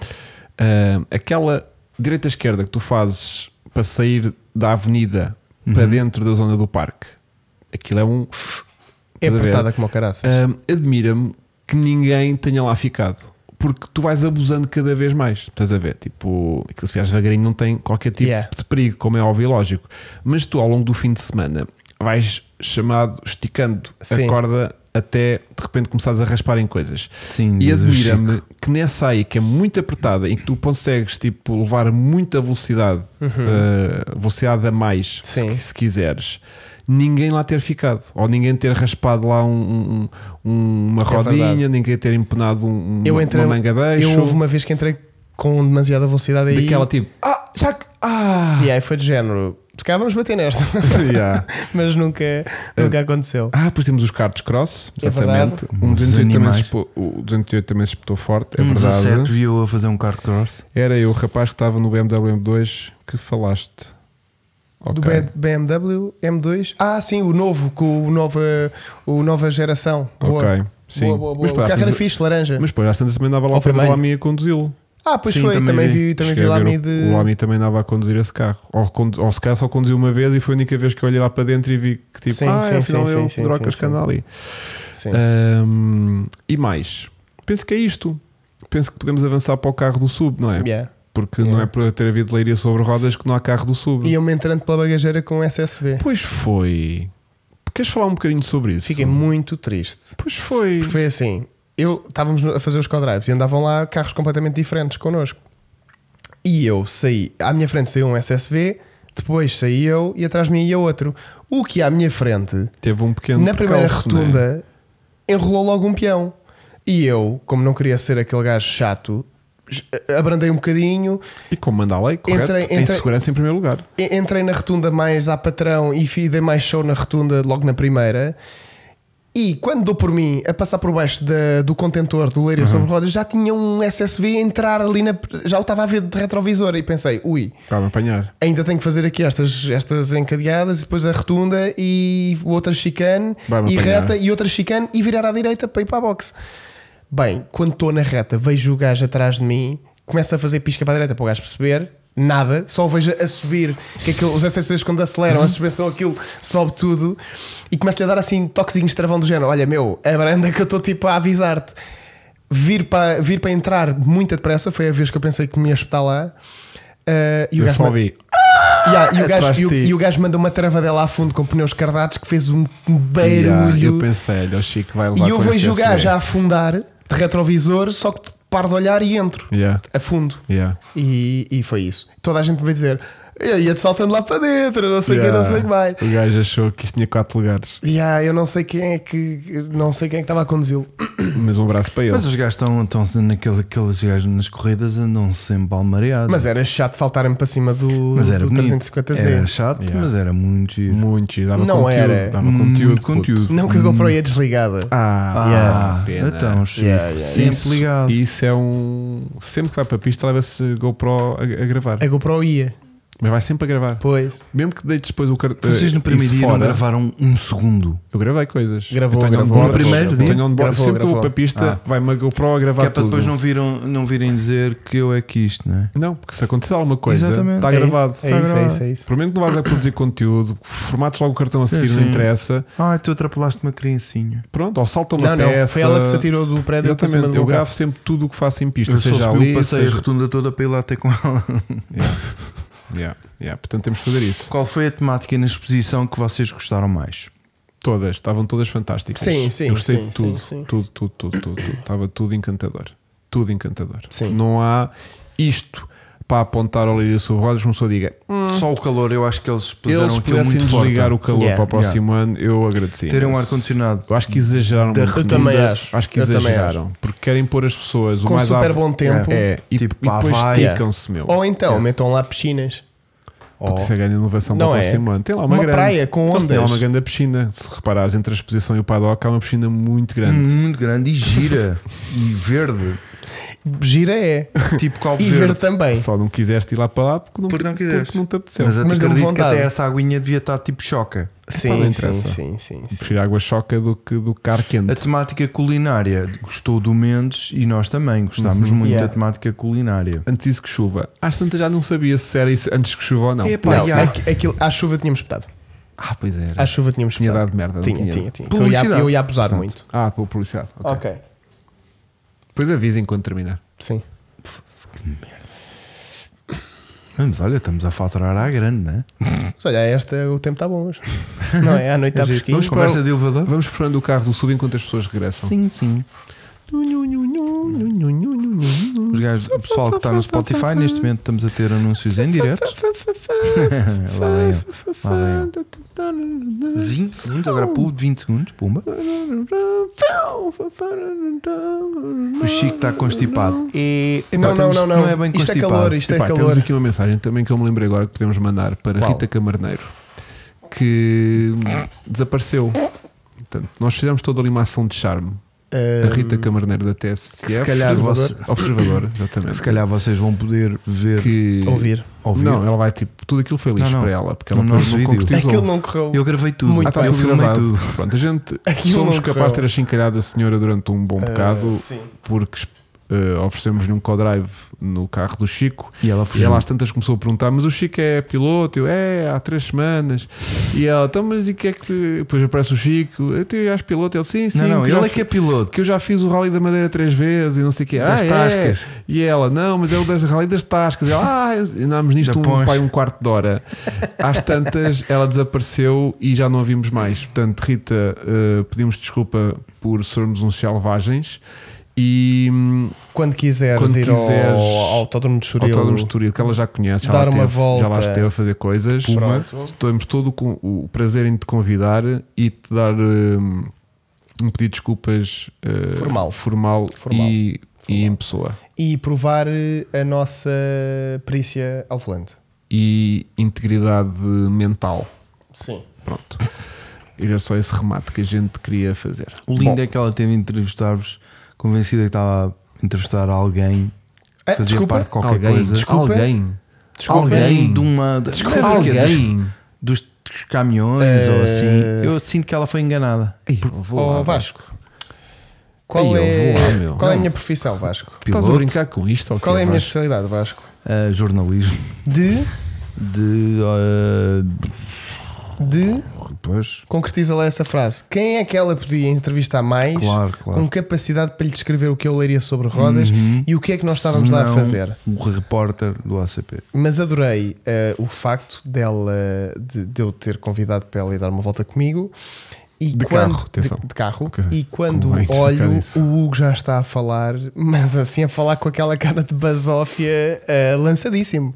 A: Ahm, Ah, aquela direita-esquerda que tu fazes para sair da avenida para
C: Uhum.
A: dentro da zona do parque, aquilo é um.
C: É
A: Estás a ver?
C: apertada como o caraças.
A: Hum, admira-me que ninguém tenha lá ficado. Porque tu vais abusando cada vez mais, estás a ver? Tipo, aquilo se fizeres devagarinho não tem qualquer tipo
C: Yeah.
A: de perigo, como é óbvio e lógico. Mas tu, ao longo do fim de semana, vais chamado, esticando
C: Sim.
A: a corda até de repente começares a raspar em coisas.
B: Sim,
A: E
B: diz o
A: admira-me que nessa aí que é muito apertada, em que tu consegues tipo, levar muita velocidade, eh, velocidade a mais, se,
C: Uhum. Sim.
A: se quiseres, ninguém lá ter ficado, ou ninguém ter raspado lá um- um- um- uma
C: É
A: rodinha,
C: verdade.
A: ninguém ter empenado um,
C: Eu
A: uma,
C: entrei.
A: uma manga deixo,
C: eu houve uma vez que entrei com demasiada velocidade aí.
A: daquela tipo, ah, já que. Ah!
C: E aí foi de género. Se calhar vamos bater nesta.
A: Yeah.
C: mas nunca, nunca aconteceu.
A: Ah, depois temos os cards cross,
C: É
A: exatamente.
C: verdade.
A: um
B: Os
A: 208 também,
B: animais.
A: se espo- o 208 também se espetou forte, é
B: um
A: verdade.
B: 17 viu a fazer um kart cross.
A: Era eu, o rapaz que estava no BMW M2 que falaste.
C: Do
A: Ok.
C: B- BMW M2. Ah, sim, o novo, com o nova, o nova geração. Boa.
A: Ok, sim.
C: Boa, boa, boa.
A: Mas
C: o
A: pá,
C: carro era
A: vocês-
C: fixe, laranja.
A: Mas depois, às tantas também andava lá
C: Ao
A: o Pedro
C: vermelho.
A: Lamy a conduzi-lo.
C: ah, pois
B: sim,
C: foi,
B: também
C: também
B: vi.
C: vi, também vi
A: Cheguei a
C: lá a
A: ver
C: mim
A: o-
C: de.
A: O Lamy também andava a conduzir esse carro. Ou, condu- ou se calhar só conduziu uma vez e foi a única vez que eu olhei lá para dentro e vi que tipo,
C: Sim,
A: ah,
C: sim,
A: afinal
C: sim,
A: é o
C: sim,
A: Pedrocas
C: sim,
A: que anda
C: sim.
A: ali.
C: Sim.
A: É. Ahm, e mais, penso que é isto. Penso que podemos avançar para o carro do sub, não é?
C: Yeah.
A: Porque não
C: Yeah.
A: é por ter havido leiria sobre rodas que não há carro do sub.
C: E eu me entrando pela bagageira com SSB.
A: Pois foi. Queres falar um bocadinho sobre isso?
C: Fiquei muito triste.
A: Pois foi.
C: Porque foi assim: eu estávamos a fazer os co-drives e andavam lá carros completamente diferentes connosco. E eu saí, à minha frente saiu um SSV, depois saí eu e atrás de mim ia outro. O que à minha frente
A: Teve um pequeno.
C: na primeira
A: percalço, não é?
C: rotunda enrolou logo um peão. E eu, como não queria ser aquele gajo chato, j- abrandei um bocadinho,
A: E como manda a lei, correto?
C: Entrei-
A: Tem
C: entrei-
A: segurança em primeiro lugar.
C: e- entrei na rotunda mais à patrão e fi- dei mais show na rotunda logo na primeira. E quando dou por mim a passar por baixo da- do contentor do Leiria sobre rodas, já tinha um SSV a entrar ali na. Já o estava a ver de retrovisor e pensei, ui,
A: Acaba a apanhar.
C: ainda tenho que fazer aqui estas, estas encadeadas, e depois a retunda e outra chicane
A: Vai-me
C: e
A: apanhar.
C: reta e outra chicane e virar à direita para ir para a boxe. Bem, quando estou na reta, vejo o gajo atrás de mim, começa a fazer pisca para a direita para o gajo perceber. Nada, só o vejo a subir, que aquilo, os SSCs quando aceleram a suspensão, aquilo sobe tudo e começa-lhe a dar assim toquezinhos de travão do género: olha, meu, a branda que eu estou tipo a avisar-te. Vir para, vir para entrar muito depressa foi a vez que eu pensei que me ia espetar lá. Ah, e o
A: Eu
C: gajo
A: só
C: manda-
A: vi.
C: Yeah, e, o
A: Atrás
C: gajo,
A: de
C: e, o,
A: ti.
C: e o gajo mandou uma travadela a fundo com pneus cardados que fez um
A: Yeah, eu
C: barulho.
A: pensei, olha, o Chico vai levar
C: e eu
A: com é.
C: vejo o
A: SSD.
C: gajo a afundar de retrovisor, só que paro de olhar e entro.
A: Yeah,
C: A fundo.
A: yeah.
C: E, e foi isso. Toda a gente me veio dizer: "Eu ia-te saltando lá para dentro, não sei o que, não sei o que mais.
A: O gajo achou que isto tinha 4 lugares,
C: Yeah, eu não sei quem é que não sei quem é que estava a conduzi-lo.
A: mas um abraço para ele.
B: Mas os gajos estão, estão naquele, aqueles gajos nas corridas andam sempre balmareados.
C: Mas era chato saltarem para cima do,
B: Mas era
C: do
B: bonito.
C: 350Z.
B: Era chato,
A: Yeah.
B: mas era muito giro.
A: Muito giro, dava
C: Não
A: conteúdo,
C: era. Hum,
A: dava
B: Muito
A: conteúdo,
B: conteúdo.
A: puto.
C: Não que a GoPro ia desligada.
A: Ah,
B: Ah,
A: pena. né?
B: então, Chico,
C: Yeah, yeah,
B: sempre
A: Isso-
B: ligado.
A: Isso é um. Sempre que vai para a pista, leva-se GoPro a, a gravar.
C: A GoPro ia.
A: Mas vai sempre a gravar.
C: Pois.
A: Mesmo que deites depois o cartão.
B: Vocês no primeiro dia não gravaram um segundo.
A: Eu gravei coisas.
C: Gravou,
A: eu tenho
C: gravou.
A: onboard-
B: No primeiro
A: eu
B: dia?
A: Tenho onboard-
C: Gravou,
A: sempre que eu vou
C: gravou. Ah.
A: para a pista, vai-me a GoPro a gravar
B: Que é para
A: tudo.
B: depois não, viram, não virem dizer que eu é que isto, não é?
A: Não, porque se acontecer alguma coisa,
B: Exatamente.
A: está
B: É
C: É
A: gravado.
C: isso, É
B: Está
C: isso, é
B: gravado.
C: isso, é isso.
A: Pelo menos não vais a produzir conteúdo, formatos logo o cartão a seguir,
B: Sim,
A: não
B: sim.
A: interessa.
B: Ah, tu atrapalhaste uma criancinha.
A: Pronto, ou saltam
C: Não,
A: uma
C: não,
A: peça.
C: foi ela que se atirou do prédio para cima do
A: Exatamente,
C: meu
A: eu
C: carro.
A: gravo sempre tudo o que faço em pista,
B: Eu só
A: seja
B: subi
A: ali,
B: o passeio a
A: seja...
B: rotunda toda para ir lá até com ela.
A: Yeah. Yeah. Yeah. Portanto, temos de fazer isso.
B: Qual foi a temática na exposição que vocês gostaram mais?
A: Todas, estavam todas fantásticas.
C: Sim, sim,
A: Eu gostei
C: sim,
A: de tudo,
C: sim, sim.
A: tudo, tudo, tudo, tudo, tudo. Estava tudo encantador. Tudo encantador.
C: Sim.
A: Não há isto para apontar ao Lírio sobre rodas, uma pessoa diga. "Hum,
B: Só o calor, eu acho que eles puseram
A: eles
B: aquilo
A: pudessem
B: muito forte.
A: desligar o calor
C: Yeah.
A: para o próximo ano, eu agradeci.
B: Terem um
A: imenso.
B: ar-condicionado.
A: Eu acho que exageraram
B: Da
A: muito.
C: Eu também
A: nisso.
C: acho.
A: Acho que
C: Eu também
A: exageraram. Porque querem pôr as pessoas o
C: Com
A: mais à-
C: super bom tempo.
A: É, e,
B: Tipo,
A: e depois
B: pá, vai.
A: esticam-se, meu.
C: Ou então, metam lá piscinas.
A: Puta, Isso é grande inovação
C: Não
A: para o
C: é?
A: próximo ano. Tem lá uma,
C: Uma
A: grande,
C: praia com
A: Eles têm lá
C: ondas.
A: uma grande piscina. Se reparares, entre a exposição e o paddock há uma piscina muito grande.
B: Muito grande e gira e verde,
C: Gira é.
B: tipo calvo
C: E
B: verde.
C: verde também.
A: Só não quiseste ir lá para lá porque não,
B: Porque não quiseste.
A: porque não te apeteceu.
B: Mas,
C: Mas deu-me
B: acredito que
C: vontade.
B: até essa aguinha devia estar tipo choca.
A: Epá, não
C: Sim, sim,
A: interessa.
C: sim, sim, sim.
A: Prefiro água choca do que do car quente.
B: A temática culinária gostou do Mendes e nós também gostámos muito
C: Uhum. Yeah.
B: da temática culinária.
A: Antes disso que chuva. Às tantas já não sabia se era isso antes que chuva ou não.
B: Epá,
C: Não,
B: já.
C: aqu- aquilo, à chuva tínhamos espetado.
A: Ah, pois era.
C: À chuva tínhamos
A: Tinha
C: espetado.
A: dado merda, não
C: Tinha,
A: tinha?
C: tinha, tinha. Eu ia,
B: Publicidade.
C: eu ia abusar muito.
A: Ah, pela publicidade. Ok.
C: Ok.
A: Depois avisem quando terminar.
C: Sim.
B: Vamos, olha, estamos a faturar à grande, né?
C: Mas olha, esta o tempo está bom hoje. Não é? À noite está fresquinho.
A: Vamos
B: Conversa
A: para o-
B: de elevador?
A: Vamos esperando o carro do sul enquanto as pessoas regressam.
B: Sim, sim. Os gajos, o pessoal que está no Spotify, neste momento estamos a ter anúncios em direto. lá vem ele. Lá vem ele. 20 segundos, agora pulo de 20 segundos, pumba. O Chico está constipado. E,
C: Não, não,
B: estamos-
C: não, não.
B: não é bem
C: Isto é
B: constipado.
C: calor, isto é
A: Epá,
C: calor.
A: Temos aqui uma mensagem também que eu me lembrei agora que podemos mandar para
C: Qual?
A: Rita Camarneiro que desapareceu. Portanto, nós fizemos toda ali uma ação de charme.
C: Ah,
A: A Rita Camarneiro da TSF,
B: Que Hum, se calhar
A: observador,
B: você-
A: observador, exatamente.
B: Se calhar vocês vão poder ver.
A: que
C: Ouvir.
B: Ouvir.
A: Não, ela vai tipo, tudo aquilo foi lixo
B: Não, não.
A: para ela, porque ela
B: No
A: depois não
B: nosso vídeo.
A: concretizou.
C: Aquilo não correu.
B: Eu gravei tudo.
C: Muito
A: Ah, tá
B: eu
A: tudo
B: filmei
A: gravado.
B: tudo.
A: Pronto, a gente
C: Aquilo
A: somos
C: não
A: capazes de ter
C: correu.
A: achincalhado a senhora durante um
B: Eh,
A: bom bocado
C: sim.
A: porque eh, oferecemos-lhe um co-drive no carro do Chico
B: E ela
A: e
B: fugiu.
A: ela às tantas começou a perguntar: Mas o Chico é piloto? Eu, é, há três semanas. E ela, então, mas e que é que. Depois aparece o Chico, eu tu és piloto? Ele, sim, sim.
B: não, não,
A: que já
B: ele é
A: fi-
B: que é piloto.
A: que eu já fiz o Rally da Madeira três vezes e não sei o quê.
B: Das
A: ah, é?
B: tascas.
A: E ela, não, mas é o das Rally das Tascas. E ela, ah, andámos nisto
B: Da
A: um,
B: Ponche.
A: pai, um quarto de hora. Às tantas, ela desapareceu e já não a vimos mais. Portanto, Rita, eh, pedimos desculpa por sermos uns selvagens e hum,
C: Quando quiseres
A: Quando
C: ir
A: quiseres
C: ao, ao Autódromo de Churilo.
A: autódromo de Estoril, que ela já conhece, já,
C: Dar
A: lá
C: uma
A: teve, já lá
C: volta.
A: esteve a fazer coisas.
C: Puma.
A: Temos todo o con- o prazer em te convidar e te dar hum, um pedido de desculpas eh,
C: Formal.
A: formal,
C: Formal.
A: E, e em pessoa.
C: e provar eh, a nossa perícia ao volante.
A: e integridade mental.
C: Sim.
A: Pronto. Era só esse remate que a gente queria fazer.
B: O lindo é que ela teve de entrevistar-vos, convencida que estava a entrevistar alguém.
C: É,
B: fazia
C: desculpa?
B: parte de qualquer
A: alguém,
B: coisa.
C: Desculpa?
A: alguém,
B: Desculpa,
A: Alguém.
B: de uma. de-
A: Desculpa,
B: não era o quê? Dos-
A: alguém.
B: Dos, dos caminhões
C: Eh,
B: ou assim. Eu sinto que ela foi enganada.
A: Ei, eu vou lá,
C: Ó
A: meu.
C: Vasco, qual,
A: Ei, eu
C: é,
A: vou lá, meu.
C: qual é a
A: Não.
C: minha profissão, Vasco?
A: Tu Estás a brincar com isto? ou
C: Qual
A: quê,
C: é a minha
A: Vasco?
C: especialidade, Vasco?
B: Ah, jornalismo.
C: De,
B: De. ah,
C: eh, de,
B: pois.
C: concretiza lá essa frase. Quem é que ela podia entrevistar mais
B: Claro, claro.
C: com capacidade para lhe descrever o que eu leria sobre
A: Hum.
C: rodas e o que é que nós estávamos lá a
B: Senão,
C: fazer?
B: O repórter do ACP.
C: Mas adorei eh, o facto dela de, de eu ter convidado para ela ir dar uma volta comigo. E
A: De
C: quando,
A: carro, atenção.
C: De, de carro.
A: Ok. é
C: E quando
A: Convém destacar
C: olho,
A: isso.
C: o Hugo já está a falar, mas assim a falar com aquela cara de basófia eh, lançadíssimo.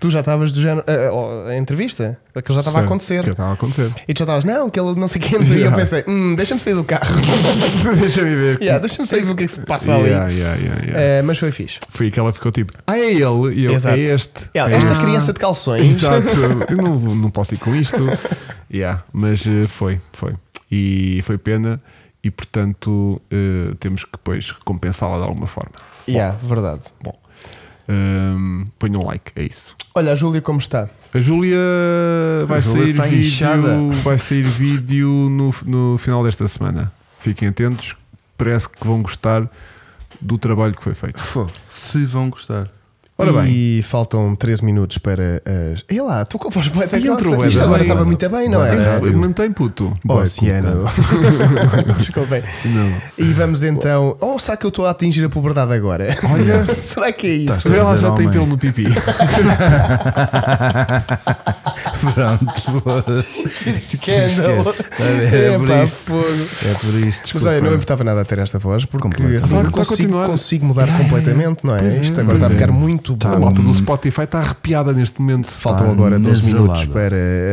C: Tu já estavas do género. eh, ó, a entrevista? Aquilo já estava a
A: Certo,
C: acontecer.
A: que já estava a acontecer.
C: E tu já estavas, não, que ele não sei quem, não sei o quê. eu
A: Yeah.
C: pensei, hum, deixa-me sair do carro,
A: Deixa-me ver.
C: yeah, deixa-me sair ver o que é que se passa ali.
A: Yeah, yeah, yeah, yeah.
C: Eh, mas foi fixe.
A: Foi que ela ficou tipo, ah, é ele, e eu,
C: Exato.
A: é este.
C: Ela,
A: é
C: esta
A: este.
C: criança de calções.
A: Exato, eu não, não posso ir com isto. Yeah, mas eh, foi, foi. E foi pena, e portanto eh, temos que depois recompensá-la de alguma forma.
C: Yeah, verdade.
A: Bom, ehm, ponham um like, é isso.
C: Olha, a Júlia, como está?
A: A Júlia vai,
B: A Júlia
A: sair
B: está inchada.
A: vídeo, vai sair vídeo no, no final desta semana. Fiquem atentos, parece que vão gostar do trabalho que foi feito.
B: Se vão gostar.
A: Ora bem.
C: E faltam 13 minutos para as. E lá, estou com a voz bué da
A: E entrou
C: grossa.
A: bué
C: Isto
A: da
C: agora
A: bem.
C: estava muito bem, não é, tipo,
A: Tem que-
C: era?
A: Mantém puto.
C: Oceano. Desculpem. E vamos então. Oh, será que eu estou a atingir a puberdade agora?
A: Olha, tá,
C: será que é isso?
B: Estás a
A: ela
B: dizer
A: já tem
B: homem.
A: pelo no pipi.
B: Pronto.
A: Tá.
C: Escândalo.
B: É, é por
C: Epá,
B: isto.
C: fogo.
B: É por isto.
C: Mas
B: desculpa.
C: olha, não importava nada ter esta voz, porque
B: Completamente.
C: assim
A: Claro que vai
C: consigo,
A: continuar.
C: consigo mudar
A: Yeah, yeah,
C: completamente, não é?
A: Pois é,
C: Isto agora está a
A: pois é.
C: ficar Tá muito
A: A
C: bom.
A: malta do Spotify está arrepiada neste momento.
B: Está
C: Faltam
A: Tá
C: agora 12 minutos
B: nasalada.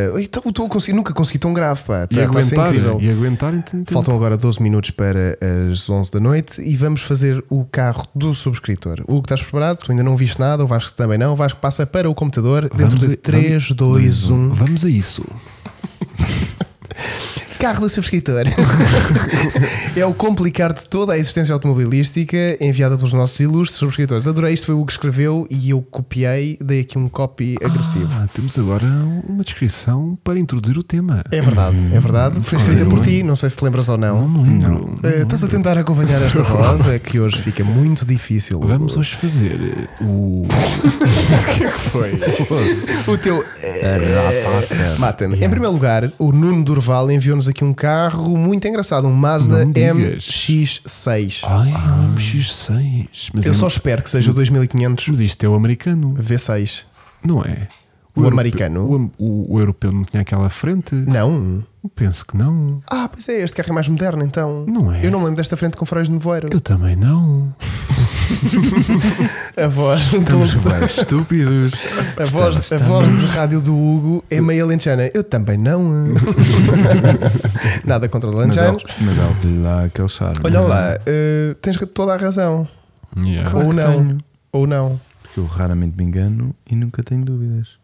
C: para. Então, estou a conseguir, nunca consegui tão grave, pá.
A: E
C: Está está a ser
A: aguentar,
C: tá, incrível.
A: e aguentar então, então.
C: Faltam agora 12 minutos para as 11 da noite e vamos fazer o carro do subscritor. O que estás preparado? Tu ainda não viste nada, o Vasco também não. O Vasco passa para o computador dentro
A: Vamos
C: de um.
A: a-
C: 3, 2, 1.
A: Vamos a isso.
C: Carro do subscritor. é o complicar de toda a existência automobilística enviada pelos nossos ilustres subscritores. Adorei, isto foi o que escreveu e eu copiei, dei aqui um copy agressivo.
A: Ah, temos agora uma descrição para introduzir o tema.
C: É verdade, é verdade. Foi escrita por ti, não sei se te lembras ou não.
A: Não me lembro.
C: Eh, estás a tentar acompanhar esta voz, é que hoje fica muito difícil.
A: Vamos hoje fazer eh, o.
C: O teu.
A: É,
C: é,
A: tá
C: Mata-me. Em primeiro lugar, o Nuno Durval enviou-nos aqui um carro muito engraçado, um Mazda
A: Não digas.
C: MX6.
A: Ai, um MX6. Mas,
C: Eu
A: é-
C: só espero que seja o 2500
A: mas isto é o americano,
C: V6.
A: não é?
C: O
A: europe-
C: americano?
A: O, am- o- o europeu não tinha aquela frente?
C: Não.
A: Penso que não.
C: Ah, pois é, este carro é mais moderno então.
A: Não é?
C: Eu não me lembro desta frente com faróis de nevoeiro.
A: Eu também não.
C: A voz, então,
B: Estamos bem estúpidos.
C: a voz, a voz de rádio do Hugo é meio lentejana. Eu também não. Nada contra o
B: Mas ela,
C: lentejano.
B: mas ela lhe dá aquele charme.
A: é
B: é?
C: Olha lá, eh, tens toda a razão.
A: Yeah.
C: Ou
B: que
C: não.
B: tenho.
C: Ou não.
B: Porque eu raramente me engano e nunca tenho dúvidas.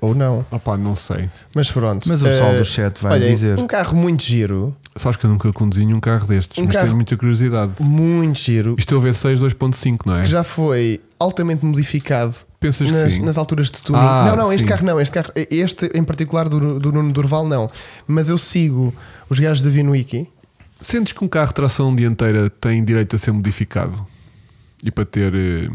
C: Ou não.
A: Opa, não sei.
C: Mas pronto.
B: Mas o pessoal
C: eh,
B: do chat vai
C: olhem,
B: dizer.
C: Um carro muito giro.
A: Sabes que eu nunca conduzi nenhum carro destes,
C: Um
A: mas
C: carro-
A: tenho muita curiosidade.
C: Muito giro.
A: Isto é o V6 2.5, não é?
C: Que já foi altamente modificado
A: Pensas que
C: nas,
A: sim?
C: nas alturas de tuning.
A: Ah,
C: não, não, este
A: sim.
C: carro não. Este carro, este em particular do, do Nuno Durval, não. Mas eu sigo os gajos da Vinwiki.
A: Sentes que um carro de tração dianteira tem direito a ser modificado? E para ter. eh,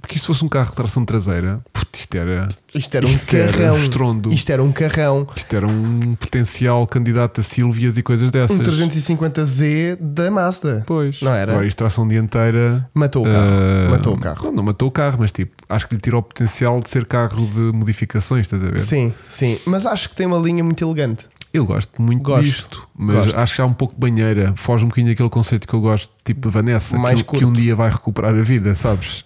A: Porque isto fosse um carro de tração traseira, puto, isto era.
C: Isto era um
A: Isto era
C: carrão.
A: um estrondo.
C: Isto era um carrão.
A: Isto era um potencial candidato a Silvias e coisas dessas.
C: Um 350Z da Mazda.
A: Pois.
C: Não era?
A: Agora isto tração dianteira.
C: Matou o carro.
A: eh,
C: Matou o carro.
A: Não, não matou o carro, mas tipo, acho que lhe tirou o potencial de ser carro de modificações, estás a ver?
C: Sim, sim. Mas acho que tem uma linha muito elegante.
A: Eu gosto muito
C: Gosto.
A: disto, mas
C: Gosto.
A: acho que há um pouco de banheira. Foge um bocadinho daquele conceito que eu gosto, tipo de Vanessa,
C: Mais
A: que, que
C: curto.
A: um dia vai recuperar a vida, sabes?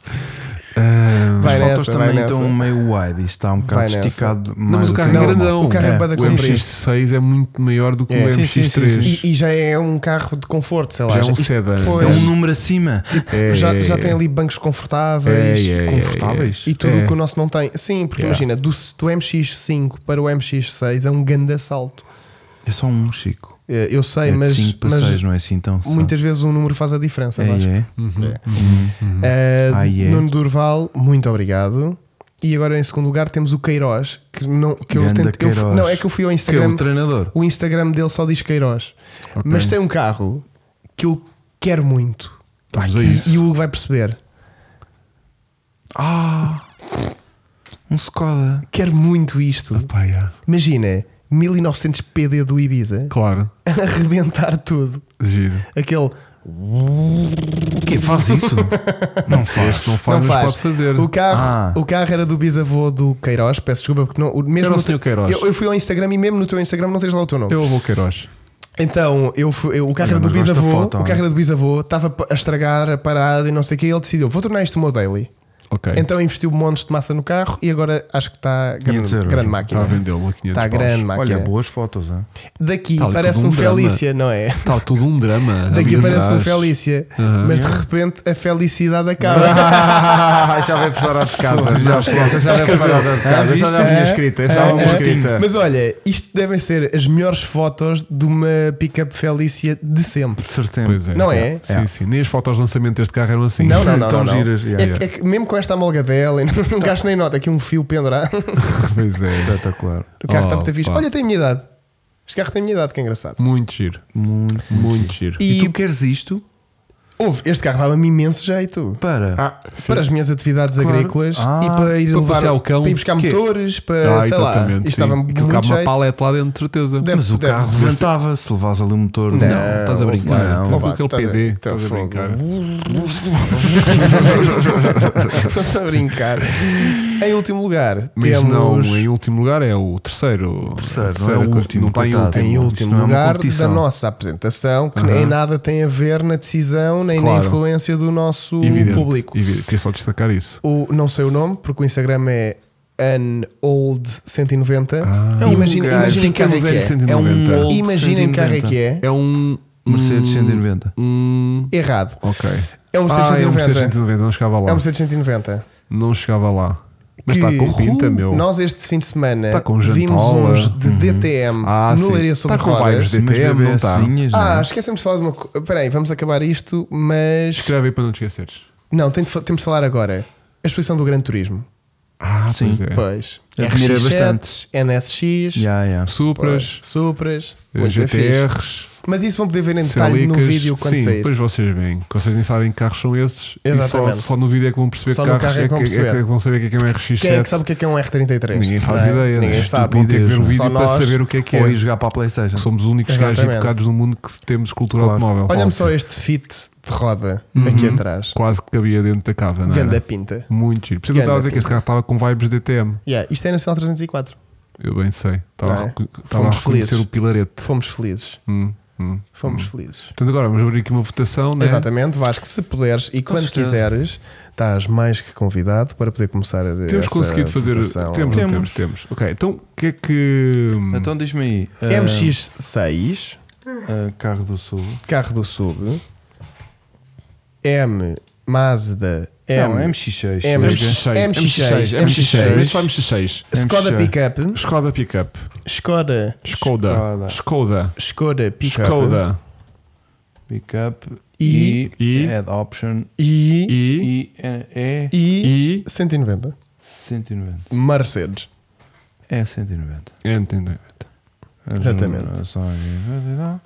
A: Ah,
C: Vai né?
B: As fotos
C: nessa, vai
B: também
C: nessa.
B: estão meio wide. Isto está um bocado
C: Vai nessa.
B: esticado.
A: não, mas o carro é grandão.
C: O carro é bué da
A: o
C: comprido.
A: MX6 é muito maior do que
C: É.
A: o
B: Sim, sim,
A: MX3.
B: sim, sim.
C: E, e já é um carro de conforto, sei lá.
A: Já é um
C: Isto-
A: sedã.
C: pois.
B: É um número acima.
A: É,
C: Tipo, já,
A: é,
C: já
A: é.
C: tem ali bancos
A: É,
C: confortáveis,
A: é, é, é,
B: confortáveis.
A: é.
C: E tudo o
A: É.
C: que o nosso não tem. Sim, porque
A: Yeah.
C: imagina, do, do MX5 para o MX6 é um grande assalto.
B: É só um, Chico.
C: Eh, Eu sei,
B: é
C: mas,
B: de 5 para
C: mas
B: 6, não é assim então?
C: muitas vezes um número faz a diferença.
B: é,
C: Vasco.
B: é.
C: É. Eh,
B: Ah, é.
C: Nuno Durval, muito obrigado. E agora em segundo lugar temos o Queiroz, que não que eu
B: Ganda
C: tentei, eu fu-
B: Queiroz.
C: não é que eu fui ao
B: Que é
C: Instagram,
B: o treinador.
C: o Instagram dele só diz Queiroz, mas tem um carro que eu quero muito.
A: Estamos a isso.
C: E, e o Hugo vai perceber.
B: Ah! Um Skoda.
C: Quero muito isto.
A: Ah,
B: Pá, já.
C: Imagina 1900 PD do Ibiza
A: Claro,
C: a arrebentar tudo.
A: giro.
C: Aquele
B: O quê? Faz isso? não faz.
A: Não faz, mas
C: não faz.
A: pode fazer.
C: O carro,
B: Ah.
C: o carro era do bisavô do Queiroz, peço desculpa porque não, o- mesmo
A: Era o
C: no teu-
A: senhor Queiroz.
C: Eu, eu fui ao Instagram e mesmo no teu Instagram não tens lá o teu nome.
A: Eu vou Queiroz.
C: Então, eu fui- eu- o carro
B: Olha,
C: era do
B: mas gosto da
C: bisavô,
B: foto,
C: o
B: olha.
C: carro era do bisavô, estava a estragar a parada e não sei o que, e ele decidiu, vou tornar isto o meu daily.
A: Ok.
C: Então investiu montes de massa no carro e agora acho que está
B: 500
C: grande,
B: euros.
C: grande
A: Está
C: máquina.
A: a vendê-lo a 500
C: Está
A: paus.
C: tá grande máquina.
B: Olha, boas fotos, hein?
C: Daqui
A: Tal e
C: parece
A: tudo
C: um,
A: um drama.
C: Felícia, não é?
A: Está tudo um drama.
C: Daqui
A: ali
C: parece um
A: atrás.
C: Felícia,
A: Aham.
C: mas de repente a felicidade acaba.
D: já vai preparado de casa.
B: Já,
D: Já, já, já vai preparado de casa. Já já
C: É,
D: vinha escrita. Já
C: é,
D: vinha
C: é.
D: escrita.
C: Mas olha, isto devem ser as melhores fotos de uma pick-up Felícia de sempre.
B: De certeza.
A: Pois é.
C: Não é?
A: Sim, sim. Nem as fotos de lançamento deste carro eram assim.
C: Não, não, não.
B: Tão
C: não, não.
B: giras, yeah,
C: É,
A: yeah.
C: é que mesmo com esta amolgadela, e não não gasto nem nota, aqui um fio pendurar,
A: Pois é.
B: Espetacular.
C: o carro
A: Oh,
C: está muito fixe.
A: pá.
C: Olha, tem a minha idade. Este carro tem a minha idade, que é engraçado.
A: Muito giro.
B: Muito.
A: Muito giro.
B: E,
C: E,
B: tu queres isto
C: houve, este carro dava-me imenso jeito.
B: para.
A: Ah,
C: Para as minhas atividades
B: Claro.
C: agrícolas
B: Ah,
C: e para ir
A: para
C: levar
A: passear o cão,
C: para ir buscar
A: quê?
C: motores, para
A: ah,
C: sei lá.
A: exatamente.
C: Isto
A: sim.
C: dava-me
A: Aquilo
C: muito
A: cabe uma
C: jeito.
A: palete lá dentro, de certeza.
C: Deve-
B: Mas o
C: deve-
B: carro
C: deve-
B: levantava se levas ali o motor.
C: Não,
A: Estás a brincar.
B: Não,
A: Não, com
C: vá,
A: aquele
C: estás a-
A: PD.
C: estás a
A: Estás a
C: fogo.
A: brincar.
C: Estou-se a brincar. Em último lugar,
A: Mas
C: temos.
A: não, em último lugar é o terceiro.
B: Terceiro,
A: a
B: não
A: terceira
B: é o
A: coisa.
B: último,
A: Não está em
B: coitado.
A: último.
C: Em
B: Isto
C: último
B: não é uma
C: lugar da
B: competição.
C: nossa apresentação, que
A: Aham.
C: nem nada tem a ver na decisão nem na
A: Claro.
C: influência do nosso
A: Evidente,
C: público.
A: evidente. Queria só destacar isso.
C: O, não sei o nome, porque o Instagram é unold190.
A: Ah.
B: É um
C: Imaginem
B: gajo.
C: imaginem que
A: Fica
C: carro é
A: no
C: que
A: velho
C: é.
A: 190.
B: old
C: Imaginem que carro é
B: 190.
C: que é.
A: É um.
B: Mercedes
A: um-
B: 190.
A: Um.
C: Errado.
A: Ok.
C: É um Mercedes
A: ah, é um Mercedes
C: 190.
A: 190, não chegava lá.
C: É um Mercedes 190.
A: Não chegava lá. Mas
C: Que
A: está com pinta, meu.
C: Nós este fim de semana
A: Tá com
C: vimos
A: jantola. Uhum.
C: uns de DTM
A: Ah,
C: no
A: sim.
C: Leiria sobre
A: Tá com
C: rodas.
A: vibes de- DTM não tá.
B: bebecinhas,
C: Ah,
B: não. é?
C: esquecemos de falar de uma coisa. Espera aí, vamos acabar isto, mas.
A: Escreve aí para não te esqueceres.
C: Não, tem de fa- temos de falar agora. A exposição do Grande Turismo.
A: Ah,
B: sim.
A: Pois é.
C: Pois.
B: Admira
C: RX7,
B: bastante.
C: NSX,
B: Já, já.
A: Supras,
C: é. pois, Supras,
A: eh,
C: muito fixe.
A: GTRs,
C: Mas isso vão poder ver em detalhe
A: Celicas.
C: no vídeo quando
A: Sim,
C: sair.
A: depois vocês veem. que Vocês nem sabem que carros são esses. e
C: Exatamente.
A: só, só no vídeo é que vão perceber
C: Só
A: que
C: no
A: carros
C: carro é que vão
A: é, que, é
C: perceber.
A: que vão saber o que é que é um RX7.
C: Quem é que sabe o que é que é um R33?
A: Ninguém faz
C: Não é?
A: ideia.
C: Ninguém
A: né?
C: sabe.
A: Vão ter que ver o
C: Só
A: vídeo para
C: nós.
A: saber o que é que
B: Ou
A: é.
B: ir jogar para a Playstation.
A: Somos os únicos gajos
C: Exatamente.
A: educados no mundo que temos cultura
B: Claro.
A: automóvel.
C: Olha-me só este fit de roda aqui atrás.
A: Quase que cabia dentro da cava, Uhum. não é?
C: Ganda pinta.
A: Muito giro. Por isso é que eu
C: Ganda
A: estava a dizer que esse carro estava com vibes DTM.
C: Yeah, isto é Nacional 304.
A: Eu bem sei. Estava,
C: Não é?
A: a, recu- estava a
C: Fomos
A: reconhecer
C: felizes.
A: o pilarete.
C: Fomos felizes.
A: Hum, hum.
C: Fomos felizes.
A: Portanto, agora vamos abrir aqui uma votação, né?
C: Exatamente, Vasco, se puderes e quando
B: certeza.
C: quiseres, estás mais que convidado para poder começar a
A: Temos conseguido fazer. Temos, eh, não
B: Temos.
A: temos, temos. Ok, então o que é que.
B: Então diz-me aí. ah,
C: MX6,
B: ah, carro do Sul.
C: carro do Sub, M, Mazda,
B: não,
C: M,
B: MX6.
C: M-
B: chega.
A: MX6, MX6, mas só MX6.
C: Skoda
B: MX6.
C: Pickup,
A: Skoda Pickup,
C: Skoda,
A: Skoda,
B: Skoda.
A: Skoda,
C: Skoda Pickup
A: Skoda
B: Pickup.
C: E-
B: E.
A: E-
B: Add option.
C: e,
A: e.
B: E. É.
C: e,
A: E.
C: 190,
B: 190.
C: Mercedes.
B: É 190.
A: Entendo.
C: Exatamente.
A: Uhum.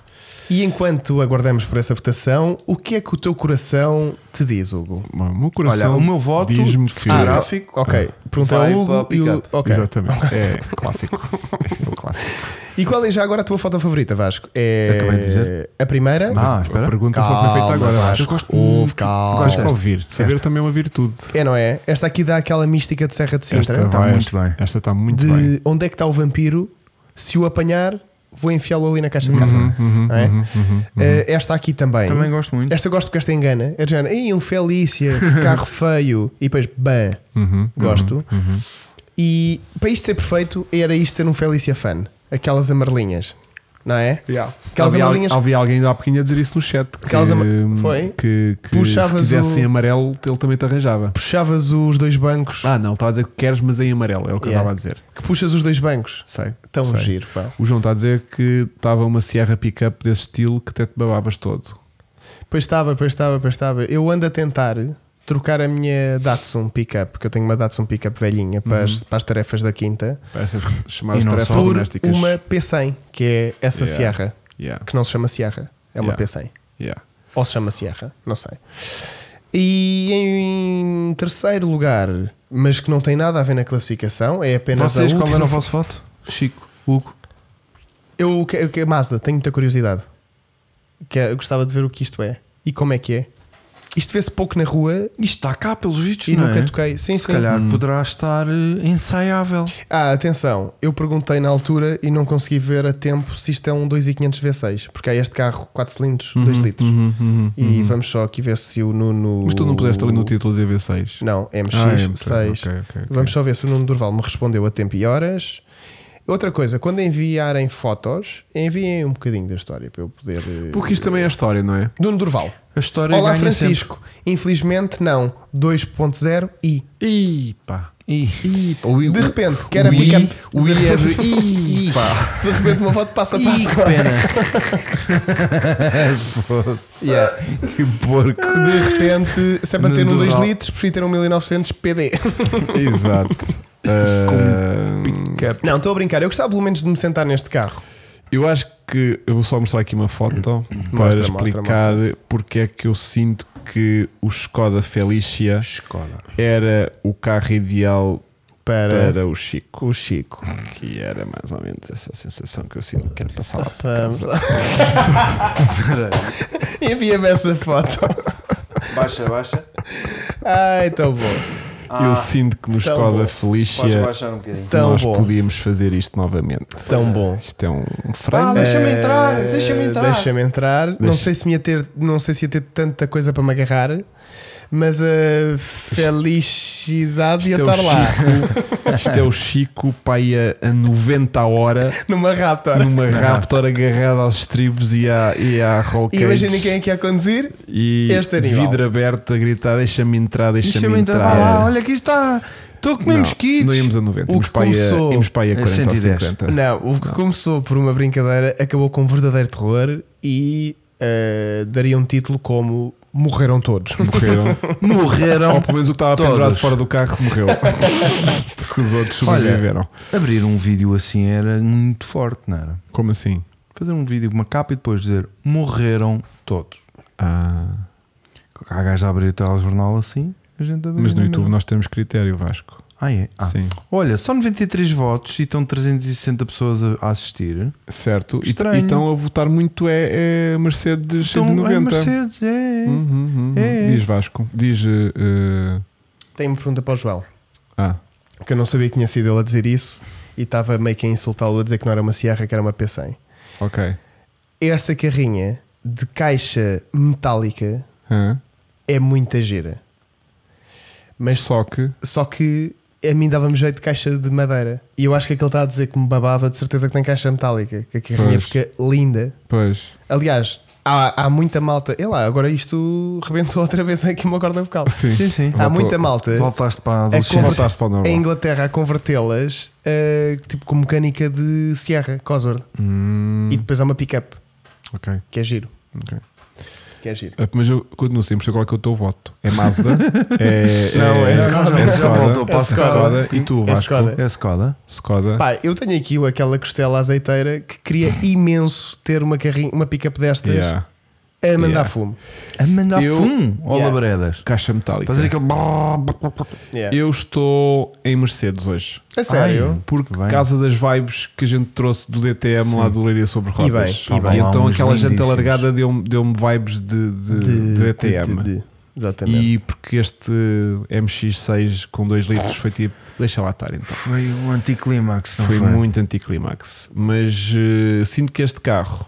C: E enquanto aguardamos por essa votação, o que é que o teu coração te diz, Hugo?
A: Bom, O meu
B: Olha,
A: coração.
B: o meu voto
A: diz-me que.
C: Ah,
B: gráfico.
C: Ok, pergunta
B: Vai
C: ao
B: para o
C: Hugo e o...
B: pick-up.
C: ok.
A: Exatamente. É clássico. É um clássico.
C: E qual é já agora a tua foto favorita, Vasco? É
B: Acabei de dizer.
C: a primeira?
B: Ah,
A: A
B: espera.
A: pergunta só foi feita é agora.
C: Vasco.
A: Eu gosto
C: Ouve, calma.
A: Gosto de ouvir. Saber também é uma virtude.
C: É, não é? Esta aqui dá aquela mística de Serra de Sintra.
A: Esta vai-
B: muito bem.
A: Esta está muito
C: de
A: bem.
C: onde é que está o vampiro? Se o apanhar, vou enfiá-lo ali na caixa
A: Uhum,
C: de carne. não é? Eh, esta aqui também.
B: Também gosto muito.
C: Esta eu gosto porque esta engana. É de género, Ei, um Felícia, que carro feio. E depois, bam,
A: uhum,
C: gosto. E para isto ser perfeito, era isto ser um Felícia fan. Aquelas amarelinhas. não é?
A: Yeah.
C: Aquelas
A: havia,
C: amarelinhas-
A: havia alguém há pouquinho a dizer isso no chat. Que, hum,
C: Aquelas ama- Foi?
A: que, que se
C: Puxavas
A: quisesse
C: o-
A: em amarelo, ele também te arranjava.
C: Puxavas os dois bancos,
A: Ah, não, estava a dizer que queres, mas em amarelo, é o que
C: Yeah.
A: eu estava a dizer.
C: que puxas os dois bancos.
A: Sei.
C: Tão
A: sei.
C: giro, pá.
A: O João está a dizer que estava uma Sierra Pickup desse estilo que até te babavas todo.
C: Pois estava, pois estava, pois estava. Eu ando a tentar trocar a minha Datsun pickup, porque eu tenho uma Datsun pickup velhinha para, as, para as tarefas da quinta,
A: Para essas chamadas
B: E não
A: tarefas
B: só.
C: por
A: domésticas.
C: uma P100, que é essa
A: Yeah.
C: Sierra,
A: Yeah,
C: que não se chama Sierra, é uma
A: Yeah.
C: P100.
A: yeah.
C: Ou se chama Sierra, não sei. E em terceiro lugar, mas que não tem nada a ver na classificação, é apenas
B: Vocês,
C: a
B: qual
C: última.
B: era o vosso voto? Chico, Hugo.
C: Eu, que- que- Mazda, tenho muita curiosidade. Que, eu gostava de ver o que isto é e como é que é. Isto vê-se pouco na rua
B: Isto está cá, pelos vistos,
C: e
B: não
C: nunca
B: é?
C: toquei. Sim,
B: Se
C: sim.
B: calhar
A: Hum.
B: poderá estar eh, ensaiável.
C: Ah, atenção, eu perguntei na altura e não consegui ver a tempo se isto é um 2500 V6, porque há este carro 4 cilindros, 2 litros. e vamos só aqui ver se o Nuno.
A: uhum, Mas tu não puseste ali no título de Ah, V6.
C: Não, MX6.
A: é ok, ok, ok.
C: Vamos só ver se o Nuno Durval me respondeu a tempo e horas. Outra coisa, quando enviarem fotos, enviem um bocadinho da história para eu poder. eh,
A: Porque isto também é história, não é?
C: Nuno Durval.
B: A história
C: Olá,
B: ganha
C: Francisco. Infelizmente, não. 2.0 i.
A: Ih, pá.
B: Sempre.
A: Ih, pá. O I-
C: De
A: o-
C: repente, quer a
A: o I-
C: pick-up.
A: O I é de. Ih, pá.
C: De repente, uma foto passa a passo. Yeah.
B: Que porco.
C: De repente, se é para ter
B: Nuno
C: um 2
B: Durval.
C: litros, prefiro ter um 1900 PD.
A: Exato.
C: um
A: Ah,
C: Não, estou a brincar. Eu gostava pelo menos de me sentar neste carro.
A: eu acho que eu vou só mostrar aqui uma foto para
C: mostra,
A: explicar porque é que eu sinto que o Skoda Felicia
B: Escola.
A: era o carro ideal
C: Para,
A: para o Chico.
C: o Chico.
A: Que era mais ou menos essa sensação que eu sinto que era passar lá para
C: Vamos
A: casa.
C: lá. Envia-me essa foto.
E: Baixa, baixa.
C: Ai, tão bom.
E: Ah,
A: eu sinto que no
C: tão
A: Skoda
C: bom.
E: podes
B: é-
A: Felicia
E: baixar um bocadinho.
C: Tão
A: nós
C: bom.
A: podíamos fazer isto novamente.
C: Tão Ah, bom.
A: Isto é um frango.
E: deixa-me
C: Eh, Deixa-me entrar. Não sei se me ia ter, não sei se ia ter tanta coisa para me agarrar, mas a felicidade ia
A: Isto é o
C: estar lá
A: Chico- Isto é o Chico, pai a, a 90 a hora,
C: numa Raptor.
A: numa Raptor agarrada aos estribos e à, e à roll
C: E
A: cage.
C: imaginem quem é que ia conduzir.
A: E
C: Este animal.
A: vidro aberto a gritar: deixa-me entrar, deixa-me
B: Deixa-me entrar.
A: entrar.
B: é Vá
C: Ah,
B: lá, olha aqui está. Estou a comer
A: não,
B: mosquitos.
A: não íamos a 90,
C: é O
A: íamos
C: que
A: para aí a,
C: começou-
A: íamos para aí a
B: É
A: 40 ou
B: 110.
A: 50.
C: Não, o que começou por uma brincadeira acabou com um verdadeiro terror e eh, daria um título como Morreram Todos.
A: Morreram.
B: Morreram.
A: Ou pelo menos o que estava
B: Todos.
A: pendurado fora do carro morreu. Porque os outros
B: Olha.
A: sobreviveram.
B: Abrir um vídeo assim era muito forte, não era?
A: Como assim?
B: Fazer um vídeo com uma capa e depois dizer morreram todos.
A: Ah,
B: Há gajo a abrir o telejornal assim, a gente abre
A: mas no
B: mesmo.
A: YouTube nós temos critério, Vasco.
B: Ah, é? Ah.
A: Sim.
B: Olha, só 93 votos e estão 360 pessoas a- a assistir.
A: Certo. E-
B: Estranho.
A: E estão a votar muito é, é Mercedes
B: Estão
A: de
B: em
A: 90.
B: Mercedes, é.
A: Uhum, uhum, uhum.
B: É.
A: Diz Vasco. Diz. eh, eh,
C: Tenho uma pergunta para o João,
A: ah,
C: que eu não sabia que tinha sido ele a dizer isso e estava meio que a insultá-lo a dizer que não era uma Sierra, que era uma P100.
A: ok.
C: Essa carrinha de caixa metálica
A: Hã?
C: é muita gira. Mas só,
A: Só que.
C: que a mim dava-me jeito de caixa de madeira. E eu acho que aquele está a dizer que me babava de certeza que tem caixa metálica, que a carrinha
A: Pois.
C: fica linda.
A: Pois.
C: Aliás, há, há muita malta. É lá, agora isto rebentou outra vez aqui uma corda vocal.
A: Sim.
B: Sim, sim.
C: Há
A: Voltou-
C: muita malta
B: Voltaste para a
C: É
A: Sim,
B: adolescência.
A: voltaste para o normal.
C: em Inglaterra a convertê-las eh, tipo com mecânica de Sierra, Cosworth.
A: Hum,
B: É
C: E depois há uma pick-up,
A: ok.
C: que é giro.
A: ok.
C: Que é giro.
A: Ah, Mas eu continuo sempre, sei qual é que é o teu voto. É Mazda? é,
C: Não, é Skoda.
A: É
B: Já voltou
A: Skoda.
B: para a
A: É Skoda. E tu,
C: É
A: Vasco?
C: Skoda.
B: É Skoda.
A: Skoda.
C: Pá, eu tenho aqui aquela costela azeiteira que queria imenso ter uma, carrinha, uma pick-up destas
A: Yeah.
C: a mandar
A: Yeah.
C: fumo.
B: A mandar
A: Eu- é.
B: fumo ou
C: Yeah.
B: labredas?
A: Caixa metálica.
B: Fazer aquele.
C: Yeah.
A: Eu estou em Mercedes hoje.
C: a sério?
A: Porque
B: Bem.
A: por causa das vibes que a gente trouxe do DTM lá do Leiria sobre
C: bem,
A: rodas.
C: e bem.
A: E
B: Lá
A: então
B: uns
A: aquela gente
B: lindíssimos.
A: alargada deu-me deu vibes de, de, de DTM.
C: de- de- Exatamente.
A: E porque este MX6 com 2 litros foi tipo, deixa lá estar então.
B: Foi um anticlimax, não
A: Foi muito anticlimax. Mas eh, sinto que este carro,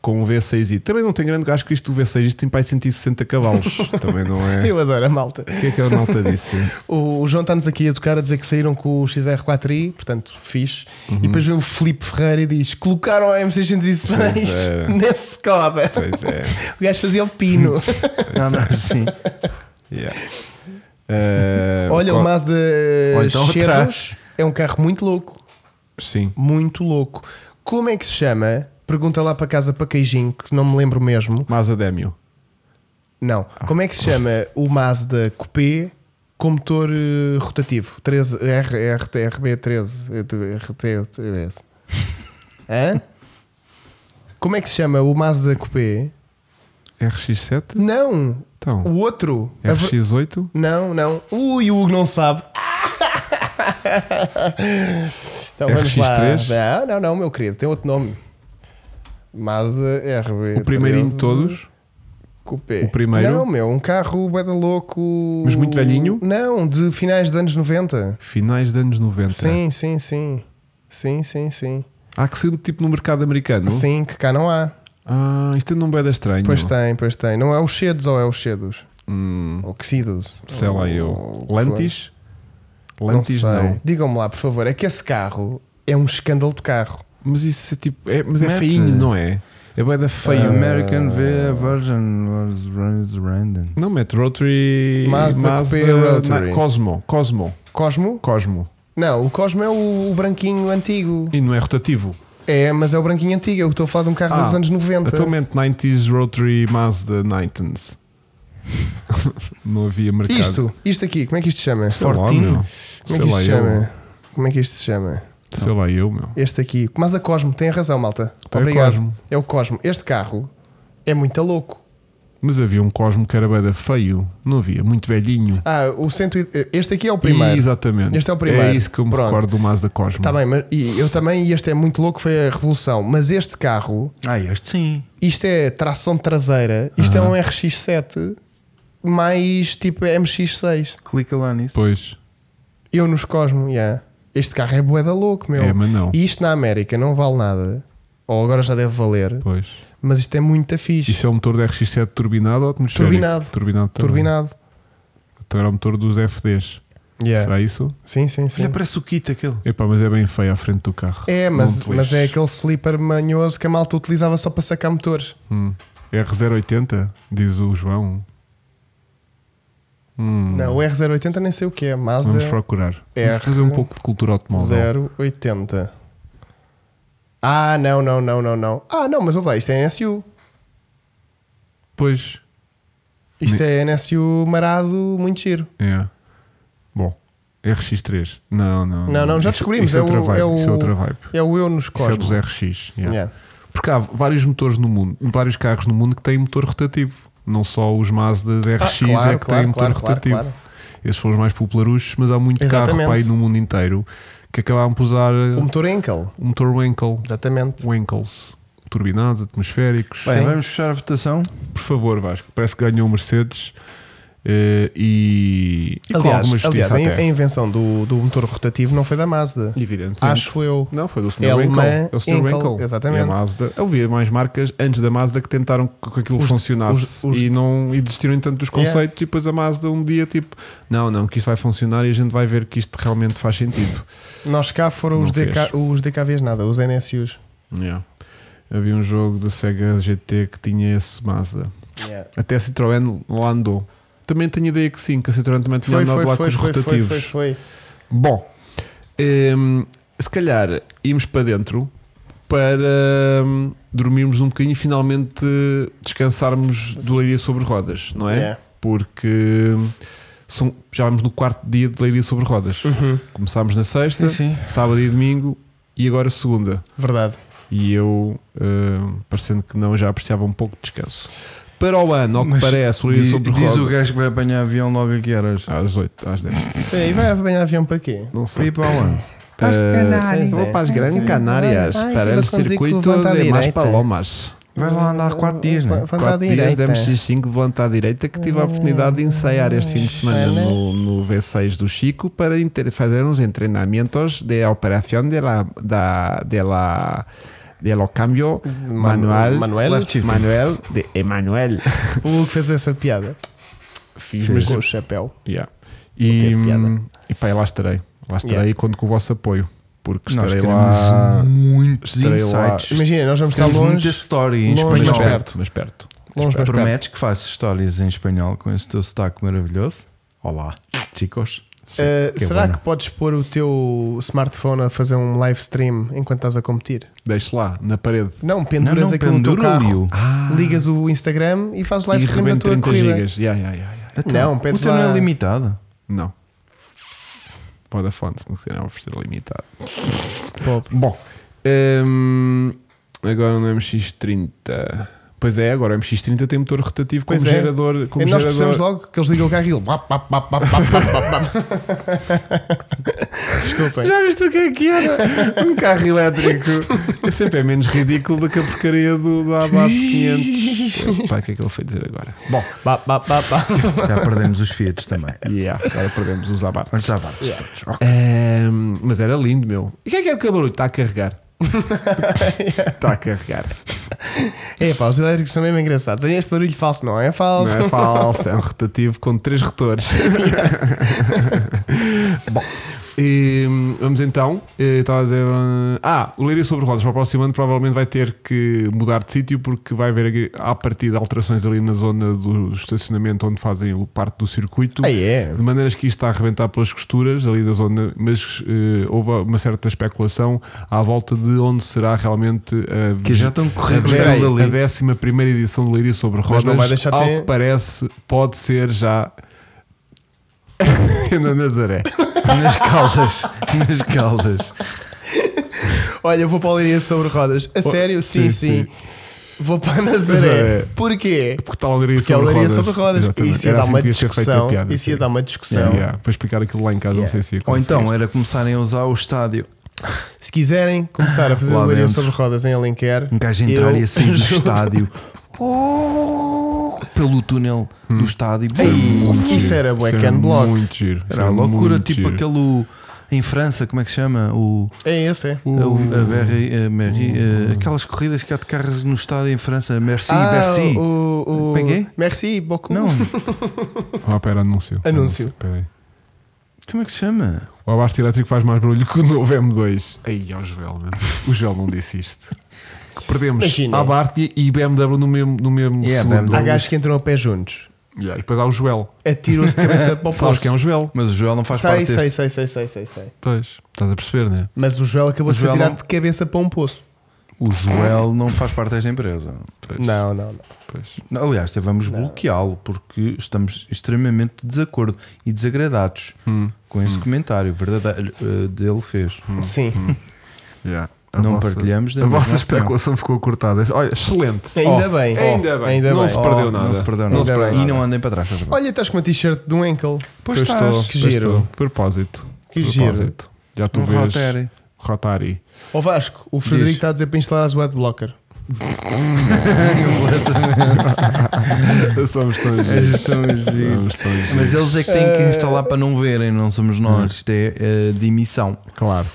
A: com um V6i. Também não tem grande. Acho que isto do V6 isto tem para aí 160 cavalos. Também não é.
C: Eu adoro a malta.
A: O que é que a malta disse?
C: O, o João está-nos aqui a tocar a dizer que saíram com o XR4i, portanto, fixe.
A: Uhum.
C: E depois vem o Filipe Ferreira e diz: colocaram a M606
A: Pois é.
C: nesse cobre.
A: Pois é.
C: O gajo fazia o pino.
B: Não, não, sim.
A: Yeah. Eh,
C: Olha, o
A: qual-
C: Mazda
B: Ou então
C: Cheros
B: atrás.
C: é um carro muito louco.
A: Sim.
C: Muito louco. Como é que se chama? Pergunta lá para casa para Queijinho, que não me lembro mesmo.
A: Mazda Demio.
C: Não. Como é que se chama o Mazda Coupé com motor eh, rotativo? 13, R, RT, RB13. eh, RT, RS. Hã? Como é que se chama o Mazda Coupé?
A: RX7?
C: Não.
A: Então.
C: O outro. Um- A ver-
A: RX8?
C: Não, não. Ui, o Hugo não sabe. então vamos
A: RX3?
C: lá. Não, não, não, meu querido, tem outro nome. Mazda RB.
A: O primeirinho de todos.
C: Coupé.
A: O primeiro?
C: Não, meu, um carro bué da louco.
A: Mas muito velhinho?
C: Não, de finais de anos 90.
A: Finais de anos 90.
C: Sim, sim, sim. Sim, sim, sim.
A: Há que ser tipo no mercado americano.
C: Sim, que cá não há.
A: Ah, isto é um beda estranho.
C: Pois tem, pois tem. Não é os Chedos ou é os Chedos?
A: Hum,
C: Ou Xidos?
A: sei lá eu. Lantis? Lantis
C: sei.
A: não.
C: Digam-me lá, por favor, é que esse carro é um escândalo de carro.
A: Mas isso é tipo. É, mas é
B: Mete.
A: feinho, não é? É beda
B: Foi
A: feio.
B: o
C: Ah,
B: American V Virgin was runs random.
A: Não mete Rotary.
C: Mazda Coupé Rotary.
A: na- Cosmo. Cosmo.
C: Cosmo?
A: Cosmo.
C: Não, o Cosmo é o, o branquinho antigo.
A: E não é rotativo.
C: É, mas é o branquinho antigo. Eu estou a falar de um carro
A: Ah,
C: dos anos 90.
A: Atualmente 90s Rotary Mazda 90s. não havia mercado.
C: Isto, isto aqui, como é que isto se chama?
A: Sei lá,
B: Fortinho?
A: meu.
C: Como é
A: Sei
C: que isto
A: lá
C: se
A: eu.
C: chama? Como é que isto se chama?
A: Sei lá eu, meu.
C: Este aqui. Mas a Cosmo, tem razão, malta.
A: É o
C: Obrigado.
A: Cosmo.
C: É o Cosmo. Este carro é muito louco.
A: Mas havia um Cosmo que era bué da feio. Não havia. Muito velhinho.
C: Ah, o cento e- Este aqui é o primeiro.
A: Exatamente.
C: Este é o primeiro.
A: isso que eu me
C: Pronto.
A: recordo do Mazda Cosmo.
C: Está bem, mas e eu também, e este é muito louco, foi a revolução. Mas este carro,
B: Ah, este sim.
C: isto é tração traseira, isto é um RX7 mais tipo MX6.
B: Clica lá nisso.
A: Pois.
C: Eu nos Cosmo, yeah. Este carro é bué da louco, meu.
A: É, mas não.
C: E isto na América não vale nada, ou agora já deve valer,
A: Pois.
C: mas isto é muito fixe.
A: Isso é um motor da RX7 turbinado ou atmosférico?
C: Turbinado.
A: Turbinado também.
C: Turbinado.
A: Então era o motor dos FDs. Será isso?
C: Sim, sim, sim.
B: Olha, parece o kit aquele.
A: Epá, mas é bem feio à frente do carro.
C: É,
A: Não
C: mas,
A: te lixes.
C: mas é aquele sleeper manhoso que a malta utilizava só para sacar motores.
A: Hum. R080, diz o João. Hum.
C: Não, o R080 nem sei o que é, Mazda.
A: Vamos procurar.
C: R-
A: Vamos fazer um pouco de cultura automóvel.
C: 080. Ah, não, não, não, não, não. Ah, não, mas ouve lá, isto é NSU.
A: Pois.
C: Isto é NSU marado, muito giro.
A: É. Bom. RX3. Não, não.
C: Não, não, já descobrimos,
A: Isso é,
C: é
A: outra
C: o-
A: vibe.
C: é o-
A: Isso é outra vibe.
C: É o eu nos
A: Isso é dos
C: cosmos.
A: RX. yeah.
C: Yeah.
A: Porque há vários motores no mundo, vários carros no mundo que têm motor rotativo. Não só os Mazdas RX é
C: Ah, claro,
A: que
C: claro,
A: têm motor
C: claro, claro,
A: rotativo.
C: claro.
A: Esses foram os mais popularuchos, mas há muito carro
C: Exatamente.
A: para aí no mundo inteiro que acabaram por usar
C: O
A: uh,
C: motor Enkel,
A: um motor Wankel.
C: exatamente.
A: Wankels. Turbinados, atmosféricos.
B: Bem,
C: Sim.
B: vamos fechar a votação.
A: Por favor, Vasco. Parece que ganhou o Mercedes eh, e, e com alguma
C: Aliás, aliás
A: justiça
C: a,
A: até.
C: a invenção do, do motor rotativo não foi da Mazda.
A: Evidentemente.
C: Acho eu.
A: Não, foi do Sr.
C: É alemã,
A: Wankel. É o Sr.
C: Henkel,
A: Wankel.
C: exatamente.
A: É a Mazda. Havia mais marcas antes da Mazda que tentaram que que aquilo funcionasse
C: os- os-
A: e, não, e desistiram tanto dos
C: Yeah.
A: conceitos. E depois a Mazda um dia, tipo, não, não, que isto vai funcionar e a gente vai ver que isto realmente faz sentido.
C: Nós cá foram os,
A: Não fez.
C: DK, os DKVs nada, os NSUs.
A: Yeah. Havia um jogo do Sega GT que tinha esse Mazda. Até a Citroën lá andou. Também tenho ideia que sim, que a Citroën também tinha
C: Foi,
A: andado
C: foi,
A: lá
C: foi,
A: com os
C: foi, foi,
A: rotativos.
C: foi, foi.
A: Bom, hum, se calhar íamos para dentro para hum, dormirmos um bocadinho e finalmente descansarmos do Leiria sobre Rodas, não é?
C: Yeah.
A: Porque hum, são- já vamos no quarto dia de Leiria sobre Rodas.
C: Uhum.
A: Começámos na sexta,
B: Sim,
A: sábado e domingo e agora segunda
C: Verdade.
A: e eu, eh, parecendo que não, já apreciava um pouco de descanso. Para o ano, ao que
B: Mas
A: parece, o Leiria
B: Diz,
A: sobre Ah,
B: diz o
A: Rodas.
B: gajo que vai apanhar avião logo a que horas?
A: Às 8, às 10,
C: E vai apanhar avião para quê?
A: não
B: Para
A: sei.
B: ir para onde?
A: Para as
C: Canárias.
A: Eh, Vou para as
C: Pois
A: Gran
C: é.
A: Canárias,
C: Ai,
A: para
C: tudo
A: o
C: com
A: circuito
C: Zico, levanta à
A: de mais
C: direita.
A: palomas.
B: Vais lá andar 4 dias, não é?
C: Levanta à
A: 4 dias de
C: direita. Ah.
A: MX5 de volante à direita que tive a oportunidade de ensaiar este fim de semana
C: Olha.
A: no, no V6 do Chico para inter- fazer uns treinamentos de operação de la, da, de la, de lo cambio manual,
C: Manuel?
A: left shift, manuel de Emanuel.
C: O Hugo fez essa piada.
A: Fiz, mas
C: Com o chapéu.
A: Yeah.
C: Não
A: E,
C: teve piada.
A: e pá, e lá estarei. Lá estarei
C: Yeah.
A: e conto com o vosso apoio. Porque
B: Nós
A: estarei
B: queremos
A: lá.
B: muitos
A: estarei lá.
B: insights.
C: Imagina, nós vamos estar
B: Temos muita
C: longe.
B: story em
C: longe,
A: Mas
C: não.
B: espanhol.
A: perto, mas perto.
C: Longe, mas perto.
B: Prometes que fazes histórias em espanhol com esse teu sotaque maravilhoso? Olá, chicos.
C: Uh,
A: é
B: Que
C: será
A: né?
B: bueno.
C: que podes pôr o teu smartphone a fazer um live stream enquanto estás a competir?
A: Deixe lá, na parede.
C: Não, penduras
B: Não, não,
C: aquilo no teu
B: pendura-lhe-o.
C: carro, Ah. ligas o Instagram e fazes live
A: e
C: stream da
A: rebento
C: tua
A: 30
C: corrida.
A: gigas. Yeah, yeah, yeah, yeah.
B: Então,
C: Não, pedes
B: o teu não
C: lá-
B: é limitado.
A: Não. Vodafone, se me quiserem oferecer limitado.
C: Pobre.
A: Bom, hum, agora no MX30. Pois é, agora o MX30 tem motor rotativo como
C: Pois é.
A: gerador. Como
C: e nós percebemos
A: gerador.
C: logo que eles ligam o carro e ele. bap, bap, bap, bap, bap, bap, bap. Desculpem.
A: Já viste o que é que era? Um carro elétrico. É sempre é menos ridículo do que a porcaria do, do Abate 500. Pá, o que é que ele foi dizer agora? Bom,
C: Bap, bap, bap, bap.
B: Já perdemos os Fiat também.
A: yeah, agora perdemos os Abarth.
B: Vamos à parte.
A: Ahm, mas era lindo, meu. E quem é que era que barulho? Está a carregar. Está a carregar.
C: É pá, os elétricos são mesmo engraçados. Tem este barulho falso, não é
A: Não
C: falso?
A: é falso, é um rotativo com três rotores. Bom, e, hum, vamos então. Eh, Estava a dizer. hum, Ah, o Leiria sobre rodas para o próximo ano provavelmente vai ter que mudar de sítio porque vai haver aqui, à partida alterações ali na zona do estacionamento onde fazem o parte do circuito.
C: Ah, é.
A: De maneiras que isto está a arrebentar pelas costuras ali da zona, mas eh, houve uma certa especulação à volta de onde será realmente a
B: Que já estão
A: a
B: correndo
A: décima-
B: pelos
A: a
B: ali.
A: 11 primeira edição do Leiria sobre
C: não
A: Rodas,
C: vai deixar de
A: ao
C: ser-
A: que parece, pode ser já na Nazaré.
B: Nas caldas. Nas caldas.
C: Olha, eu vou para a Leiria sobre rodas. A sério?
A: Oh,
C: Sim, sim.
A: sim, é.
C: Vou para
A: Nazaré.
C: Nazaré. Porquê?
A: Porque está a Leiria
C: Porque é o
A: sobre
C: Leiria
A: rodas.
C: sobre rodas.
A: Exatamente.
C: Isso ia
A: Era
C: dar
A: assim
C: uma
A: que devia ser feita a
C: discussão.
A: piada,
C: Isso ia
A: sim.
C: dar uma discussão.
A: Yeah, yeah. Para explicar aquilo lá em casa, não
C: Yeah.
A: sei se ia
B: Ou
A: conseguir.
B: então era começarem a usar o estádio.
C: Se quiserem começar a fazer
B: Lá
C: o Leiria
B: dentro.
C: sobre rodas em Alenquer,
B: Um gajo
C: eu
B: entrar e assim do
C: ajudo.
B: estádio. Oh, Hum. pelo túnel do estádio.
C: Ei, Isso era bué
A: Isso
C: can block.
A: Muito giro. Isso
B: Era a loucura,
A: muito
B: tipo
A: giro.
B: aquele. o- Em França, como é que se chama? O.
C: É esse, é.
B: a- o- a Berry- a Merri- eh, aquelas corridas que há de carros no estádio em França, Merci, Merci.
C: Ah, O, o,
B: Como é que é?
C: Merci, beaucoup.
B: Não,
A: Ah, pera, anúncio.
C: Anúncio.
A: Pera aí.
B: como é que se chama?
A: O abaste elétrico faz mais barulho que o novo M2. Aí, ó Joel, meu. O Joel não disse isto. Que perdemos
C: Imagina.
A: Abarth e BMW no mesmo, no mesmo
B: Yeah,
A: segundo.
B: BMW.
C: Há gajos que entram a pé juntos.
A: Yeah, E depois há o Joel.
C: Atiram-se de cabeça para o
A: Sabes que é
C: poço.
A: um Joel.
B: Mas o Joel não faz
C: Sei,
B: parte deste.
C: sei, sei, sei, sei, sei, sei.
A: Pois, estás a perceber, né?
C: Mas o Joel acabou
B: O
C: de ser
B: Joel
C: tirado
B: não-
C: de cabeça para um poço.
B: O Joel não faz parte desta empresa.
C: Não, não, não.
A: Pois.
B: Aliás, até vamos bloqueá-lo porque estamos extremamente de desacordo e desagradados
A: Hum.
B: com esse comentário verdadeiro eh, dele fez.
C: Sim.
A: Hum. Yeah. A
B: Não
A: vossa-
B: partilhamos da
A: A
B: mesma
A: vossa
B: opinião.
A: especulação ficou cortada. Olha, excelente.
C: Ainda
A: Oh,
C: bem.
A: Ainda
C: Oh,
A: bem.
C: ainda
A: não
C: bem.
A: se perdeu
B: Oh,
A: nada.
B: Não se perdeu
A: Não
B: nada.
A: se perdeu
B: E não
A: nada.
B: andem para trás. estás a ver?
C: Olha, estás com uma t-shirt de um Enkel.
B: Pois
A: Pois
B: estás.
A: estou,
C: Que
A: pois
C: giro.
A: estou. Propósito.
C: Que giro.
A: Propósito. Já tu
B: Um
A: vês.
B: Rotary.
A: Rotary.
C: Ó Vasco, o Frederico
B: Diz.
C: está a dizer para instalar as Adblocker.
A: Somos tão giros. Somos tão giros.
B: Mas eles é que têm que instalar para não verem, não somos nós. Isto é eh, de emissão.
A: Claro.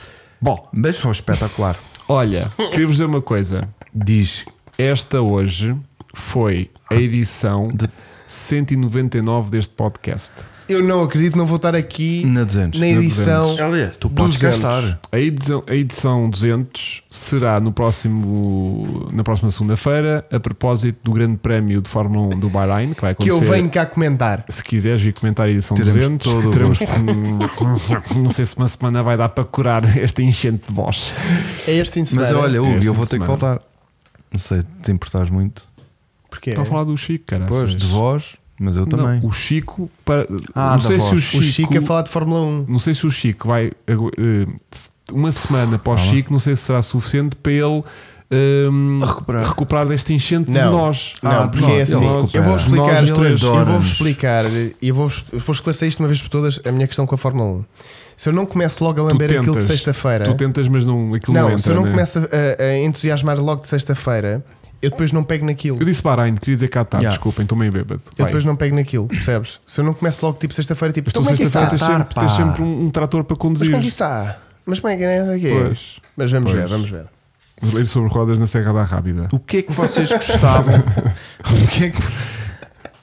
A: Bom,
B: Mas foi espetacular.
A: olha, queria-vos dizer uma coisa.
B: Diz
A: Esta hoje foi a edição
B: De-
A: 199 deste podcast.
C: Eu não acredito, não vou estar aqui
B: na 200.
C: na
B: Na
C: edição.
B: 200. Aliás, tu podes
C: 200.
B: gastar.
A: A edição, a edição 200 será no próximo, na próxima segunda-feira, a propósito do Grande Prémio de Fórmula 1 do Bahrein, que vai
C: que
A: acontecer.
C: eu venho cá comentar.
A: Se quiseres vir comentar a edição
B: Teremos
A: 200,
B: todo o
A: teremos. não sei se uma semana vai dar para curar esta enchente de voz.
C: É este fim de
B: Mas
C: semana.
B: olha, Hugo,
A: Este
B: eu
A: fim
B: vou
A: de
B: ter que
A: semana.
B: voltar. Não sei, te importares muito.
C: Porquê?
A: Estou a falar do Chico, cara.
B: Pois, de voz, mas eu também.
A: Não, o Chico. Para,
B: Ah,
A: não
B: da
A: sei se o
B: voz.
A: Chico.
C: O Chico a falar de Fórmula 1.
A: Não sei se o Chico vai. agu- eh, se- Uma semana após Chico, não sei se será suficiente para ele. ehm,
B: Recuperar.
A: deste enchente de
C: Não.
A: nós.
C: Não,
B: Ah,
C: porque é
B: pronto,
C: assim.
B: ele
C: Eu
B: recupera.
C: vou explicar,
A: Nós os três
C: eu vou
B: horas.
C: explicar e eu vou, vou esclarecer isto uma vez por todas a minha questão com a Fórmula 1. Se eu não começo logo a
A: Tu
C: lamber aquilo de
A: tentas.
C: sexta-feira,
A: Tu tentas, mas não, aquilo não,
C: não,
A: entra.
C: se eu não
A: né?
C: começo a, a entusiasmar logo de sexta-feira, eu depois não pego naquilo.
A: Eu disse Bahrein, queria dizer Qatar,
B: Yeah.
A: desculpem, estou meio bêbado.
C: Eu
A: Vai.
C: depois não pego naquilo, percebes? Se eu não começo logo tipo sexta-feira, tipo,
A: Mas tu
C: então como é que isso
A: sexta-feira tens,
C: está?
A: sempre,
B: Tá,
A: tens
B: pá.
A: sempre um, um trator para
C: Mas
A: conduzir.
C: como é que isso está? Mas como é que não é isso aqui?
A: Pois.
C: Mas vamos
A: Pois.
C: ver, vamos ver.
A: Ler sobre rodas na Serra da Rábida.
B: O que é que vocês gostavam? o, que é que,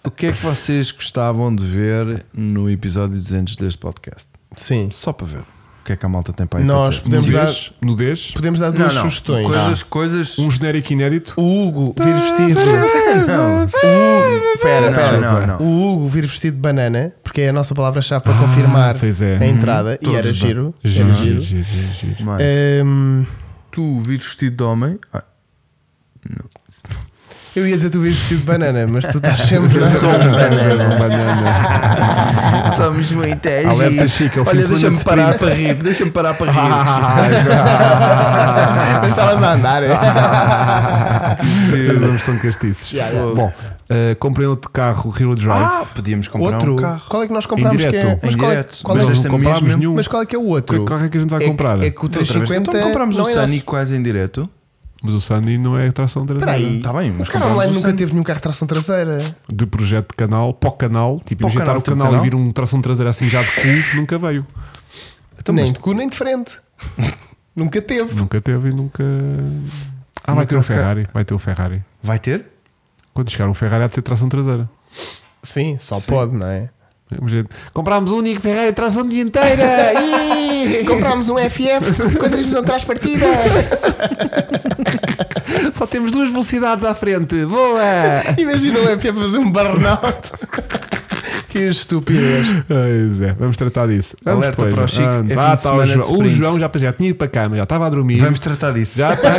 B: o que é que vocês gostavam de ver no episódio 200 deste podcast?
C: Sim.
B: Só para ver o que é que a malta tem para aí para
C: Nós
B: dizer.
C: podemos dar,
A: Nudez, nudez,
C: podemos dar duas sugestões.
B: Coisas, coisas.
A: um genérico inédito.
C: O Hugo vir vestido.
B: Não.
C: O Hugo, pera,
B: Não,
C: pera.
B: não, não. Ah,
C: O Hugo vir vestido de banana, porque é a nossa palavra-chave para confirmar
A: pois é.
C: a entrada. e era
B: Uhum. Todos
C: giro.
A: Giro,
C: Era
A: giro,
C: giro.
A: giro, giro, giro.
B: Mais.
C: Hum,
B: Tu vir vestido de homem. Ah,
C: eu ia dizer tu vir vestido de banana, mas tu estás sempre.
B: Eu sou um
A: Um
B: banana.
A: banana.
B: Somos muito
A: Alerta chique, é o fim de
B: Olha,
A: semana
B: deixa-me
A: de
B: parar para rir. Deixa-me parar para rir.
C: mas estavas a andar.
A: é?
B: é?
A: Os nomes estão castiços.
C: Yeah, yeah.
A: Bom, eh, comprei outro carro, Hero Drive.
B: Ah, podíamos comprar
C: Outro?
B: um carro.
C: Qual é que nós comprámos que é?
A: Indireto.
C: Mas qual é,
B: Indireto.
C: qual é,
B: Mas
A: Nós
C: o-
B: este
A: não comprámos
B: mesmo-
A: nenhum.
C: mas qual é que é o outro?
A: Que carro é que a gente vai
C: É que-
A: comprar?
C: É que o
B: Da outra vez.
C: 350.
B: Então comprámos
C: não
B: o
C: é
B: Sunny
C: nosso.
B: quase em direto.
A: Mas o Sunny não é tração traseira.
C: Espera aí.
B: Tá bem, mas
C: o carro
B: compramos
C: online
B: o
C: nunca
B: Sunny.
C: teve nenhum carro de tração traseira.
A: De projeto de canal, para o canal, tipo,
B: Para o
A: injetar
B: canal,
A: o
B: tem um
A: canal,
B: canal?
A: e vir um tração traseira assim já de cu, nunca veio.
B: Então,
C: nem de cu, nem de frente. nunca teve.
A: Nunca teve e nunca. Ah, vai
B: Nunca
A: ter um
B: fica-
A: Ferrari. Vai ter um Ferrari.
B: Vai ter?
A: Quando chegar um Ferrari, há de ter tração traseira.
C: Sim, só pode, não é?
A: Vamos ver. Comprámos um único Ferrari, tração dianteira! Ih!
C: Comprámos um FF com transmissão de trás partida.
A: Só temos duas velocidades à frente. Boa!
C: Imagina um FF fazer um burnout. que estupidez.
A: Pois é, vamos tratar disso. Vamos
B: Alerta para o Chico,
A: Ah,
B: é fim
A: vá,
B: de
A: tá,
B: semana
A: o,
B: de
A: João. o
B: sprint.
A: João já, já tinha ido para a cama, já estava a dormir.
B: Vamos tratar disso.
A: já está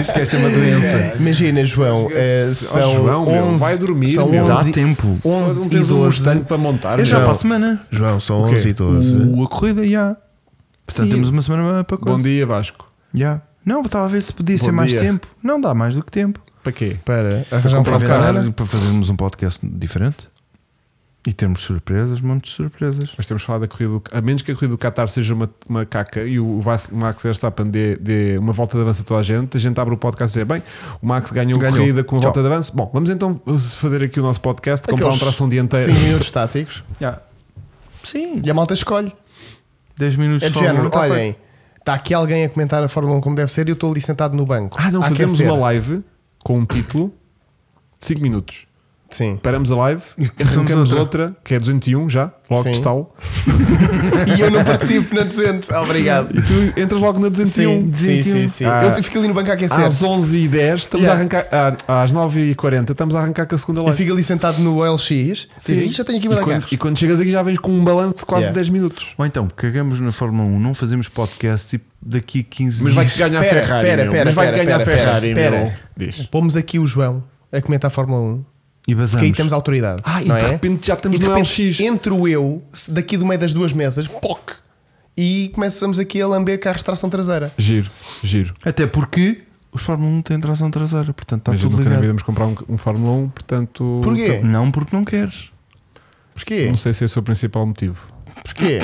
B: Isto que esta é uma doença.
C: Imagina, João. eh,
A: Oh,
C: são
A: João, meu,
C: 11
A: vai dormir,
C: São
A: meu. Dá
C: 11,
B: tempo.
C: 11
A: Não
C: e
A: tens um
C: 12.
A: Mustang para montar.
B: Eu já
A: João.
B: para né? a semana.
C: João, são
A: O quê?
C: 11 e 12.
B: O- a corrida, já. Portanto,
A: Sim.
B: temos uma semana para coisa.
A: Bom dia, Vasco.
B: Já. Não, estava a ver se podia
A: Bom
B: ser mais
A: dia.
B: tempo. Não dá mais do que tempo.
A: Para quê?
C: Para arranjar
B: para,
C: um prato de
B: inventar,
C: carne.
B: para fazermos um podcast diferente e termos surpresas, montes de surpresas.
A: Mas temos falado da corrida do, A menos que a corrida do Qatar seja uma, uma caca e o Vas- o Max Verstappen dê, dê uma volta de avanço a toda a gente, a gente abre o podcast e dizer: Bem, o Max ganhou, a
B: Ganhou.
A: corrida com uma
B: Tchau.
A: volta de avanço. Bom, vamos então fazer aqui o nosso podcast, comprar um
C: Aqueles
A: tração dianteiro.
C: 5 minutos estáticos.
B: Já. Sim,
C: E a malta escolhe.
B: 10 minutos
C: É de
B: só,
C: género,
B: não tá feito.
C: olhem, está aqui alguém a comentar a Fórmula 1 como deve ser e eu estou ali sentado no banco.
A: Ah, não,
C: A
A: fazemos
C: aquecer.
A: uma live com um título de 5 minutos.
C: Sim.
A: Paramos a live,
B: começamos
A: arrancamos outra.
B: outra.
A: que é 201 já, logo
C: Sim.
A: de tal,
C: e eu não participo na 200. Ah, Obrigado.
A: e tu entras logo na 201.
C: Sim, sim, sim,
B: um.
C: sim.
A: Ah,
C: eu fico ali no banco a aquecer.
A: às 11h10, estamos
C: Yeah.
A: a arrancar, ah, às 9h40, estamos a arrancar com a segunda
C: Eu
A: live.
C: fico ali sentado no LX.
A: Sim.
C: Sim. Já tenho aqui
A: E
C: uma
A: quando,
C: carros.
A: e quando chegas aqui já vens com um balanço de quase
C: Yeah.
A: 10 minutos.
B: Ou então, cagamos na Fórmula 1, não fazemos podcast e daqui a 15
A: Mas vai
B: dias.
A: ganhar a
C: Pera,
A: Ferrari.
C: pera,
A: meu.
C: pera,
A: Mas vai
C: pera,
A: ganhar a
C: pera,
A: Ferrari.
C: pera,
A: meu.
C: pera.
A: Diz.
C: Pomos aqui o João a comentar a Fórmula 1.
B: E
C: Porque
B: vazamos.
C: aí temos autoridade.
A: Ah, e
C: não
A: de
C: é?
A: repente já estamos
C: E de
A: no
C: repente
A: LX.
C: Entro eu, se- daqui do meio das duas mesas, POC, e começamos aqui a lamber carros de tração traseira.
A: Giro, giro.
B: Até porque os Fórmula 1 têm tração traseira, portanto está
A: Mas
B: tudo
A: nunca na vida
B: ligado.
A: vamos comprar um, um Fórmula 1, portanto.
C: Porquê?
B: Não porque não queres.
C: Porquê?
A: Não sei se esse é o principal motivo.
C: Porquê?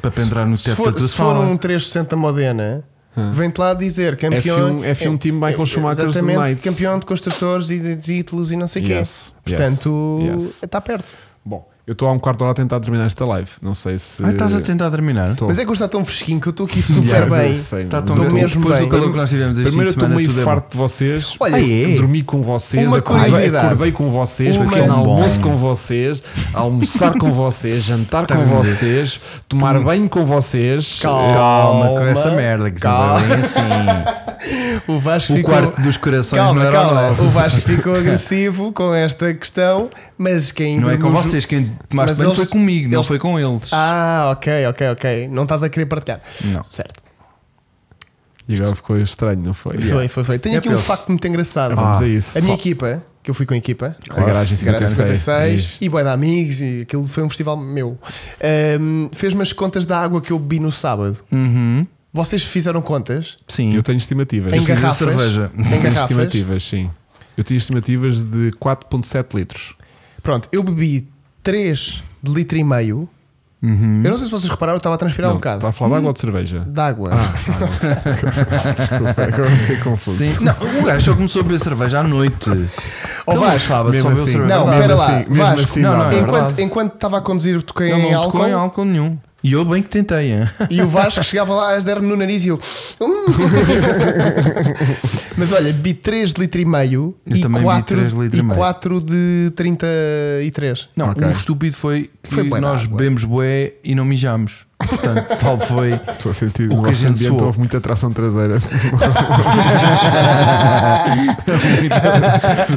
B: Para pendurar no
C: Se
B: teto
C: for,
B: da tua
C: se for
B: sala.
C: um 360 Modena,
B: Hum.
C: vem-te lá dizer campeão.
A: F1 F1 time Michael Schumacher
C: exatamente,
A: Knights.
C: campeão de construtores e de títulos e não sei o
A: Yes,
C: quê. Portanto,
A: yes, yes.
C: está perto.
A: Bom, eu estou há um quarto de hora a tentar terminar esta live. Não sei se.
B: Ah, estás a tentar terminar?
A: Tô.
C: Mas é que hoje está tão fresquinho que eu estou aqui super
A: Yeah, mas eu
C: bem.
A: sei,
B: Está
A: mano.
B: tão
C: Tô
B: grande.
C: mesmo
B: Depois
C: bem.
B: do calor que nós tivemos este fim
A: Primeiro
B: de
A: eu estou
B: semana,
A: meio
B: tudo é bom.
A: farto de vocês.
C: Olha,
A: eu
B: é?
A: dormi com vocês,
C: Uma
A: acordei,
C: curiosidade.
A: acordei com vocês,
C: Uma- é um
A: pequeno
C: Tão
B: bom.
A: almoço com vocês, almoçar com vocês, jantar com vocês, tomar banho com vocês.
B: Calma com essa merda, que
C: Calma.
B: se vai bem assim.
C: O Vasco
B: O
C: ficou.
B: quarto dos corações
C: Calma,
B: não era
C: calma.
B: o nosso.
C: O Vasco ficou agressivo com esta questão, mas quem
B: Não é com
C: nos-
B: vocês, quem tomaste
C: Mas
B: banho
C: eles-
B: foi comigo, não
C: eles-
B: foi com eles.
C: Ah, ok, ok, ok. Não estás a querer partilhar.
B: Não.
C: Certo.
A: E agora ficou estranho, não foi?
C: Foi, foi, foi. Tenho
B: É Ah,
C: aqui um
B: porque-
C: facto muito engraçado.
A: Vamos a isso.
C: A minha
A: Só-
C: equipa, que eu fui com a equipa,
A: A garagem 56,
C: 56, e boi de amigos, e aquilo foi um festival meu. Ahm, Fez-me as contas da água que eu bebi no sábado.
B: Uhum.
C: Vocês fizeram contas
B: Sim.
A: Eu tenho estimativas.
C: em
B: fiz a
C: garrafas?
B: cerveja.
A: Eu
C: Em
A: tenho
C: garrafas.
A: estimativas, sim. Eu tinha estimativas de 4,7 litros.
C: Pronto, eu bebi 3 de litro e meio.
B: Uhum. tá-
C: Eu não sei se vocês repararam, eu estava a transpirar um bocado.
A: Está tá a falar de água ou de cerveja?
C: De água.
B: Ah.
A: Desculpa, agora fiquei confuso.
B: Sim. Não, o gajo só começou a beber cerveja à noite.
C: Ó,
B: Ele
C: Vasco,
B: no Então, sábado
A: mesmo
B: só bebeu
A: assim.
B: cerveja.
C: Não,
B: Não,
C: pera
A: mesmo
C: lá,
A: assim, mesmo
C: Vasco,
A: assim,
B: não,
C: não,
B: não, é
C: enquanto,
B: verdade.
C: enquanto estava a conduzir, toquei
B: não,
C: em
B: não
C: álcool.
B: tocou em álcool nenhum. E eu bem que tentei, hein?
C: E o Vasco chegava lá às 10 no nariz e eu. "Hum." Mas olha, bi 3 de litro e meio
B: Eu
C: e
B: também bi
C: 4,
B: três de litro e
C: e
B: meio.
C: 4 de 33.
B: Não,
A: Ok.
B: o estúpido foi que
C: Foi bué de
B: nós
C: água.
B: bebemos bué e não mijamos. Portanto, tal foi.
A: Estou a sentir
B: O
A: o
B: que a
A: nosso
B: gente
A: ambiente
B: soou.
A: houve muita tração traseira.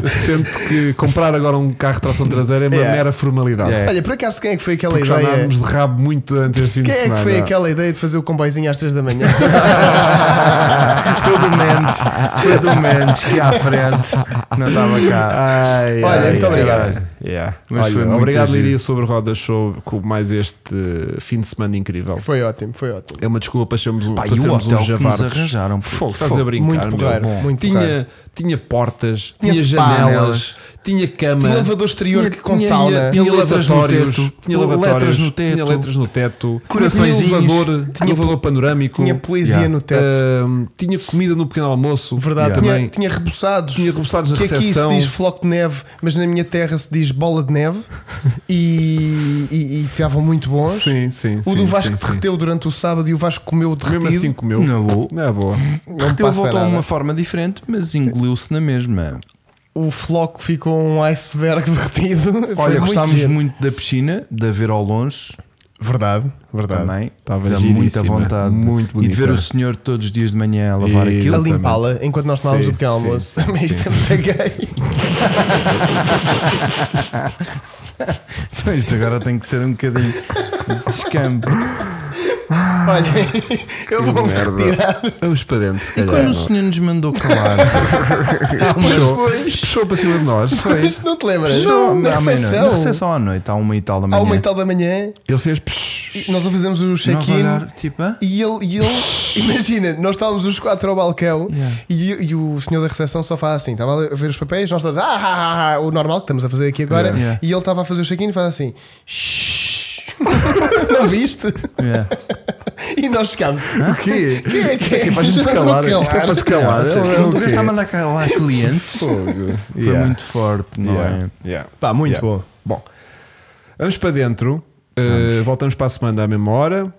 A: Sinto que comprar agora um carro de tração traseira é uma
C: Yeah.
A: mera formalidade.
B: Yeah.
C: Olha, por acaso quem é que foi aquela
A: Porque já
C: ideia?
A: andámos de rabo muito durante este fim
C: Quem
A: de
C: é que
A: semana.
C: foi aquela ideia de fazer o comboizinho às 3 da manhã?
B: Foi do Mendes, foi do Mendes que à frente não estava
A: Ah,
B: cá.
D: Ai,
C: Olha,
D: ai,
C: muito
D: ai,
C: obrigado.
D: ai. Yeah. Mas
A: Olha,
D: foi muito
A: obrigado,
D: giro.
A: Liria, sobre rodas show com mais este eh, fim de semana incrível.
C: foi ótimo, foi ótimo.
A: É uma desculpa para sermos um,
B: Pá,
A: para
B: e o
A: sermos
B: hotel
A: uns
B: que nos
A: javardos.
B: arranjaram. pô.
A: Fogo, estás a brincar.
C: muito
A: meu.
C: porreiro, muito porreiro.
A: tinha, tinha portas,
C: Tinha
A: tinha,
C: spa.
A: janelas, tinha cama,
C: Tinha um elevador exterior que com
A: tinha,
C: sauna.
A: tinha,
B: Tinha letras no
A: lavatórios,
B: teto.
A: tinha
B: Letras
A: lavatórios,
B: no teto.
A: tinha letras no teto,
B: Coraçõezinhos.
A: tinha elevador, tinha Eh, elevador panorâmico,
C: Tinha poesia
B: Yeah.
C: no teto.
A: ahm, tinha comida no pequeno almoço,
C: Verdade,
A: também.
C: tinha, tinha reboçados.
A: Tinha reboçados na
C: que aqui se
A: recepção.
C: diz floco de neve, mas na minha terra se diz bola de neve e, e, e estavam muito bons.
A: Sim, sim.
C: o
A: sim,
C: do Vasco
A: sim, sim.
C: derreteu durante o sábado e o Vasco comeu derretido.
A: Mesmo assim comeu.
B: Na boa.
A: Na boa.
C: não
B: Ele
C: passa
B: voltou de
C: nada.
B: uma forma diferente, mas engoliu-se na mesma.
C: O floco ficou um iceberg derretido. Foi
B: Olha,
C: muito
B: gostámos
C: giro.
B: muito da piscina, de a ver ao longe
A: Verdade, verdade.
B: também.
A: Estava
B: Estava
A: giríssima,
B: muita vontade.
A: muito
B: e de ver
A: bonita.
B: o senhor todos os dias de manhã a lavar
A: E-
B: aquilo.
C: A limpá-la enquanto nós tomávamos
A: Sim,
C: o pequeno
A: sim,
C: almoço.
A: sim,
C: Mas isto é
A: sim.
C: muito gay.
B: Isto agora tem que ser um bocadinho de descampo.
C: Olha, eu vou-me
A: Ah, merda.
C: retirar.
A: Vamos para dentro, se
B: E
A: calhar.
B: quando o senhor nos mandou calar?
C: Mas
A: Puxou,
C: foi.
A: puxou para cima de nós.
C: Isto não te lembras?
B: Não,
C: na
B: à meia-noite.
A: é
C: recepção.
B: Na recepção à noite, à uma e tal da
C: À
B: manhã.
C: uma e tal da manhã,
A: Ele fez. psh,
C: e nós fazemos o
B: Nós a
C: check-in.
B: olhar, tipo, hã?
C: E ele, e ele imagina, nós estávamos os quatro ao balcão
B: Yeah.
C: e, e o senhor da recepção só faz assim: estava a ver os papéis, nós todos, ah, ah, ah, ah", o normal que estamos a fazer aqui agora,
B: Yeah. Yeah.
C: e ele estava a fazer o check-in e faz assim: "Shhh." não viste?
B: Yeah.
C: E nós chegámos:
A: O quê?
C: quem é que é?
A: para a gente se calar.
C: Não
A: Isto é para se calar.
B: Não,
A: Ele-
B: o
A: o
B: gajo
A: quê?
B: está a mandar calar clientes. Foi
A: Yeah.
B: muito forte, não
A: Yeah,
B: é?
A: yeah.
C: Pá, muito
A: Yeah.
C: bom.
A: Bom, vamos para dentro. Uh, voltamos para a semana à mesma hora.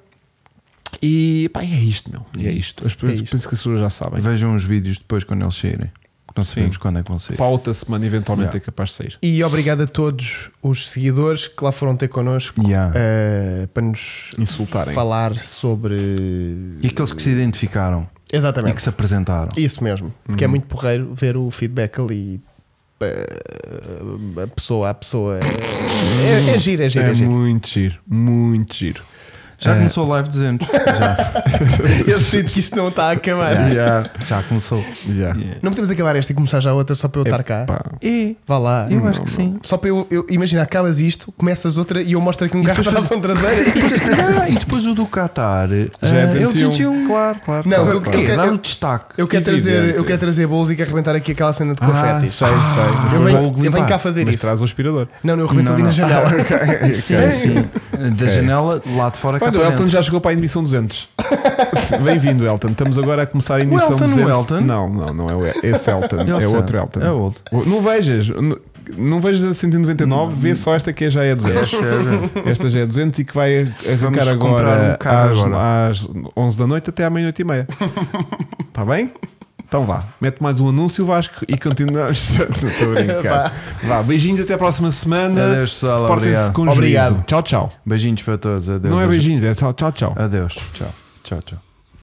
A: E pá, e é isto, meu. E é isto. As pessoas,
C: É isto.
A: Penso que as pessoas já sabem.
B: Vejam os vídeos depois quando eles saírem. que Não sabemos quando é que vão sair.
A: Para a outra semana, eventualmente,
B: Yeah.
A: é capaz de sair.
C: E obrigado a todos os seguidores que lá foram ter connosco
B: Yeah.
C: eh, para nos
A: Insultarem.
C: falar sobre.
B: E aqueles que se identificaram e
C: Exatamente.
B: que se apresentaram.
C: Isso mesmo, porque é
B: Uhum.
C: muito porreiro ver o feedback ali. eh, A pessoa a pessoa é, é giro, é giro, é,
A: é
C: giro.
A: muito giro, muito giro.
B: Já começou o live 200. já,
C: Eu sinto que isto não está a acabar.
B: É.
A: Yeah.
B: já começou.
A: Yeah.
C: Não podemos acabar esta e começar já outra só para eu estar cá.
A: Pá,
B: E
C: Vá lá.
B: eu acho que sim.
C: Só para eu, eu imagina, acabas isto, começas outra e eu mostro aqui um carro de tração traseira.
B: Ah, e depois o do Qatar. ah,
A: é
B: é o
A: 21.
B: 21. Claro, claro.
C: Não,
B: claro,
C: eu-
B: claro.
C: eu quero-
B: Dar
C: eu-
B: o destaque.
C: Eu quero, trazer, eu quero trazer bolos e quero arrebentar aqui aquela cena de
A: Ah, sei,
C: confetes.
A: sei.
C: eu,
B: vou
C: venho, eu venho
B: limpar,
C: cá fazer
A: Mas
C: isso.
A: traz o aspirador.
C: Não, não, eu arrebento
B: Ah, Não,
C: ali na
B: não.
C: janela.
B: Sim, sim. Da janela, lá de fora, cá
A: Olha, o
B: para
A: Elton
B: dentro.
A: já chegou para a emissão 200. Bem-vindo, Elton. Estamos agora a começar a emissão
B: Elton,
C: é
B: o
A: 200.
B: Elton?
A: Não, não, não é o- esse Elton. é
B: Elton.
A: outro Elton.
B: É outro.
A: Não vejas. n- Não vejas a 199, vê só esta que já é 200. Esta já é 200 e que vai arrancar
B: Vamos comprar
A: agora,
B: um carro
A: às,
B: agora.
A: às 11 da noite até à meia-noite e meia. Está bem? Então vá, mete mais um anúncio Vasco e continua. Estou a brincar. Vá, beijinhos até à próxima semana.
B: Adeus, pessoal.
A: Portem-se
B: Obrigado.
A: com
C: Obrigado.
A: juízo. Tchau, tchau.
B: Beijinhos para todos. Adeus.
A: Não é beijinhos, é tchau, tchau, tchau.
B: Adeus. Tchau. Tchau, tchau.